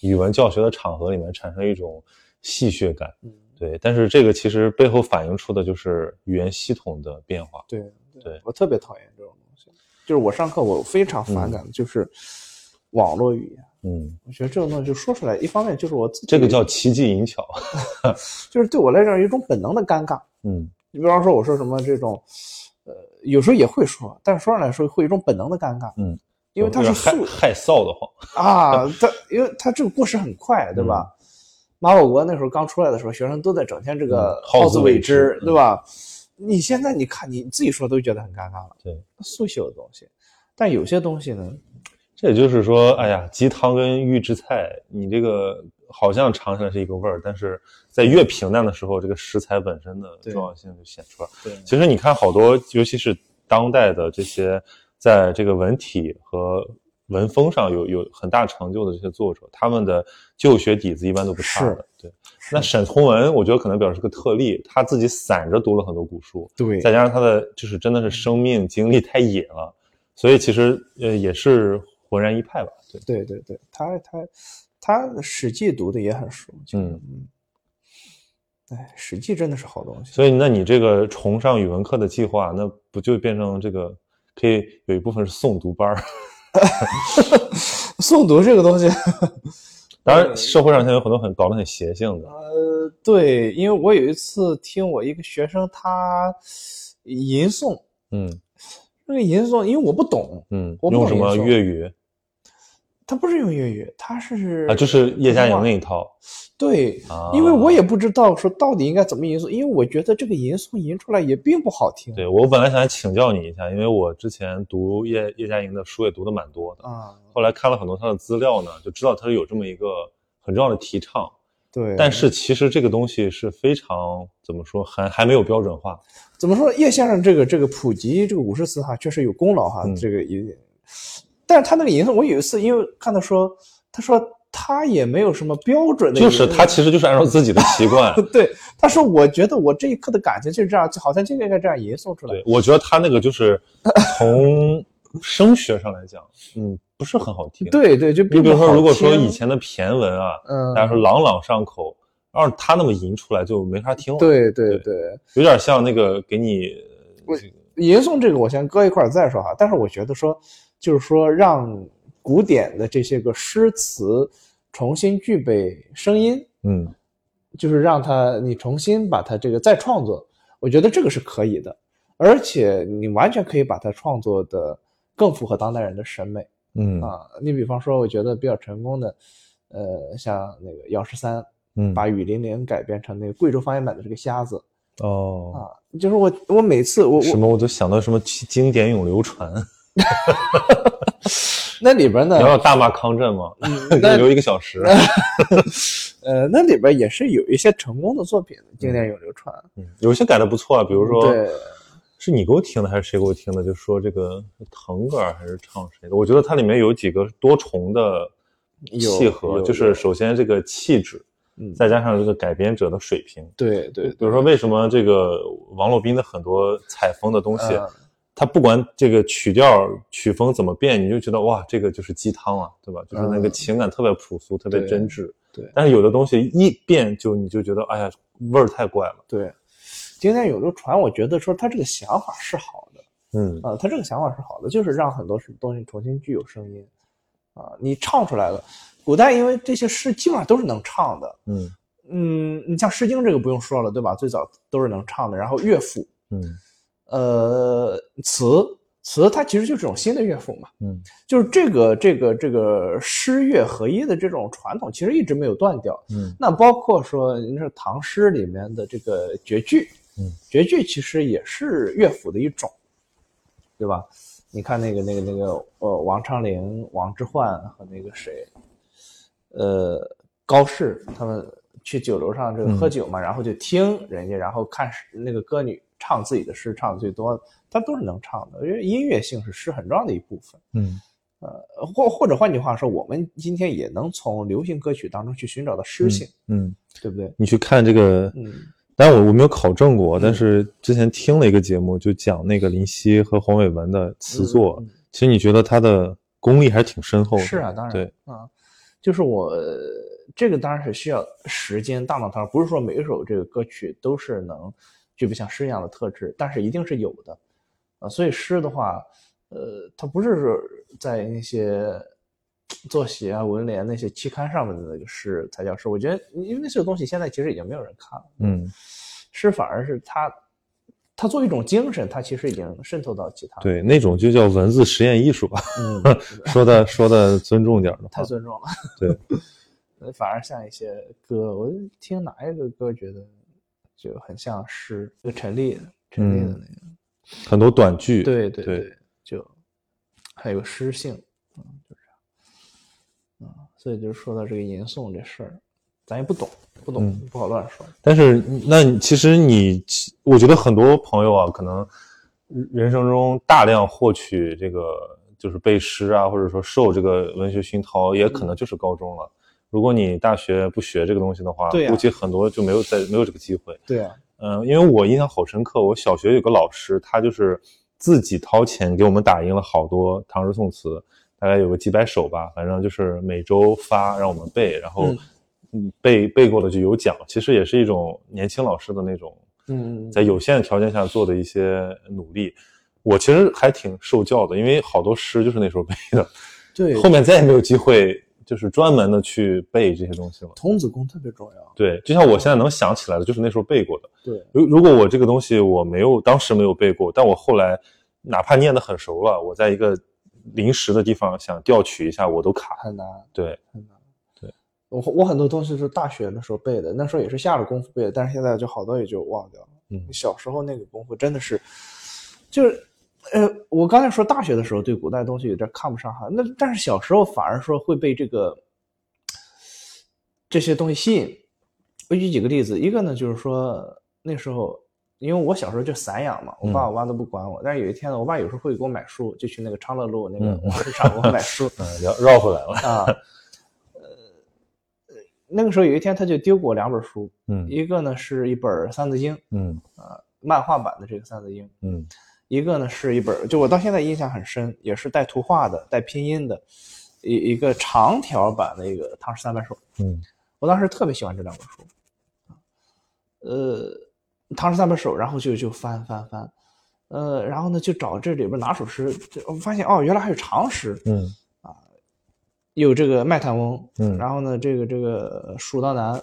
语文教学的场合里面，产生一种戏谑感。
嗯，
对，但是这个其实背后反映出的就是语言系统的变化。
对
对
我特别讨厌这种东西。就是我上课我非常反感的就是网络语言，
嗯，
我觉得这种东西就说出来，一方面就是我自己
这个叫奇技淫巧。
就是对我来讲有一种本能的尴尬。
嗯
你比方说我说什么这种，呃，有时候也会说，但是说上来说会有一种本能的尴尬，
嗯，
因为它是
有点害
素
害臊得慌。
啊，他因为他这个过时很快，对吧？马保国那时候刚出来的时候，学生都在整天这个
嗯好
自
自
为
为
之
之，
对吧？你现在你看你自己说都觉得很尴尬了，
对，
速朽的东西。但有些东西呢，
这也就是说，哎呀，鸡汤跟预制菜，你这个好像尝起来是一个味儿，但是在越平淡的时候，这个食材本身的
对
重要性就显出来。
对
其实你看好多，尤其是当代的这些，在这个文体和文风上有有很大成就的这些作者，他们的就学底子一般都不差的。对，那沈从文，我觉得可能表示个特例，他自己散着读了很多古书，
对
再加上他的就是真的是生命经历太野了，所以其实呃也是浑然一派吧。对，
对对对，他他他《史记》读的也很熟，就
嗯
嗯，哎，《史记》真的是好东西。
所以那你这个崇尚语文课的计划，那不就变成这个可以有一部分是诵读班儿？
诵读这个东西，
当然，社会上现在有很多很搞得很邪性的，
呃，对，因为我有一次听我一个学生他吟诵，
嗯
那个吟诵，因为我不懂，
嗯，
我不
用
懂
什
吟
么
诵
粤语
他不是用粤语，他是嗯
啊？就是叶嘉莹那一套。
对，
啊
因为我也不知道说到底应该怎么吟诵，因为我觉得这个吟诵吟出来也并不好听。
对我本来想请教你一下，因为我之前读叶叶嘉莹的书也读的蛮多的，
啊，
后来看了很多她的资料呢，就知道她是有这么一个很重要的提倡。
对。
但是其实这个东西是非常怎么说，还还没有标准化。
怎么说，叶先生这个这个普及这个古诗词哈，确实有功劳哈，
嗯
这个也。但是他那个吟诵，我有一次因为看他说，他说他也没有什么标准的吟
就
诵，
是他其实就是按照自己的习 惯。
对，他说我觉得我这一刻的感情就是这样，就好像就应该这样吟诵出来
对，。我觉得他那个就是从声学上来讲，嗯，不是很好听。，
对对，就
你比
并
如
不好
说，如果说
听
以前的骈文啊，
嗯
大家说朗朗上口，要是他那么吟出来就没法听了。，
对对
对
对，
有点像那个给你
我吟诵这个我先搁一块儿再说哈。但是我觉得说，就是说让古典的这些个诗词重新具备声音，
嗯
就是让它你重新把它这个再创作，我觉得这个是可以的，而且你完全可以把它创作的更符合当代人的审美。
嗯
啊，你比方说，我觉得比较成功的，呃，像那个姚十三
嗯
把雨霖铃改编成那个贵州方言版的这个瞎子啊
哦，
啊，就是我我每次我
什
我 嗯
么我都想到什么经典咏流传，
那里边呢嗯
你，要大骂抗震吗？
那
留一个小时，
呃，那里边也是有一些成功的作品经典有流传。
嗯有些改的不错啊，比如说
对，
是你给我听的还是谁给我听的？就说这个是腾格尔还是唱谁的？我觉得它里面有几个多重的
有
契合，
有
就是首先这个气质，
嗯
再加上这个改编者的水平。
对对
比如说为什么这个王洛宾的很多采风的东西，
嗯
他不管这个曲调曲风怎么变，你就觉得哇，这个就是鸡汤啊，对吧？就是那个
嗯
情感特别朴素，特别
对
真挚。
对
但是有的东西一变就你就觉得哎呀，味儿太怪了。
对，经典有流传，我觉得说他这个想法是好的，
嗯
啊，他这个想法是好的，就是让很多东西重新具有声音，啊，你唱出来了。古代因为这些诗基本上都是能唱的，
嗯
嗯，你像《诗经》这个不用说了，对吧？最早都是能唱的，然后乐府，
嗯
呃，词词它其实就是一种新的乐府嘛，
嗯
就是这个这个这个诗乐合一的这种传统，其实一直没有断掉。
嗯
那包括说您说唐诗里面的这个绝句，
嗯，
绝句其实也是乐府的一种，对吧？你看那个那个那个呃，王昌龄、王之涣和那个谁，呃，高适他们去酒楼上这个
嗯
喝酒嘛，然后就听人家，然后看是那个歌女唱自己的诗唱的最多，他都是能唱的，因为音乐性是诗很重要的一部分。
嗯
呃，或或者换句话说，我们今天也能从流行歌曲当中去寻找到诗性，
嗯，
对不对？
你去看这个，
嗯
当然我我没有考证过，但是之前听了一个节目，就讲那个林夕和黄伟文的词作，
嗯嗯
其实你觉得他的功力还是挺深厚的。
是啊，当然
对，
啊，就是我呃这个当然是需要时间大脑汤，不是说每一首这个歌曲都是能具备像诗一样的特质，但是一定是有的啊。所以诗的话，呃，它不是说在那些作协啊、文联那些期刊上面的那个诗才叫诗，我觉得因为那些东西现在其实已经没有人看了，
嗯，
诗反而是它。它作为一种精神，它其实已经渗透到其他。，
对，那种就叫文字实验艺术吧。
嗯，
说的说的尊重点儿的
太
话，
尊重了。
对
呃，反而像一些歌，我听哪一个歌觉得就很像诗，就陈粒的，陈粒的
嗯
那个，
很多短句，
对对
对
就很有诗性，嗯，就是这样，嗯，所以就是说到这个吟诵这事儿，咱也不懂，不懂，
嗯
不好乱说，
但是你，那你其实你，我觉得很多朋友啊，可能人生中大量获取这个就是背诗啊，或者说受这个文学熏陶，也可能就是高中了。如果你大学不学这个东西的话，
对呀
估计很多就没有在没有这个机会。
对啊，
嗯，因为我印象好深刻，我小学有个老师，他就是自己掏钱给我们打印了好多唐诗宋词，大概有个几百首吧，反正就是每周发让我们背，然后
嗯
嗯背背过了就有奖，其实也是一种年轻老师的那种
嗯，
在有限的条件下做的一些努力。我其实还挺受教的，因为好多诗就是那时候背的，
对，
后面再也没有机会就是专门的去背这些东西了。
童子功特别重要，
对，就像我现在能想起来的，就是那时候背过的。
对，
如如果我这个东西我没有当时没有背过，但我后来哪怕念得很熟了，我在一个临时的地方想调取一下，我都卡。
很难。
对，
我我很多东西是大学的时候背的，那时候也是下了功夫背的，但是现在就好多也就忘掉了。
嗯
小时候那个功夫真的是，就是，呃，我刚才说大学的时候对古代东西有点看不上哈，那但是小时候反而说会被这个这些东西吸引。我举几个例子，一个呢就是说那时候，因为我小时候就散养嘛，我爸
嗯
我妈都不管我，但是有一天呢，我爸有时候会给我买书，就去那个昌乐路那个
嗯
网市场给我买 书，
嗯，绕绕回来了。
啊，呃，那个时候有一天他就丢给我两本书，
嗯
一个呢是一本《三字经》
嗯
漫画版的这个《三字经》，
嗯
一个呢是一本，就我到现在印象很深，也是带图画的、带拼音的，一一个长条版的一个《唐诗三百首》。
嗯
我当时特别喜欢这两本书，呃，《唐诗三百首》，然后就就翻翻翻，呃，然后呢就找这里边哪首诗，就我发现哦，原来还有长诗，
嗯
有这个《卖炭翁》，
嗯
然后呢，这个这个《蜀道难》，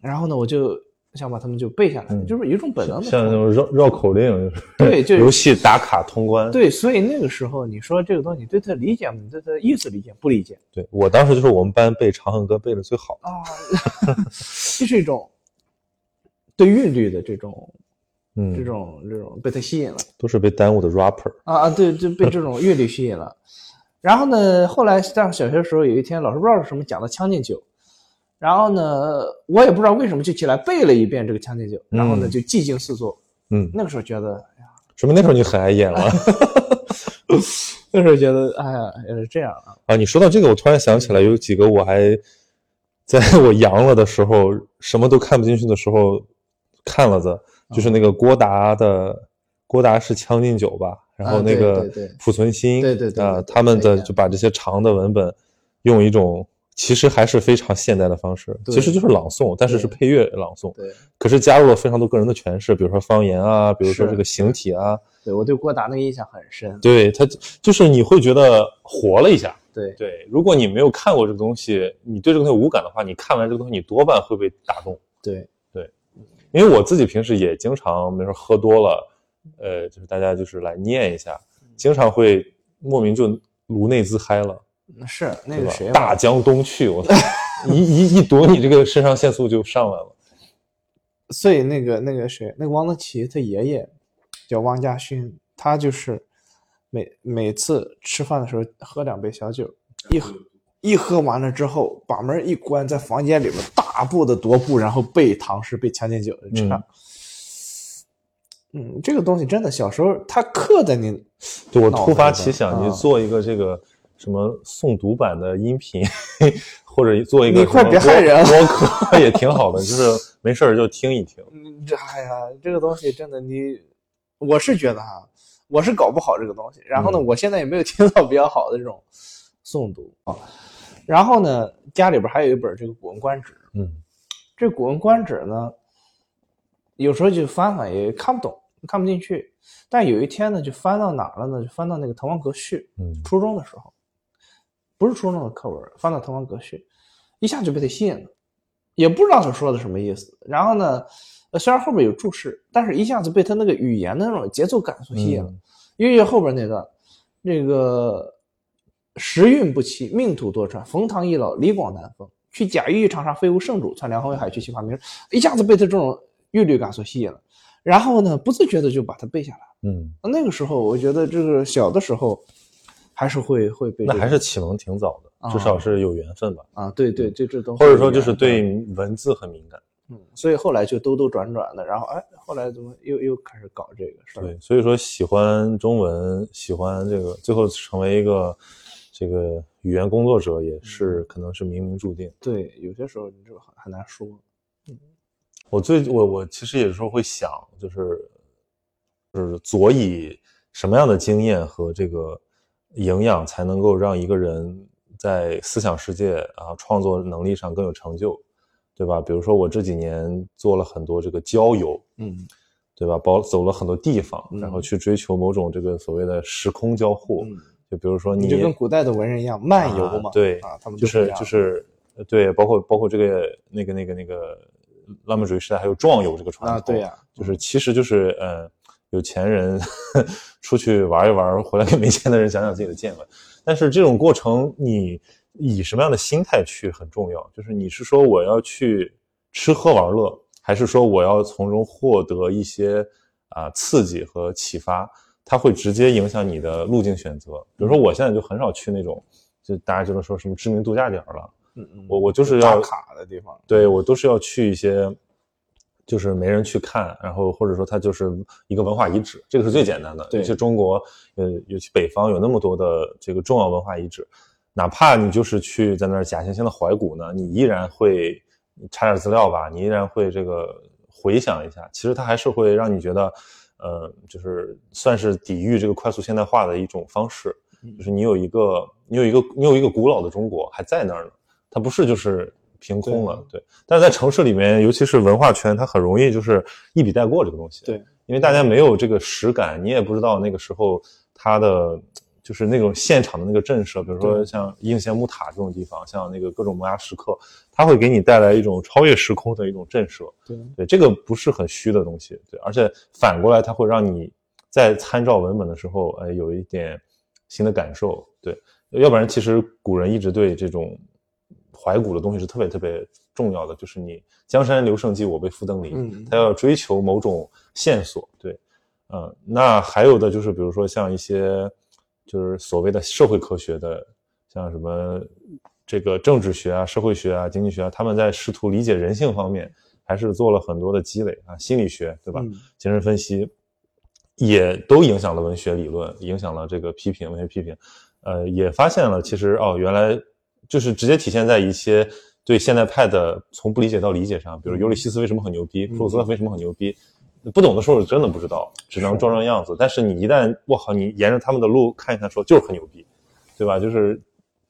然后呢，我就想把它们就背下来，
嗯
就是有一种本能
嗯，
的
像那
冲动
种绕绕口令，就是
对 就
游戏打卡通关。
对，所以那个时候你说这个东西，你对它理解吗？你对它的意思理解不理解
对，我当时就是我们班背《长恨歌》背的最好的。
啊？这是一种对韵律的这种
嗯，
这种这种被他吸引了
都是被耽误的 rapper。
啊啊，对，就被这种乐律吸引了。然后呢，后来上小学的时候，有一天老师不知道是什么讲到《将进酒》，然后呢，我也不知道为什么就起来背了一遍这个《将进酒》，然后呢
嗯
就技惊四座。
嗯，
那个时候觉得，
什么那时候你很爱演 了
那时候觉得，哎呀，也是这样啊。
啊？你说到这个，我突然想起来有几个我还在我阳了的时候，什么都看不进去的时候看了的，
啊
就是那个郭达的，郭达是《将进酒》吧？然后
啊
那
对
个
对对
濮存昕，
对对对
啊
对，
他们
哎
的
呀
就把这些长的文本用一种。其实还是非常现代的方式，
对
其实就是朗诵，但是
对
是配乐朗诵。
对，
可是加入了非常多个人的诠释，比如说方言啊，比如说
是
这个形体啊，
对我对郭达那个印象很深。
对他就是你会觉得活了一下。
对，
对，如果你没有看过这个东西，你对这个东西无感的话，你看完这个东西，你多半会被打动。
对，
因为我自己平时也经常，没事儿喝多了，呃，就是大家就是来念一下，
嗯
经常会莫名就颅内自嗨了，
是那
对
个
吧
谁？啊
大
嘛，
江东去， 我一一一读，你这个肾上腺素就上来了。
所以那个那个谁，那个汪曾祺他爷爷叫汪家勋，他就是每每次吃饭的时候喝两杯小酒，一喝一喝完了之后，把门一关，在房间里边大步的踱步，然后背唐诗、背《将进酒》这样。嗯，这个东西真的，小时候它刻在你，
就我
脑
突
子
发
里边
奇想，
啊
你做一个这个什么诵读版的音频，或者做一个
你快
什么
别害人了
播播客 也挺好的，就是没事儿就听一听。
嗯这哎呀，这个东西真的你，我是觉得哈，我是搞不好这个东西。然后呢，
嗯
我现在也没有听到比较好的这种诵读啊。然后呢，家里边还有一本这个《古文观止》，
嗯
这《古文观止》呢，有时候就翻翻也看不懂，看不进去。但有一天呢，就翻到哪儿了呢？就翻到那个《滕王阁序》，
嗯
初中的时候，不是初中的课文，翻到《滕王阁序》，一下就被他吸引了，也不知道他说的什么意思。然后呢，呃虽然后面有注释，但是一下子被他那个语言的那种节奏感所吸引了。
嗯
越越后边那段，这个时运不期，命途多舛，冯唐易老，李广难逢。去贾谊于长沙，非无圣主；窜梁侯于海去，其发明。一下子被他这种韵律感所吸引了，然后呢，不自觉的就把它背下来了。
嗯，
那个时候，我觉得这个小的时候，还是会会被、这
那
个
还是启蒙挺早的，
啊
至少是有缘分吧，
啊，对对，这这东西
或者说就是
有点
对文字很敏感。
嗯，所以后来就兜兜转转的，然后哎，后来怎么又又开始搞这个事儿？
对，所以说喜欢中文，喜欢这个，最后成为一个这个语言工作者，
嗯
也是可能是冥冥注定。
对，有些时候你这个很很难说。
我最我我其实有时候会想，就是就是佐以什么样的经验和这个营养，才能够让一个人在思想世界啊创作能力上更有成就，对吧？比如说我这几年做了很多这个郊游，
嗯
对吧？包走了很多地方，
嗯
然后去追求某种这个所谓的时空交互，
嗯，
就比如说
你
你
就跟古代的文人一样漫游嘛，
啊对
啊，他们
就
都
是
这样
就是呃对，包括包括这个那个那个那个浪漫主义时代还有壮游这个传统，
啊，对呀、
就是其实就是呃，有钱人 出去玩一玩，回来给没钱的人讲讲自己的见闻。但是这种过程，你以什么样的心态去很重要。就是你是说我要去吃喝玩乐，还是说我要从中获得一些啊、刺激和启发？它会直接影响你的路径选择。比如说，我现在就很少去那种，就大家知道说什么知名度假点儿了，
嗯嗯，
我我就是
打
要
卡的地方，
对我都是要去一些，就是没人去看，然后或者说它就是一个文化遗址，这个是最简单的。
对
尤其中国，呃，尤其北方有那么多的这个重要文化遗址，哪怕你就是去在那儿假惺惺的怀古呢，你依然会查点资料吧，你依然会这个回想一下，其实它还是会让你觉得，呃，就是算是抵御这个快速现代化的一种方式。就是你有一个，你有一个，你有一个古老的中国还在那儿呢，它不是就是凭空了，对。但是在城市里面，尤其是文化圈，它很容易就是一笔带过这个东西，
对，
因为大家没有这个实感，你也不知道那个时候它的就是那种现场的那个震慑，比如说
对
像应县木塔这种地方，像那个各种摩崖石刻，它会给你带来一种超越时空的一种震慑，
对
对，这个不是很虚的东西，对，而且反过来它会让你在参照文本的时候，呃，有一点新的感受，对，要不然其实古人一直对这种怀古的东西是特别特别重要的，就是你江山留胜迹，我辈复登临，
嗯
他要追求某种线索，对，嗯，那还有的就是比如说像一些就是所谓的社会科学的，像什么这个政治学啊、社会学啊、经济学啊，他们在试图理解人性方面还是做了很多的积累啊，心理学对吧？
嗯
精神分析也都影响了文学理论，影响了这个批评文学批评，呃，也发现了其实哦，原来就是直接体现在一些对现代派的从不理解到理解上，比如尤里西斯为什么很牛逼，普鲁斯特为什么很牛逼。不懂的时候真的不知道，只能装装样子。但是你一旦我靠，你沿着他们的路看一看，说就是很牛逼，对吧？就是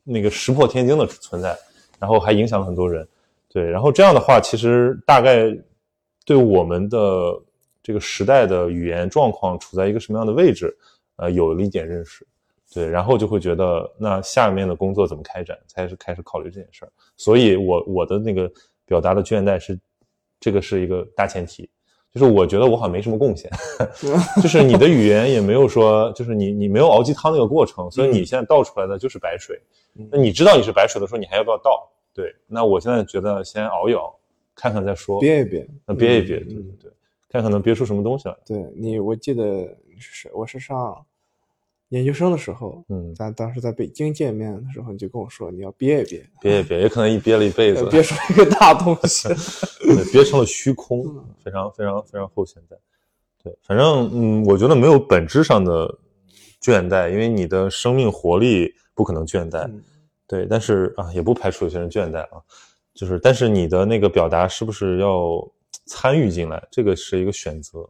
那个石破天惊的存在，然后还影响了很多人。对，然后这样的话，其实大概对我们的这个时代的语言状况处在一个什么样的位置，呃，有了一点认识。对，然后就会觉得那下面的工作怎么开展，才是开始考虑这件事儿。所以我我的那个表达的倦怠是，这个是一个大前提，就是我觉得我好像没什么贡献， 就是你的语言也没有说，就是你你没有熬鸡汤那个过程，
嗯
所以你现在倒出来的就是白水。那你知道你是白水的时候，你还要不要倒？对，那我现在觉得先熬一熬，看看再说，
憋一憋。
那憋一憋，
嗯
对对对，看看能憋出什么东西来。
对你，我记得是我是上研究生的时候，
嗯
咱当时在北京见面的时候，你就跟我说你要憋一憋，
憋一憋，也可能一憋了一辈子，
憋出一个大东 西。
对，憋成了虚空，
嗯
非常非常非常后现代。对，反正嗯，我觉得没有本质上的倦怠，因为你的生命活力不可能倦怠。
嗯
对，但是啊，也不排除有些人倦怠啊，就是但是你的那个表达是不是要参与进来，这个是一个选择。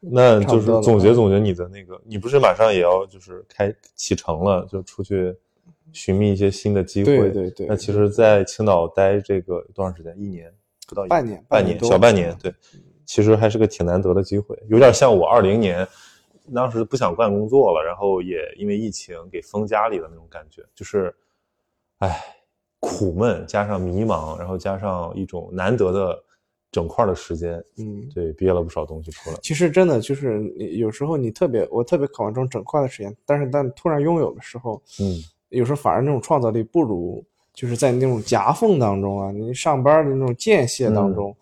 那
差不
就是
多了
总
啊
结总结你的那个，你不是马上也要就是开启程了，就出去寻觅一些新的机会。
对对对
那其实，在青岛待这个多长时间？一年不到一
半年
嗯半
半年多
小半年。对，其实还是个挺难得的机会，有点像我二零年当时不想干工作了，然后也因为疫情给封家里的那种感觉，就是，唉，苦闷加上迷茫，然后加上一种难得的整块的时间，
嗯，
对，憋了不少东西出来。嗯
其实真的就是你有时候你特别，我特别渴望这种整块的时间，但是但突然拥有的时候，
嗯，
有时候反而那种创造力不如就是在那种夹缝当中啊，你上班的那种间歇当中，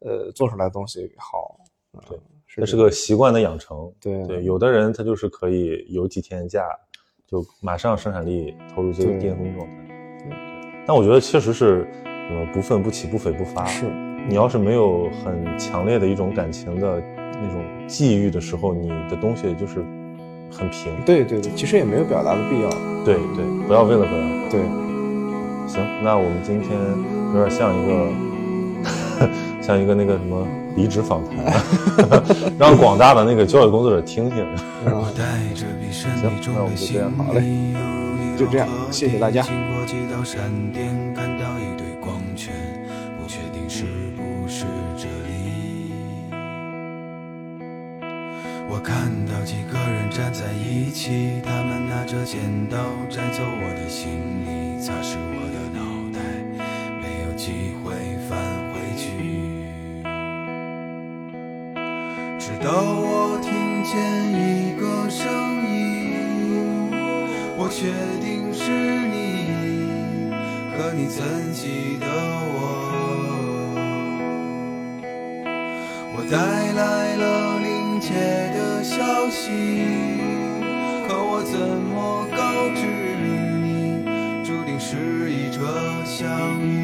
呃，做出来的东西好。嗯
嗯对，
是
这是
这样
个习惯的养成。
对
对，有的人他就是可以有几天假，就马上生产力投入最
对
巅峰状态。但我觉得确实是，呃，不愤不起，不愤不发。
是，
你要是没有很强烈的一种感情的那种际遇的时候，你的东西就是很平。
对对对，其实也没有表达的必要。
对对，不要为了不要。
对，
行，那我们今天有点像一个像一个那个什么离职访谈， 让广大的那个教育工作者听听。
嗯
我带着比身体重的行
行
那我们
李，
就这样好嘞就这样谢谢大家
经过几道闪电，看到一堆光圈，不确定是不是这里。我看到几个人站在一起，他们拿着剪刀摘走我的行李，擦拭我的脑袋，没有机会返回去。直到我听见一个声音，我确定是你和你曾记得我。我带来了临界的消息，可我怎么告知你，注定是一场相遇？